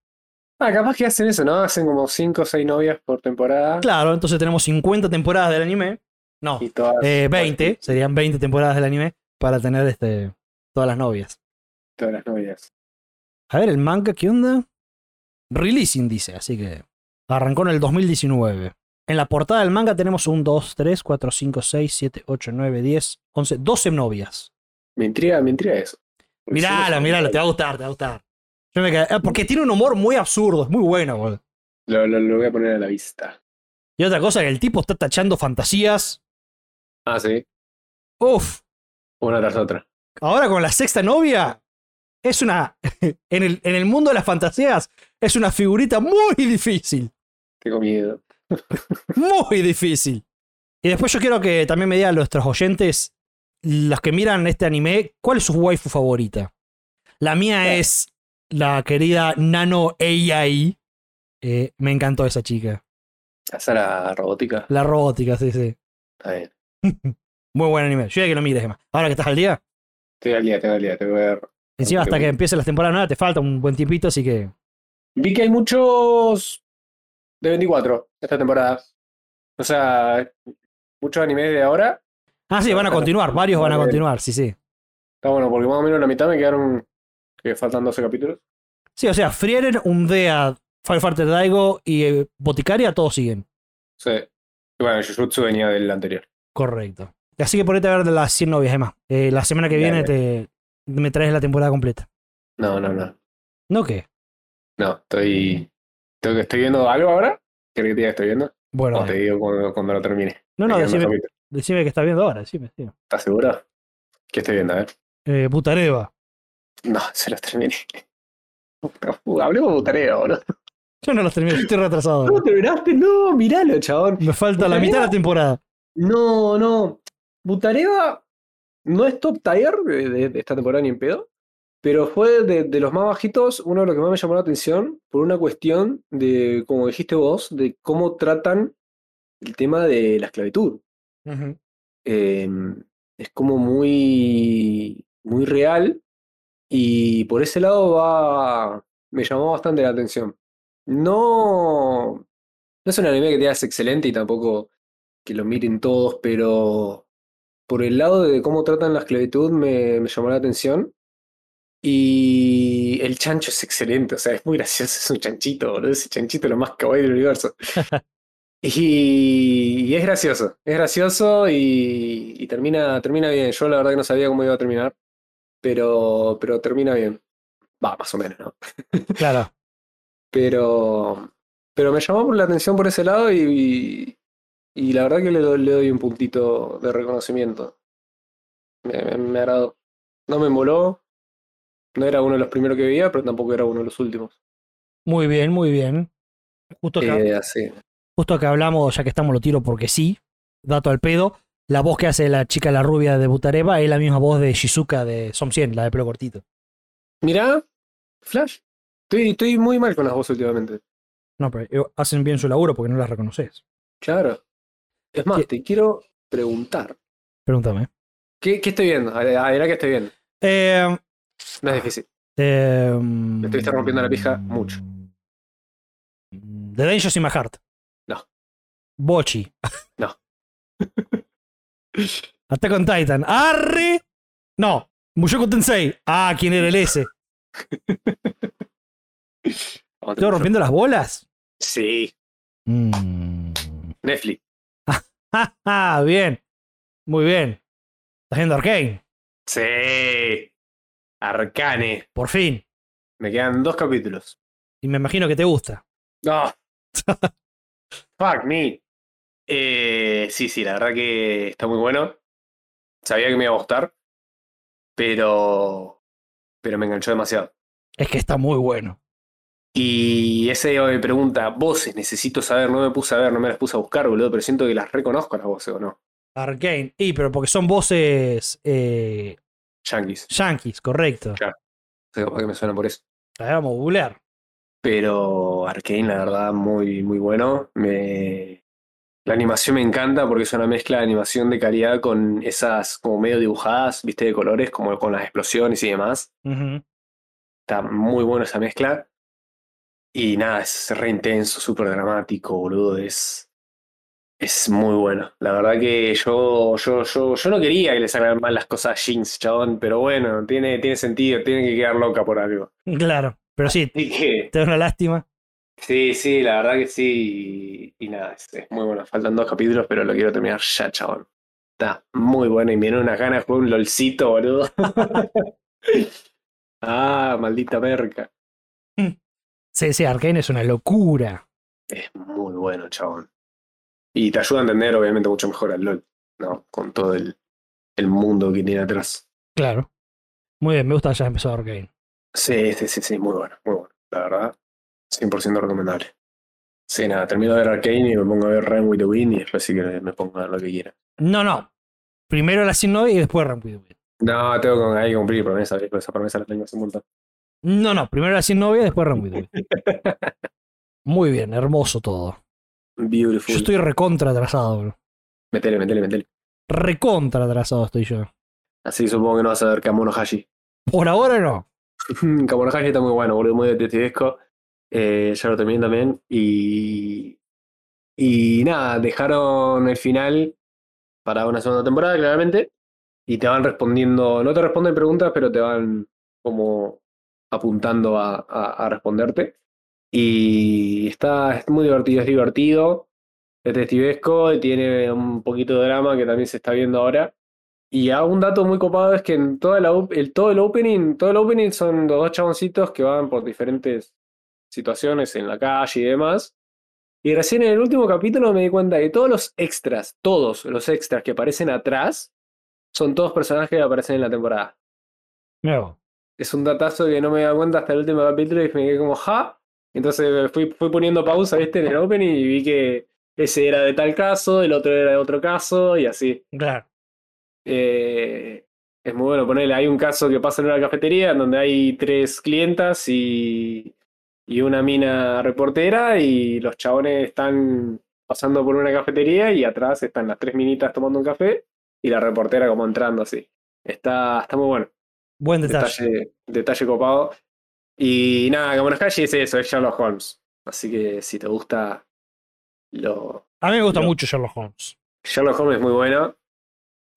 Ah, capaz que hacen eso, ¿no? Hacen como 5 o 6 novias por temporada. Claro, entonces tenemos 50 temporadas del anime. No, Y todas. eh, 20, serían 20 temporadas del anime para tener este, todas las novias. Todas las novias. A ver, el manga, ¿qué onda? Releasing dice, así que arrancó en el 2019. En la portada del manga tenemos un 2, 3, 4, 5, 6, 7, 8, 9, 10, 11, 12 novias. Me intriga, me intriga eso. Porque Mirala, somos- mirala, te va a gustar, te va a gustar. Yo me quedé- eh, porque tiene un humor muy absurdo, es muy bueno, boludo. Lo, lo- lo voy a poner a la vista. Y otra cosa, que el tipo está tachando fantasías. Ah, sí. Uf, Una tras otra. ahora con la sexta novia, es una. En el, en el mundo de las fantasías, es una figurita muy difícil. Tengo miedo. Muy difícil. Y después yo quiero que también me digan nuestros oyentes, los que miran este anime, ¿cuál es su waifu favorita? La mía es la querida Nano AI. Eh, me encantó esa chica. Hacer la robótica. La robótica, sí, sí. Está bien. Muy buen anime. Yo ya que lo mires, Emma. Ahora que estás al día. Estoy al día, estoy al día. Te voy a ver. Encima, hasta Ok. que empiece la temporada nueva, te falta un buen tiempito, así que Vi que hay muchos de 24 esta temporada. O sea, muchos animes de ahora. Ah, sí, van a continuar, varios van a continuar, sí, sí. Está bueno, porque más o menos la mitad me quedaron que faltan 12 capítulos. Sí, o sea, Frieren, Undea, Firefighter Daigo y eh, Boticaria, todos siguen. Sí. Y bueno, Jujutsu venía del anterior. Correcto. Así que ponete a ver de las 100 novias, Emma. Eh, la semana que viene Dale. te, me traes la temporada completa. No, no, no. ¿No qué? No, estoy. Tengo que estoy viendo algo ahora. ¿Querés que te diga que estoy viendo? Bueno, No, te digo cuando, cuando lo termine. no, no, Me quedan dos decime, capítulos. decime que estás viendo ahora, decime. decime. ¿Estás seguro? ¿Qué estoy viendo? A ver. Eh, Butareva. No, se los terminé. Hablemos de Butareo, boludo. Yo no los terminé, yo estoy retrasado. ¿No terminaste? No, miralo, chabón. Me falta la ¿Butareva? mitad de la temporada. No, no. Butareva no es top tier de, de- de esta temporada ni en pedo, pero fue de, de los más bajitos, uno de los que más me llamó la atención por una cuestión de, como dijiste vos, de cómo tratan el tema de la esclavitud. Eh, es como muy, muy real y por ese lado va, me llamó bastante la atención. No, no es un anime que te hagas excelente y tampoco que lo miren todos, pero por el lado de cómo tratan la esclavitud me, me llamó la atención. Y el chancho es excelente, o sea, es muy gracioso, es un chanchito, boludo, ese chanchito es lo más kawaii del universo. Y, y es gracioso, es gracioso y, y termina, termina bien. Yo la verdad que no sabía cómo iba a terminar, pero, pero termina bien. Va, más o menos, ¿no? Claro. Pero, pero me llamó por la atención por ese lado y, y, y la verdad que le, do- le doy un puntito de reconocimiento. Me, me, me agradó. No me moló. No era uno de los primeros que veía, pero tampoco era uno de los últimos. Muy bien, muy bien. Justo acá. Eh, así. justo que hablamos, ya que estamos, lo tiro porque sí, dato al pedo. La voz que hace la chica, la rubia de Butareva, es la misma voz de Shizuka de Som 100, la de pelo cortito. Mirá, Flash. Estoy, estoy muy mal con las voces últimamente. No, pero eh, hacen bien su laburo porque no las reconoces. Claro. Es más, Sí. te quiero preguntar. Pregúntame. ¿Qué, qué estoy viendo? Adela que estoy viendo. Eh, No es difícil. eh, estuviste rompiendo la pija mucho. The Dangerous in My Heart. No. Bochi. No. Attack on Titan. Arre. No. Mushoku Tensei. Ah, ¿quién era el ese? ¿Estoy rompiendo las bolas? Sí, Mm. Netflix. ¡Ja, ja! Bien. Muy bien. Estás viendo Arcane. Sí. Arcane. Por fin. Me quedan dos capítulos. Y me imagino que te gusta. No. Fuck me. Eh, sí, sí, la verdad que está muy bueno. Sabía que me iba a gustar. Pero. Pero me enganchó demasiado. Es que está muy bueno. Y ese me pregunta, voces, necesito saber, no me puse a ver, no me las puse a buscar, boludo, pero siento que las reconozco las voces o no. Arcane. Y, pero porque son voces eh, Yankees. yankees, correcto. O sea, capaz que me suena por eso. A ver, vamos a googlear. Pero Arkane, la verdad, muy, muy bueno. Me... La animación me encanta porque es una mezcla de animación de calidad con esas como medio dibujadas, viste, de colores, como con las explosiones y demás. Ujú. Está muy buena esa mezcla. Y nada, es re intenso, súper dramático, boludo. Es, es muy bueno. La verdad que yo, yo, yo, yo no quería que le sacaran mal las cosas a Jinx, chabón, pero bueno, tiene, tiene sentido, tiene que quedar loca por algo. Claro. Pero sí, Así que. te da una lástima. Sí, sí, la verdad que sí. Y, y nada, es, es muy bueno. Faltan dos capítulos, pero lo quiero terminar ya, chabón. Está muy bueno y me dieron unas ganas de jugar un lolcito, boludo. ah, maldita merca. Sí, sí, Arkane es una locura. Es muy bueno, chabón. Y te ayuda a entender, obviamente, mucho mejor al LOL, ¿no? Con todo el, el mundo que tiene atrás. Claro. Muy bien, me gusta que hayas empezado Arkane. Sí, sí, sí, sí, muy bueno, muy bueno. La verdad, 100% recomendable. Sí, nada, termino de ver Arcane y me pongo a ver Run with the Wind y después sí que me pongo a ver lo que quiera. No, no. Primero la Sin Novi y después Rampage Wheel. No, tengo que, hay que cumplir promesas, viejo, esa promesa la tengo hace un montón. No, no, primero la sin novia, después Ramwidow. Muy bien, hermoso todo. Beautiful. Yo estoy recontra atrasado, bro. Metele, metele, metele. Recontra atrasado estoy yo. Así supongo que no vas a ver Kamono Hashi. Por ahora no. Kamono Hashi está muy bueno, boludo, muy detectivesco. Eh, ya lo terminé también. Y. Y nada, dejaron el final para una segunda temporada, claramente. Y te van respondiendo. No te responden preguntas, pero te van como apuntando a, a- a responderte. Y está, es muy divertido, es divertido. Detectivesco, tiene un poquito de drama que también se está viendo ahora. Y ah, un dato muy copado es que en toda la, op- el, todo el opening, todo el opening son los dos chaboncitos que van por diferentes situaciones en la calle y demás. Y recién en el último capítulo me di cuenta que todos los extras, todos los extras que aparecen atrás, son todos personajes que aparecen en la temporada Nuevo. es un datazo que no me da cuenta hasta el último capítulo y me quedé como ja. Entonces eh, fui, fui poniendo pausa, viste, en el open y vi que ese era de tal caso, el otro era de otro caso y así. Claro. Eh, es muy bueno ponerle, hay un caso que pasa en una cafetería en donde hay tres clientas y, y una mina reportera y los chabones están pasando por una cafetería y atrás están las tres minitas tomando un café y la reportera como entrando así. Está, está muy bueno Buen detalle. detalle, detalle copado. Y nada, Cameron Calle es eso, es Sherlock Holmes. Así que si te gusta lo. A mí me gusta Yo- mucho Sherlock Holmes. Sherlock Holmes es muy bueno.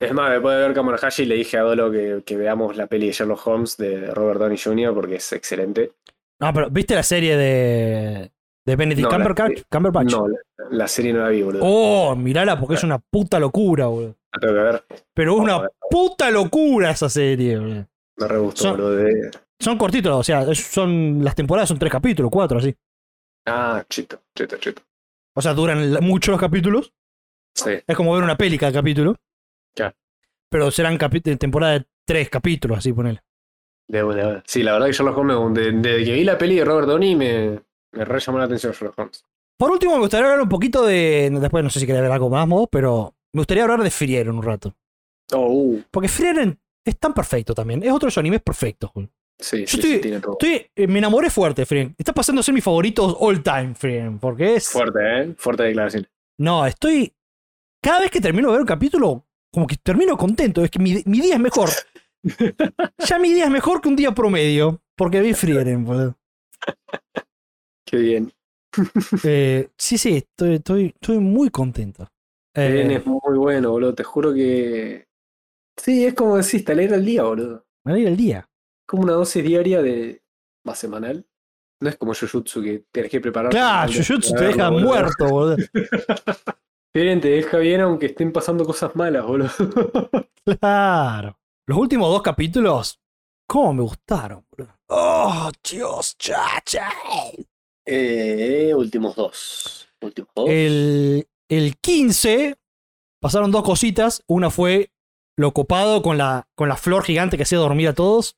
Es más, después de ver Cameron Hashi le dije a Dolo que, que veamos la peli de Sherlock Holmes de Robert Downey Jr. porque es excelente. No, pero ¿viste la serie de, de Benedict No, la- Cumberbatch? Cumberbatch? No, la, la serie no la vi, boludo. Oh, mirala porque es una puta locura, boludo. La tengo que Eh. ver. Pero es No, una no. puta locura esa serie, boludo. Me re gustó, Son- boludo. de- Son cortitos, o sea, es- son las temporadas son tres capítulos, cuatro, así. Ah, chito, chito, chito. O sea, duran la- mucho los capítulos. Sí, Es como ver una peli cada capítulo. Claro. Pero serán capi- temporada de tres capítulos, así ponele. de buena, de buena. Sí, la verdad que Sherlock Holmes, de- desde que vi la peli de Robert Downey, me, me re llamó la atención Sherlock Holmes. Por último, me gustaría hablar un poquito de. Después no sé si querés ver algo más, Mo, pero me gustaría hablar de Frieren un rato. Oh, uh, Porque Frieren es tan perfecto también. Es otro de esos animes perfectos. Jul. Sí, Yo sí, estoy- sí, tiene todo. Estoy, eh, me enamoré fuerte de Frieren. Está pasando a ser mi favorito all time, Frieren. Porque es. Fuerte, ¿eh? Fuerte declaración. No, estoy. Cada vez que termino de ver un capítulo, como que termino contento. Es que mi, mi día es mejor. ya mi día es mejor que un día promedio. Porque vi Frieren, boludo. Qué bien. Eh, sí, sí, estoy, estoy, estoy muy contento. Eh, Eren es muy bueno, boludo. Te juro que. Sí, es como decís, te alegra el día, boludo. me alegra el día. Como una dosis diaria de. más semanal. No es como Jujutsu que tenés que preparar. Claro, Jujutsu te deja muerto, boludo. Eren te deja bien aunque estén pasando cosas malas, boludo. Claro. Los últimos dos capítulos, ¿cómo me gustaron, boludo? Oh, Dios, chacha. Eh, últimos dos. Últimos dos. Eh. El, el 15 pasaron dos cositas. Una fue lo copado con la, con la flor gigante que hacía dormir a todos.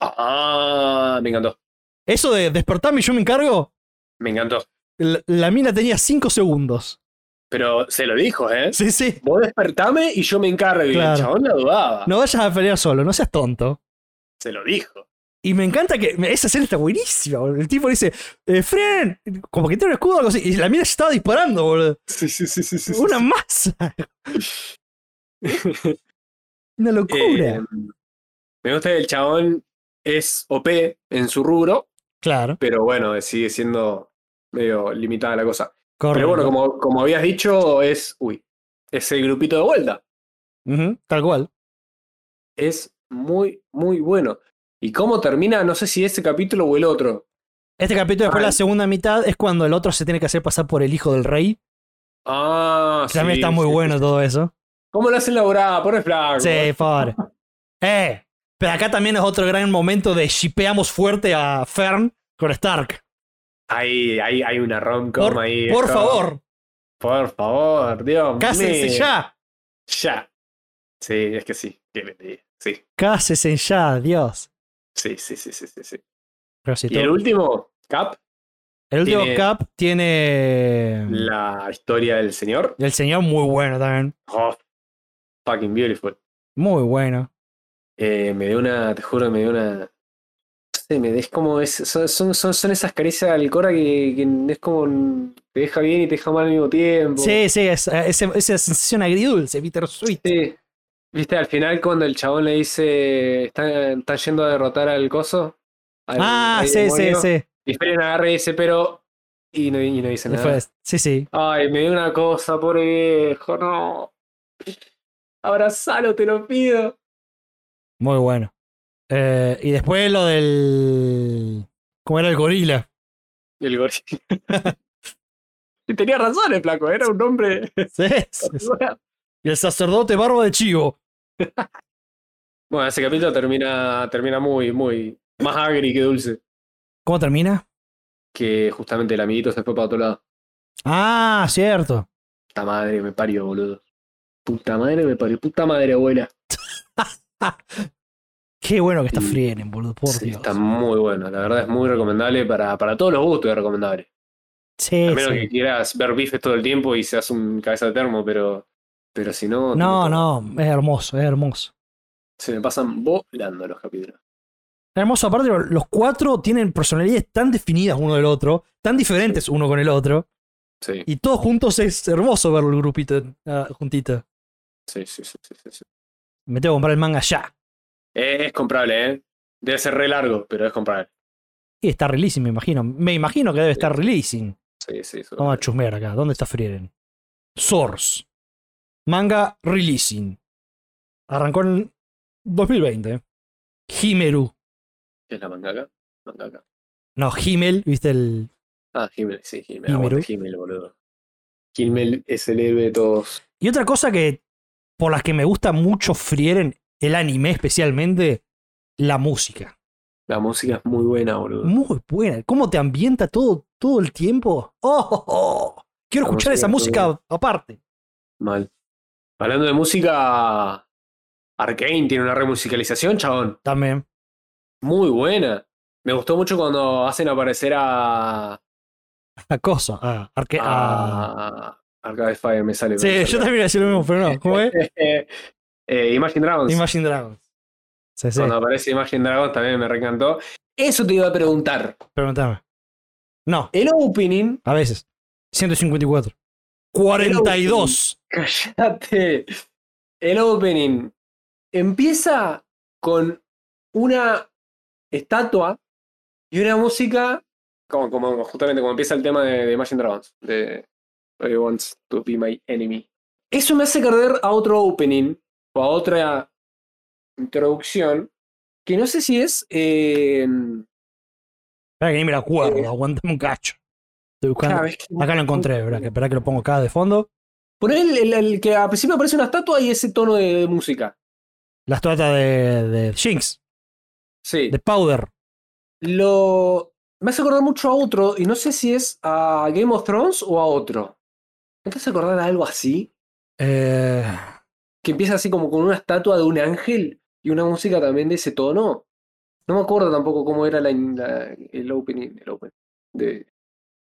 Ah, me encantó. Eso de despertarme y yo me encargo, Me encantó. la, la mina tenía 5 segundos. Pero se lo dijo, ¿eh? Sí, sí. Vos despertame y yo me encargo. Y el Claro. chabón la dudaba. No vayas a pelear solo, no seas tonto. Se lo dijo. Y me encanta que me- esa escena está buenísima. boludo. El tipo dice, eh, Fren, como que tiene un escudo o algo así. Y la mina se estaba disparando, boludo. Sí, sí, sí, sí, sí. Una masa. Una locura. Eh, me gusta que el chabón es OP en su rubro, claro. pero bueno, sigue siendo medio limitada la cosa. Correcto. Pero bueno, como, como habías dicho, es. Uy, es el grupito de vuelta. Ujú, tal cual. Es muy, muy bueno. ¿Y cómo termina? No sé si ese capítulo o el otro. Este capítulo, después Ay. la segunda mitad, es cuando el otro se tiene que hacer pasar por el hijo del rey. Ah, Que También sí, está muy sí, bueno sí. todo eso. ¿Cómo lo hacen laburar? Pobre flaco. Sí, pobre. Eh, pero acá también es otro gran momento de shipeamos fuerte a Fern con Stark. Hay, hay, hay una romcom Por, ahí. por esto. favor, Por favor, Dios cásense mío. ya. Ya. Sí, es que sí. que le diga. Sí, Cásense ya, Dios. sí, sí, sí, sí, sí, sí. Pero si Y el todo- último, Cap, el último tiene- cap tiene. la historia del señor. El señor muy bueno también. Oh, fucking beautiful. Muy bueno. Eh, me dio una, te juro, me dio una. no sé, me es como. Es, son, son, son, son esas caricias al Cora que, que es como. Te deja bien y te deja mal al mismo tiempo. Sí, sí, es- es- esa sensación agridulce, Peter Sweet. Sí. Viste, al final cuando el chabón le dice. Están, están yendo a derrotar al coso. al- Ah, al sí, sí, demonio", sí. Y Feren agarra y dice, pero. Y no, y no dice nada. Después, sí, sí. Ay, me dio una cosa, pobre viejo, no. Abrazalo, te lo pido. Muy bueno. Eh, y después lo del. ¿Cómo era el gorila? Y el gorila. y tenía razón el flaco, era un hombre. Sí, sí, sí. Y el sacerdote barba de chivo. Bueno, ese capítulo termina, termina muy, muy. Más agri que dulce. ¿Cómo termina? Que justamente el amiguito se fue para otro lado. Ah, cierto. Puta madre, me parió, boludo. Puta madre, me parió. Puta madre, abuela. Qué bueno que está Sí. Frienen, boludo. Por Sí, Dios. está muy bueno. La verdad es muy recomendable para, para todos los gustos. Es recomendable. Sí, A menos sí. que quieras ver bifes todo el tiempo y seas un cabeza de termo, pero. Pero si no. tiene No, todo. no, es hermoso, es hermoso. Se me pasan volando los capítulos. Es hermoso, aparte lo- los cuatro tienen personalidades tan definidas uno del otro, tan diferentes uno con el otro, Sí, y todos juntos es hermoso verlo el grupito ah, juntito. sí, sí, sí, sí, sí, sí. Me tengo que comprar el manga ya. Eh, Es comprable, ¿eh? Debe ser re largo, pero es comprable. Y está releasing, me imagino. Me imagino que debe estar releasing. Sí, sí, sí. Vamos a chusmear acá. ¿Dónde está Frieren? Source. Manga releasing. Arrancó en 2020. Himeru. ¿Qué es la mangaka? Mangaka. No, Himmel, ¿viste el. Ah, Himmel, sí, Himmel. Himmel. aguante Himmel, boludo. Himmel es el héroe de todos. Y otra cosa que por las que me gusta mucho Frieren, el anime especialmente, la música. La música es muy buena, boludo. Muy buena. ¿Cómo te ambienta todo, todo el tiempo? ¡Oh! oh, oh! Quiero La escuchar esa música es música aparte. Mal. Hablando de música, Arkane tiene una remusicalización, chabón. También. Muy buena. Me gustó mucho cuando hacen aparecer a. La cosa. Ah, arque- ah. a... Arcade Fire, me sale. Sí, me yo sale. también iba a decir lo mismo, pero no. ¿Cómo es? Eh, Imagine Dragons. Imagine Dragons. Sí, sí. Cuando aparece Imagine Dragons también me reencantó. Eso te iba a preguntar. Pregúntame. No, El opening. a veces. 154. 42. Cállate. El opening empieza con una estatua y una música. Como, como justamente como empieza el tema de, de Imagine Dragons. De I Want to Be My Enemy. Eso me hace perder a otro opening o a otra introducción. Que no sé si es. eh, Espera que ni me la acuerdo. Aguantame un cacho. Estoy buscando. Claro, es que- Acá lo encontré, ¿verdad? Que, espera que lo pongo acá de fondo. Poné el, el- el que al principio aparece una estatua y ese tono de, de música. La estatua de, de Jinx, Sí. de Powder. Lo. Me hace acordar mucho a otro, y no sé si es a Game of Thrones o a otro. ¿No te hace acordar a algo así? Eh, Que empieza así como con una estatua de un ángel y una música también de ese tono. No me acuerdo tampoco cómo era la, la- el opening, el open de,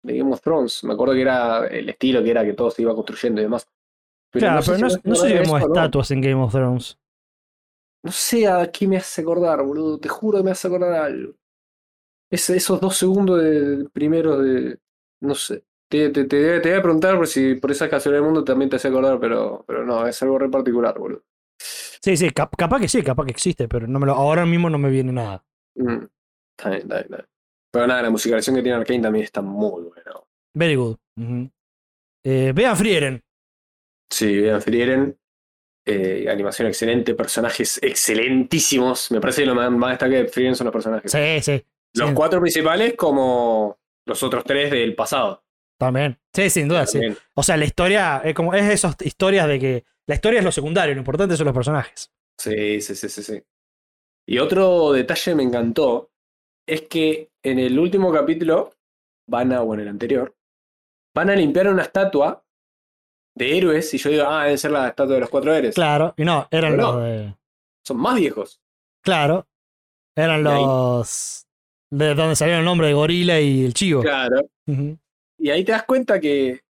de Game of Thrones. Me acuerdo que era el estilo que era que todo se iba construyendo y demás. claro, sé pero si no, me hace no sé si acordar a vemos eso, ¿no? estatuas en Game of Thrones. No sé a qué me hace acordar, boludo. Te juro que me hace acordar a algo. Es- esos dos segundos de, primero de. No sé. Te, te, te- te voy a preguntar por si por esas canciones del mundo también te hace acordar, pero, pero no, es algo re particular, boludo. Sí, sí, cap- capaz que sí, capaz que existe, pero no me lo, ahora mismo no me viene nada. Mm. Está bien, está bien, está bien. Pero nada, la musicalización que tiene Arkane también está muy buena. Very good. Ujú. Eh, vean Frieren. Sí, vean Frieren. eh, animación excelente, personajes excelentísimos. Me parece que lo más, más destaque de Frieren son los personajes. Sí, sí. Los sí, cuatro principales, como los otros tres del pasado. También. Sí, sin duda, sí. También. O sea, la historia es como es esas historias de que la historia es lo secundario, lo importante son los personajes. Sí, sí, sí, sí, sí. Y otro detalle que me encantó es que en el último capítulo van a, o en el anterior, van a limpiar una estatua de héroes y yo digo, ah, debe ser la estatua de los cuatro héroes. Claro, y no, eran Pero no. los de. Son más viejos. Claro, eran Y ahí- los. De donde salieron el nombre de Gorila y el Chivo. Claro. Ujú. Y ahí te das cuenta que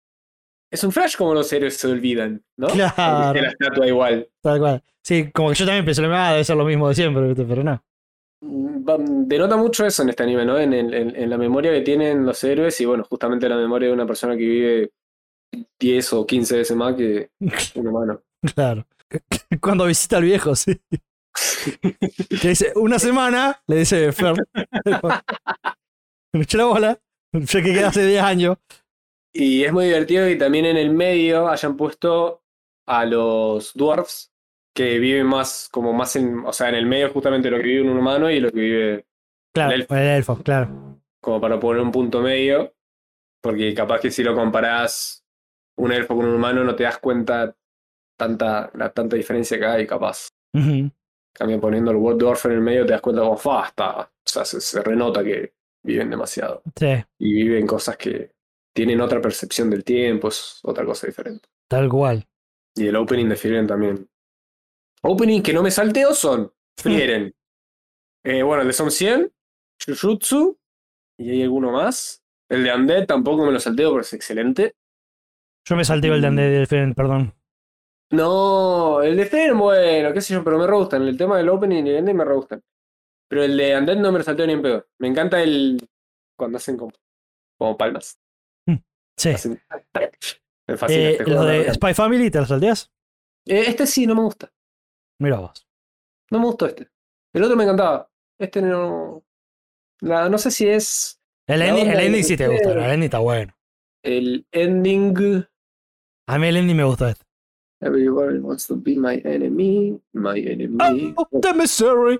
es un flash como los héroes se olvidan, ¿no? Claro. Existe La estatua igual. Tal cual. Sí, como que yo también pensé, ah, debe ser lo mismo de siempre, ¿viste? pero no. Mm, va- Denota mucho eso en este anime, ¿no? En, el- en- en la memoria que tienen los héroes y, bueno, justamente la memoria de una persona que vive 10 o 15 veces más que un humano. Claro. Cuando visita al viejo, sí. Que dice, una semana, le dice Fer. Me echó la bola. Sé que queda hace 10 años. Y es muy divertido que también en el medio hayan puesto a los dwarfs que viven más, como más en, o sea, en el medio justamente lo que vive un humano y lo que vive Claro, El el elfo. elfo, claro. como para poner un punto medio, porque capaz que si lo comparás un elfo con un humano no te das cuenta tanta, la, tanta diferencia que hay, capaz. Ujú. También poniendo el World Dwarf en el medio te das cuenta como, fa, está, o sea, se, se renota que viven demasiado Sí, y viven cosas que tienen otra percepción del tiempo, es otra cosa diferente. tal cual. Y el opening de Frieren también. Opening que no me salteo son Frieren. Eh, bueno, el de Son 100, Jujutsu, y hay alguno más. El de Undead tampoco me lo salteo, pero es excelente. Yo me salté el de Mm. Undead y el- perdón. No, el de Frieren, bueno, qué sé yo, pero me re gustan. El tema del opening y el Undead me re gustan. Pero el de Undead no me lo salteo ni en pedo. Me encanta el. cuando hacen como, como palmas. Sí. Hacen- Me fascina. Eh, este juego, lo la de verdad. Spy Family, ¿te lo salteas? Eh, este sí, no me gusta. Mira vos. No me gustó este. El otro me encantaba. Este no. la- no sé si es El, La ending, onda el de- ending sí te gusta, el ending está bueno. el ending. A mí el ending me gusta este. Everybody wants to be my enemy. My enemy. Oh, the misery.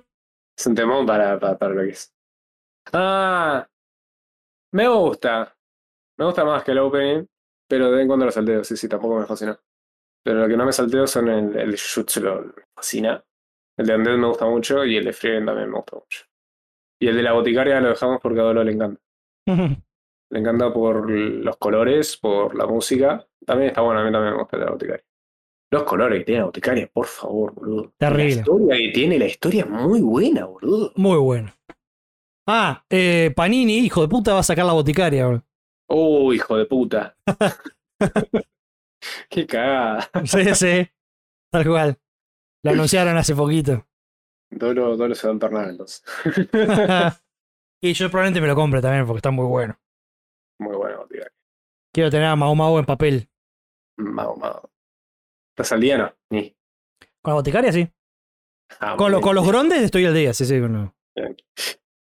Es un temón para, para, para lo que es. Ah. Me gusta. Me gusta más que el opening. Pero de vez en cuando lo salteo. Sí, sí, tampoco me fascina. Pero lo que no me salteo son el, el Jutsu, lo lo fascina. El de Undead me gusta mucho. Y el de Frieden también me gusta mucho. Y el de la boticaria lo dejamos porque a Dolo le encanta. Le encanta por los colores, por la música. También está bueno, a mí también me gusta la boticaria. Los colores que tiene la boticaria, por favor, boludo. Terrible. La historia que tiene, la historia es muy buena, boludo. Muy bueno. Ah, eh, Panini, hijo de puta, va a sacar la boticaria, bro. Oh, hijo de puta. Qué cagada. Sí, sí. Tal cual. Lo anunciaron hace poquito. Dolo, Dolo se va a enternar entonces. y yo probablemente me lo compre también porque está muy bueno. muy buena boticaria. Quiero tener a Mao Mao en papel. Mau, mau. ¿Estás al día, no? Ni. Con la boticaria, sí. Ah, Con, lo- muy con bien. los grondes estoy al día, sí, sí. con lo-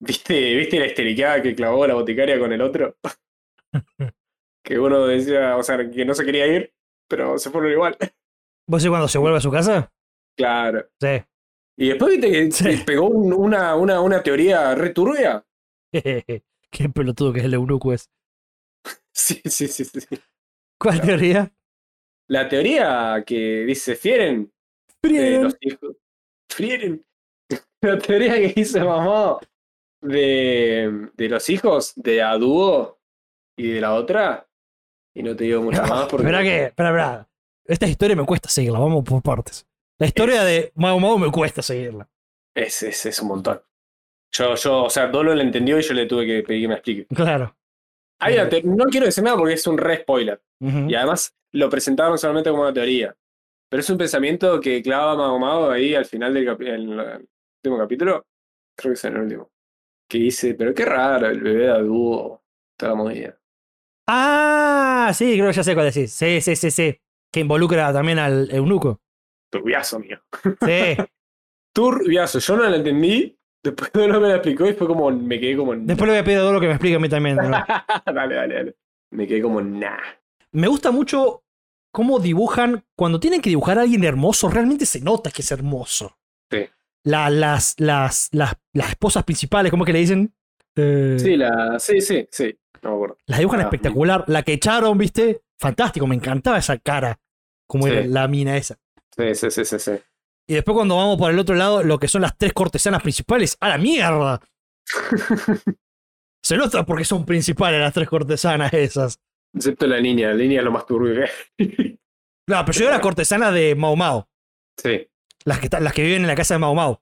¿Viste, ¿Viste la esteriqueada que clavó la boticaria con el otro? que uno decía, o sea, que no se quería ir, pero se fueron igual. ¿Vos decís cuando se vuelve a su casa? Claro. Sí. Y después viste que se Sí. pegó un- una, una, una teoría returbia. Qué pelotudo que es el eunuco es. Sí, sí, sí, sí. sí. ¿Cuál teoría? La teoría que dice Fieren de los hijos. Frieren. La teoría que hizo mamá de, de los hijos, de Aduo y de la otra. Y no te digo mucho más porque. Espera que, espera, espera. Esta historia me cuesta seguirla, vamos por partes. La historia de Mao Mao me cuesta seguirla. Es, es, es un montón. Yo, yo, o sea, Dolo lo entendió y yo le tuve que pedir que me explique. Claro. Hay una te- no quiero decir nada porque es un re spoiler. Ujú. Y además lo presentaron solamente como una teoría. Pero es un pensamiento que clava Mago Mago ahí al final del capi- en el último capítulo. Creo que es en el último. Que dice, pero qué raro, el bebé de dúo. Toda la movida. Ah, sí, creo que ya sé cuál decís. Sí, sí, sí, sí. Que involucra también al eunuco. Turbiazo, mío. Sí. Turbiazo. Yo no lo entendí. Después no me lo explicó y fue como, me quedé como, Después le voy a pedir a Dolo que me explique a mí también. ¿no? dale, dale, dale. Me quedé como, nah. Me gusta mucho cómo dibujan. Cuando tienen que dibujar a alguien hermoso, realmente se nota que es hermoso. Sí. La- las, las, las, las esposas principales, ¿cómo es que le dicen? Eh, Sí, la, sí, sí, sí. No me acuerdo. Las dibujan Ah, espectacular. La que echaron, ¿viste? Fantástico, me encantaba esa cara. Como era Sí. la mina esa. Sí, sí, sí, sí, sí. Y después cuando vamos por el otro lado, lo que son las tres cortesanas principales, ¡a la mierda! Se nota porque son principales las tres cortesanas esas. Excepto la niña, la niña es lo más turbio que hay. Claro, pero yo era cortesana de Mau Mau. Sí, Las que, ta- las que viven en la casa de Mau Mau.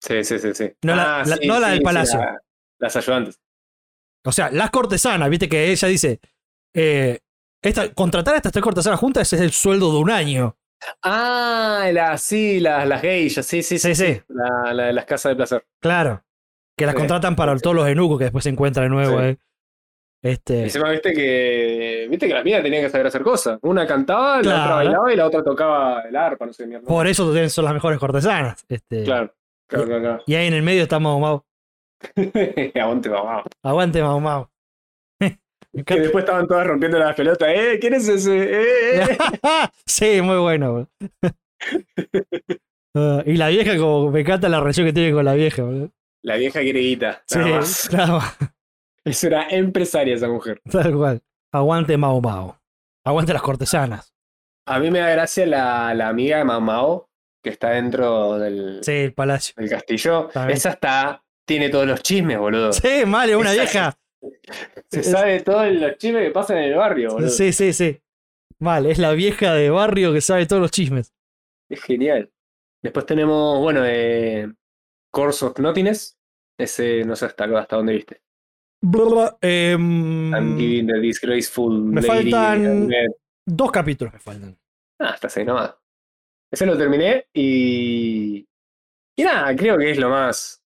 sí, sí, sí. Ah, sí. No la- la- no la del palacio. la- las ayudantes. O sea, las cortesanas, viste que ella dice, eh, esta- contratar a estas tres cortesanas juntas es el sueldo de un año. Ah, la, sí, las, las geishas, sí, sí, sí. Sí, sí, La, la de las casas de placer. claro. Que las Sí. contratan para todos los enucos que después se encuentran de nuevo. Sí. eh. Este, Encima viste que, viste que las mías tenían que saber hacer cosas. Una cantaba, la Claro. otra bailaba y la otra tocaba el arpa, no sé qué mierda. por eso tienen- son las mejores cortesanas. Este, Claro, claro, claro. Y ahí en el medio está Mau Mau. claro. ¿A dónde vamos? Aguante Mau Mau. Me Que encanta. después estaban todas rompiendo las pelotas. ¡Eh! ¿Quién es ese? ¡Eh! eh". sí, muy bueno. boludo. Ah, y la vieja, como me encanta la relación que tiene con la vieja. boludo. La vieja greguita. Sí, nada más. Es una empresaria esa mujer. Tal cual. Aguante Mao Mao. Aguante las cortesanas. A mí me da gracia la, la amiga de Mamao, que está dentro del, Sí, el palacio. del castillo. Está bien. Esa está. Tiene todos los chismes, boludo. Sí, mal, es una Esa- vieja. Se sabe todos los chismes que pasan en el barrio, boludo. Sí, sí, sí. Mal, es la vieja de barrio que sabe todos los chismes. Es genial. Después tenemos, bueno, eh, Course of Nothingness. Ese no sé hasta, hasta dónde viste. Bla, bla, em, I'm giving the disgraceful Me lady faltan- a- dos capítulos me faltan. Ah, hasta ahí nomás. Ese lo terminé y. Y nada, creo que es lo más.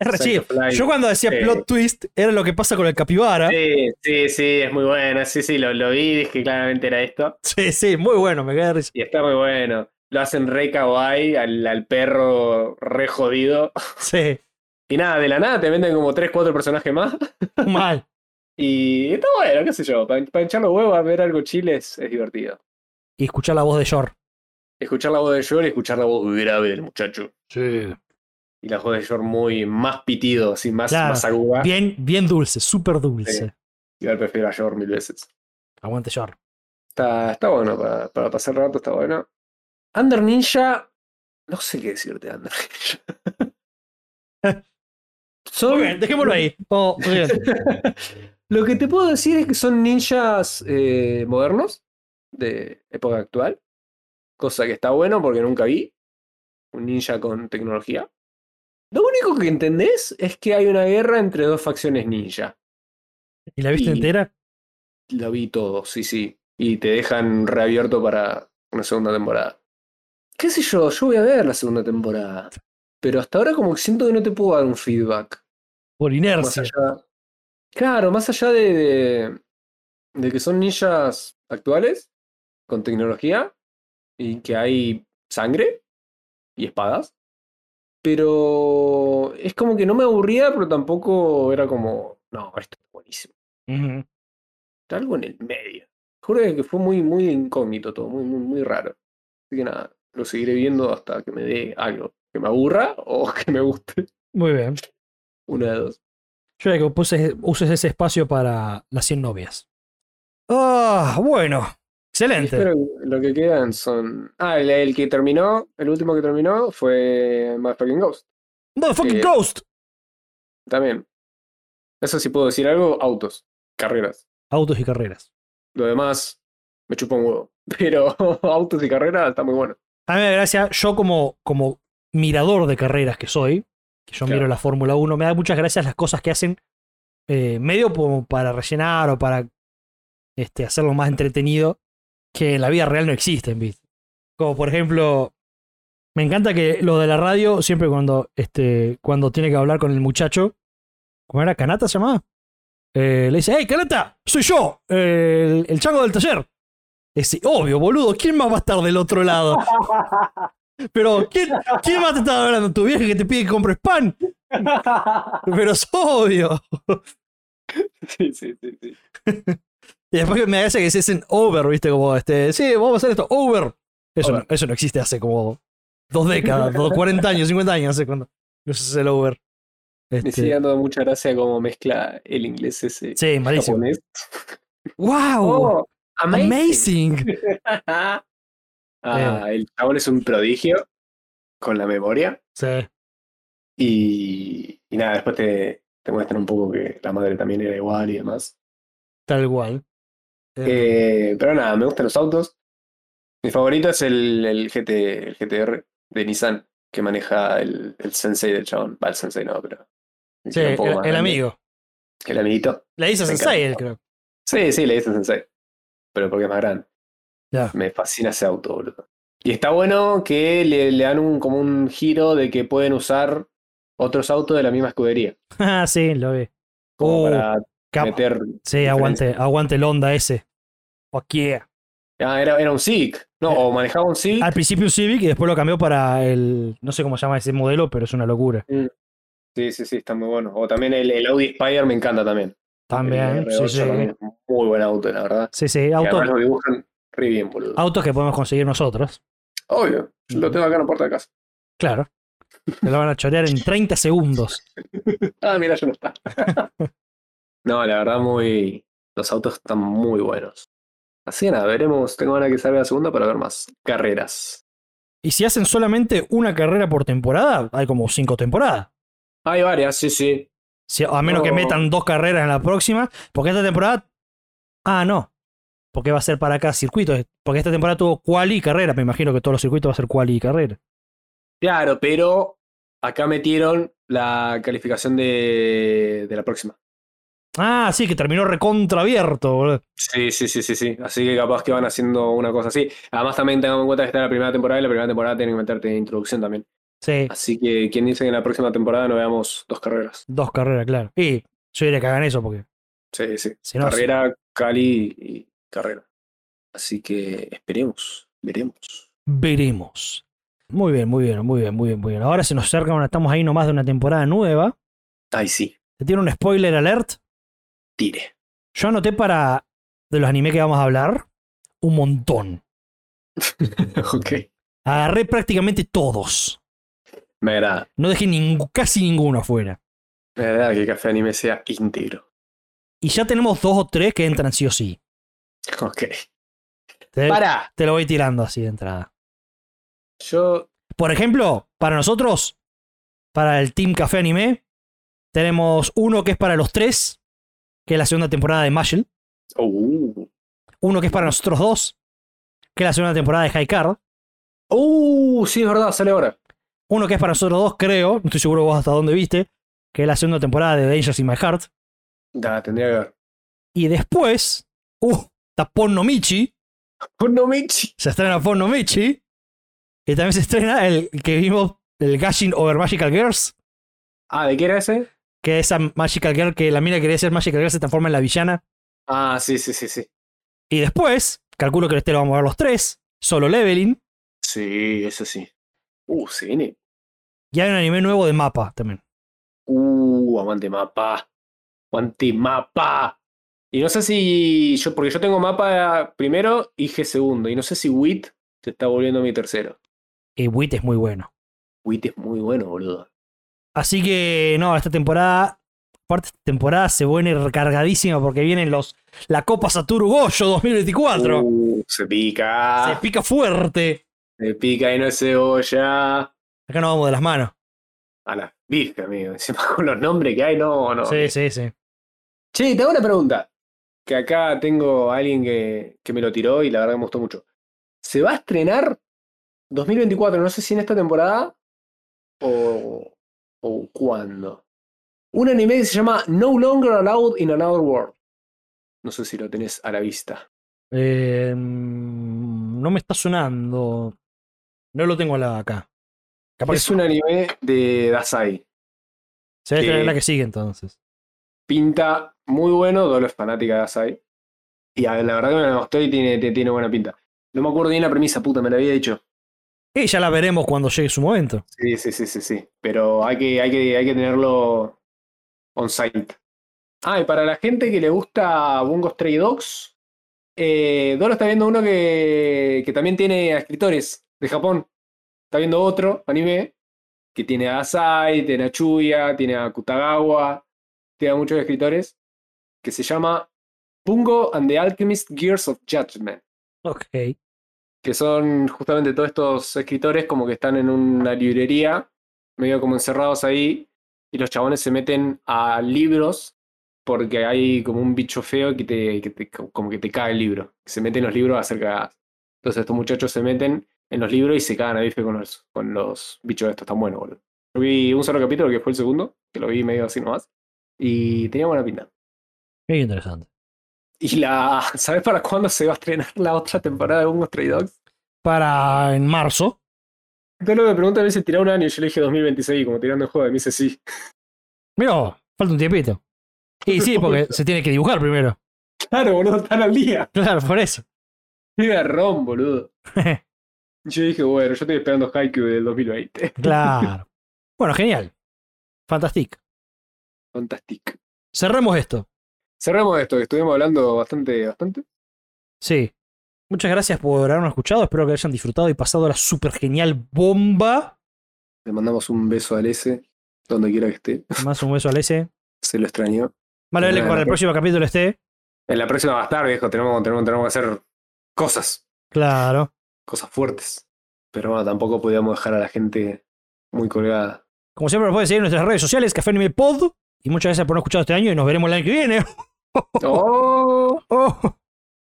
Es re Slice of chido. life. Yo cuando decía Sí. plot twist, era lo que pasa con el capibara. Sí, sí, sí, es muy bueno. Sí, sí, lo, lo vi, dije claramente era esto. Sí, sí, muy bueno, me quedé de risa. Y está muy bueno. Lo hacen re kawaii al, al perro re jodido. Sí, Y nada, de la nada te venden como 3, 4 personajes más. mal. Y está bueno, qué sé yo. Para, hinchar los huevos a ver algo chile es, es divertido. Y escuchar la voz de Yor. Escuchar la voz de Yor y escuchar la voz grave del muchacho. Sí. Y la voz de Yor muy más pitido, así más, Claro. más aguda. Bien, bien dulce, súper dulce. Igual prefiero a Yor mil veces. Aguante Yor. Está, está bueno, para, para pasar rato está bueno. Under Ninja. No sé qué decirte, de Under Ninja. Son- Muy bien, dejémoslo ahí. Oh, muy bien. Lo que te puedo decir es que son ninjas eh, modernos, de época actual. Cosa que está bueno porque nunca vi un ninja con tecnología. Lo único que entendés es que hay una guerra entre dos facciones ninja. ¿Y la viste Y- entera? Lo vi todo, sí, sí. Y te dejan reabierto para una segunda temporada. ¿Qué sé yo? Yo voy a ver la segunda temporada. Pero hasta ahora como que siento que no te puedo dar un feedback. Por más inercia. allá. Claro, más allá de, de, de que son ninjas actuales, con tecnología, y que hay sangre y espadas. Pero es como que no me aburría, pero tampoco era como, no, esto es buenísimo. Ujú. Está algo en el medio. Juro que fue muy, muy incógnito todo, muy, muy, muy raro. Así que nada, lo seguiré viendo hasta que me dé algo. Que me aburra o que me guste. Muy bien. Una de dos. Yo creo que puse- uses ese espacio para las 100 novias. Ah, bueno. Y Excelente. espero que lo que quedan son. Ah, el, el que terminó, el último que terminó fue Motherfucking Ghost. Motherfucking eh, Ghost. También. Eso sí puedo decir algo, autos, carreras. Autos y carreras. Lo demás, me chupa un huevo. Pero autos y carreras está muy bueno. A mí me da gracia, yo como, como mirador de carreras que soy, que yo Claro. miro la Fórmula 1, me da muchas gracias las cosas que hacen eh, medio como para rellenar o para este, hacerlo más entretenido, que en la vida real no existen, ¿viste? Como por ejemplo, me encanta que lo de la radio, siempre cuando, este, cuando tiene que hablar con el muchacho, ¿cómo era? ¿Canata se llamaba? Eh, le dice, hey, Canata, soy yo, eh, el, el chango del taller. Ese, obvio, boludo, ¿quién más va a estar del otro lado? Pero, ¿quién, ¿quién más te estaba hablando? ¿Tu vieja que te pide que compres pan? Pero es obvio. sí, sí, sí, sí. Y después que me hace que se dicen over, ¿viste? Como, este, sí, vamos a hacer esto, over. Eso, Over. No, eso no existe hace como dos décadas, dos- 40 años, 50 años, hace cuando no se hace el over. Me Este, sigue dando mucha gracia cómo mezcla el inglés ese sí, malísimo. japonés. ¡Wow! Oh, amazing. ¡Amazing! Eh. ah, el chabón es un prodigio con la memoria. Sí. Y, y nada, después te, te muestran un poco que la madre también era igual y demás. Tal cual. Eh, Eh, pero nada, me gustan los autos. Mi favorito es el, el, GT, el GTR de Nissan, que maneja el, el sensei del chabón. Va, el sensei no, pero. sí, era un el, poco más el grande. amigo. El amiguito. La hizo Me Sensei, él encanta. creo. Sí, sí, le dicen sensei. Pero porque es más grande. Ya. Me fascina ese auto, boludo. Y está bueno que le, le dan un, como un giro de que pueden usar otros autos de la misma escudería. Ah, sí, lo vi. Uh, Como para Capa. meter. Sí, aguante, aguante el onda ese. Fuck yeah. Ah, era, era un SIG. No, Eh, o manejaba un SIG. Al principio Civic y después lo cambió para el. No sé cómo se llama ese modelo, pero es una locura. Sí, sí, sí, está muy bueno. O también el, el Audi Spire me encanta también. También. El Sí, R8 sí. también es un muy buen auto, la verdad. Sí, sí, Y auto- además lo dibujan re bien, boludo. autos que podemos conseguir nosotros. Obvio. Yo Mm. lo tengo acá en la puerta de casa. Claro. Te lo van a chorear en 30 segundos. Ah, mira, ya no está. no, la verdad, muy. Los autos están muy buenos. Así que nada, veremos. Tengo ganas de que salga la segunda para ver más carreras. Y si hacen solamente una carrera por temporada, hay como cinco temporadas. Hay varias, sí, sí. Si- a menos que No. metan dos carreras en la próxima. Porque esta temporada. Ah, no. Porque va a ser para cada circuito. Porque esta temporada tuvo quali y carrera. Me imagino que todos los circuitos va a ser quali y carrera. Claro, pero acá metieron la calificación de, de la próxima. Ah, sí, que terminó recontraabierto, boludo. Sí, sí, sí, sí, sí. Así que capaz que van haciendo una cosa así. Además, también tengamos en cuenta que está la primera temporada y la primera temporada tienen que meterte introducción también. Sí, Así que, ¿quién dice que en la próxima temporada no veamos dos carreras? dos carreras, claro. Y yo diría que hagan eso porque. Sí, sí. Si no, Carrera, Cali y carrera. Así que esperemos, veremos. veremos. Muy bien, muy bien, muy bien, muy bien, muy bien. Ahora se nos acerca, bueno, estamos ahí nomás de una temporada nueva. Ay, sí, Te tiene un spoiler alert. tire. Yo anoté para de los animes que vamos a hablar un montón. ok. Agarré prácticamente todos. Me agrada. No dejé ningú- casi ninguno afuera. Me agrada que Café Anime sea íntegro. Y ya tenemos dos o tres que entran sí o sí. Ok. Te, Para. te lo voy tirando así de entrada. Yo. Por ejemplo, para nosotros, para el Team Café Anime, tenemos uno que es para los tres, que es la segunda temporada de Mashel. Uh. Uno que es para nosotros dos, que es la segunda temporada de High Card. Uh, sí, es verdad, sale ahora. Uno que es para nosotros dos, creo, no estoy seguro vos hasta dónde viste, que es la segunda temporada de Dangerous in My Heart. Da, tendría que ver. Y después, uh, está Pon no Michi, Oh, no, Michi. se estrena Pon no Michi. Y también se estrena el que vimos, el Gashin Over Magical Girls, Ah, ¿de qué era ese? que es esa Magical Girl que la mina quería ser Magical Girl se transforma en la villana. Ah, sí, sí, sí, sí. Y después, calculo que este lo vamos a ver los tres, solo Leveling. Sí, eso sí. Uh, se viene. Y hay un anime nuevo de mapa también. Uh, aguante mapa. Aguante mapa. Y no sé si yo, porque yo tengo mapa primero y G segundo. Y no sé si WIT se está volviendo mi tercero. Y Wit es muy bueno. WIT es muy bueno, boludo. Así que no, esta temporada, aparte esta temporada se viene recargadísima porque vienen los la Copa Saturu Goyo 2024. Uh, ah. se pica. Se pica fuerte. Se pica y no es cebolla. Acá nos vamos de las manos. A la virgen, amigo. Encima con los nombres que hay, no, no. Sí, sí, sí. Che, te hago una pregunta. Que acá tengo a alguien que, que me lo tiró y la verdad que me gustó mucho. ¿Se va a estrenar 2024? No sé si en esta temporada o, o cuándo. Un anime que se llama No Longer Allowed in Another World. No sé si lo tenés a la vista. Eh, mm, no me está sonando. No lo tengo a la- acá. Capaz Es que un anime de Dasai. se debe tener que- la que sigue entonces. Pinta muy bueno, Dolo es fanática de Dasai. Y a- la verdad que me la mostró y tiene, tiene- tiene buena pinta. No me acuerdo bien la premisa, puta, me la había dicho. Y ya la veremos cuando llegue su momento. Sí, sí, sí, sí, sí. Pero hay que, hay que, hay que tenerlo on site. Ah, y para la gente que le gusta Bungo Stray Dogs, eh, Dolo está viendo uno que, que también tiene a escritores de Japón. Está viendo otro anime que tiene a Asai, tiene a Chuya, tiene a Kutagawa, tiene a muchos escritores, que se llama Bungo and the Alchemist Gears of Judgment Ok. que son justamente todos estos escritores como que están en una librería, medio como encerrados ahí, y los chabones se meten a libros porque hay como un bicho feo que te, que te- como que te cae el libro. Se meten los libros a hacer cagadas. Entonces estos muchachos se meten en los libros y se cagan a bife con los, con los bichos estos tan buenos, boludo. Yo vi un solo capítulo que fue el segundo, que lo vi medio así nomás, y tenía buena pinta. Qué interesante. Y la, ¿sabes para cuándo se va a estrenar la otra temporada de Bungo Stray Dogs? Para en marzo. Entonces lo que me pregunta a mí si tirá un año, yo le dije 2026, como tirando el juego, y me dice sí. Mira, vos, falta un tiempito. Y sí, porque se tiene que dibujar primero. Claro, boludo, están al día. Claro, por eso. Qué garrón, boludo. Yo dije, bueno, yo estoy esperando Haikyuu del 2020. Claro. Bueno, genial. Fantastic. Fantástico. Cerremos esto. Cerramos esto, que estuvimos hablando bastante, bastante. Sí. Muchas gracias por habernos escuchado. Espero que hayan disfrutado y pasado la super genial bomba. Le mandamos un beso al S, donde quiera que esté. Más un beso al S. Se lo extrañó. Vale, vale, Bueno, para el pues. próximo capítulo esté. En la próxima va a estar, viejo. Tenemos, tenemos, tenemos que hacer cosas, Claro. cosas fuertes. Pero bueno, tampoco podíamos dejar a la gente muy colgada. Como siempre, nos pueden seguir en nuestras redes sociales, Café Anime Pod. Y muchas gracias por habernos escuchado este año y nos veremos el año que viene. ¡Oh! Oh, ¡Oh!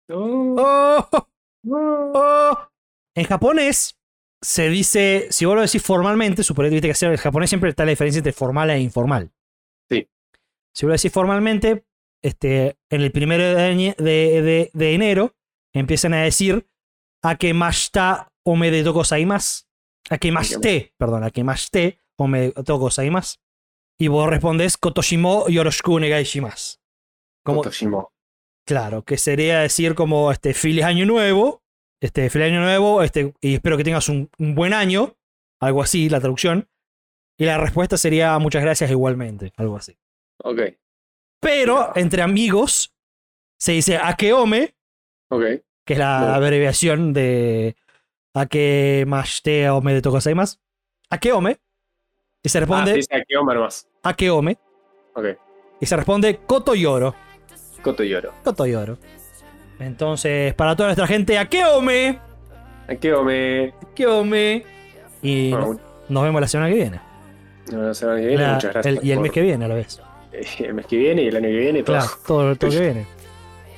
oh, oh. oh. En japonés se dice, si vos lo decís formalmente, suponete viste que sea- el japonés siempre está la diferencia entre formal e informal. Sí. Si vos lo decís formalmente, este, en el primero de, añe- de- de- de enero empiezan a decir a que más está o me de tocos hay más. A que más te, perdón, a que más te o me de tocos hay más. Y vos respondés Kotoshimo Yoroshiku Negai Shimasu. Como, Toshimo. Claro, que sería decir como este feliz año nuevo, este feliz año nuevo, este y espero que tengas un, un buen año, algo así la traducción. Y la respuesta sería muchas gracias igualmente, algo así. Ok, Pero entre amigos se dice akeome, ok. que es la Bueno. abreviación de akemashite ome de tokosaimas. Akeome y se Ah, responde sí, sí, aquí Omar más. akeome Ok, y se responde kotoyoro, Coto Lloro. kotoyoro. Entonces, para toda nuestra gente akeome Aquí Ome. ¿Qué hombre? Y Bueno, no- nos vemos la semana que viene. no, no se van a ir, La- muchas gracias. el- y el por- mes que viene a la vez. el mes que viene y el año que viene, todo. Claro, todo, todo lo que viene.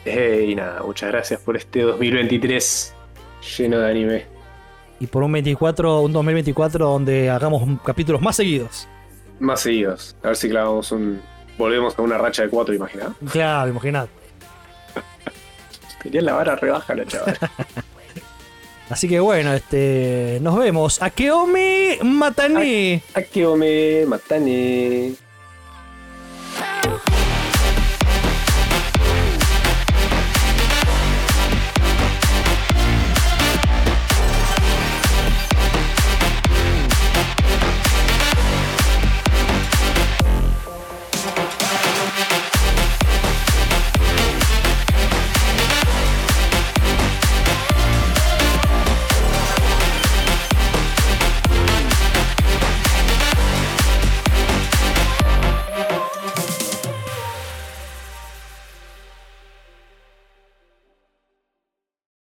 Eh, y nada, muchas gracias por este 2023 lleno de anime. Y por un 24, un 2024 donde hagamos capítulos más seguidos. Más seguidos. A ver si clavamos un. Volvemos a una racha de cuatro, imagina. Claro, imaginad. Quería la vara rebaja la chaval. Así que bueno, este nos vemos. Akeomi Matani. Aquí Ome, Matane.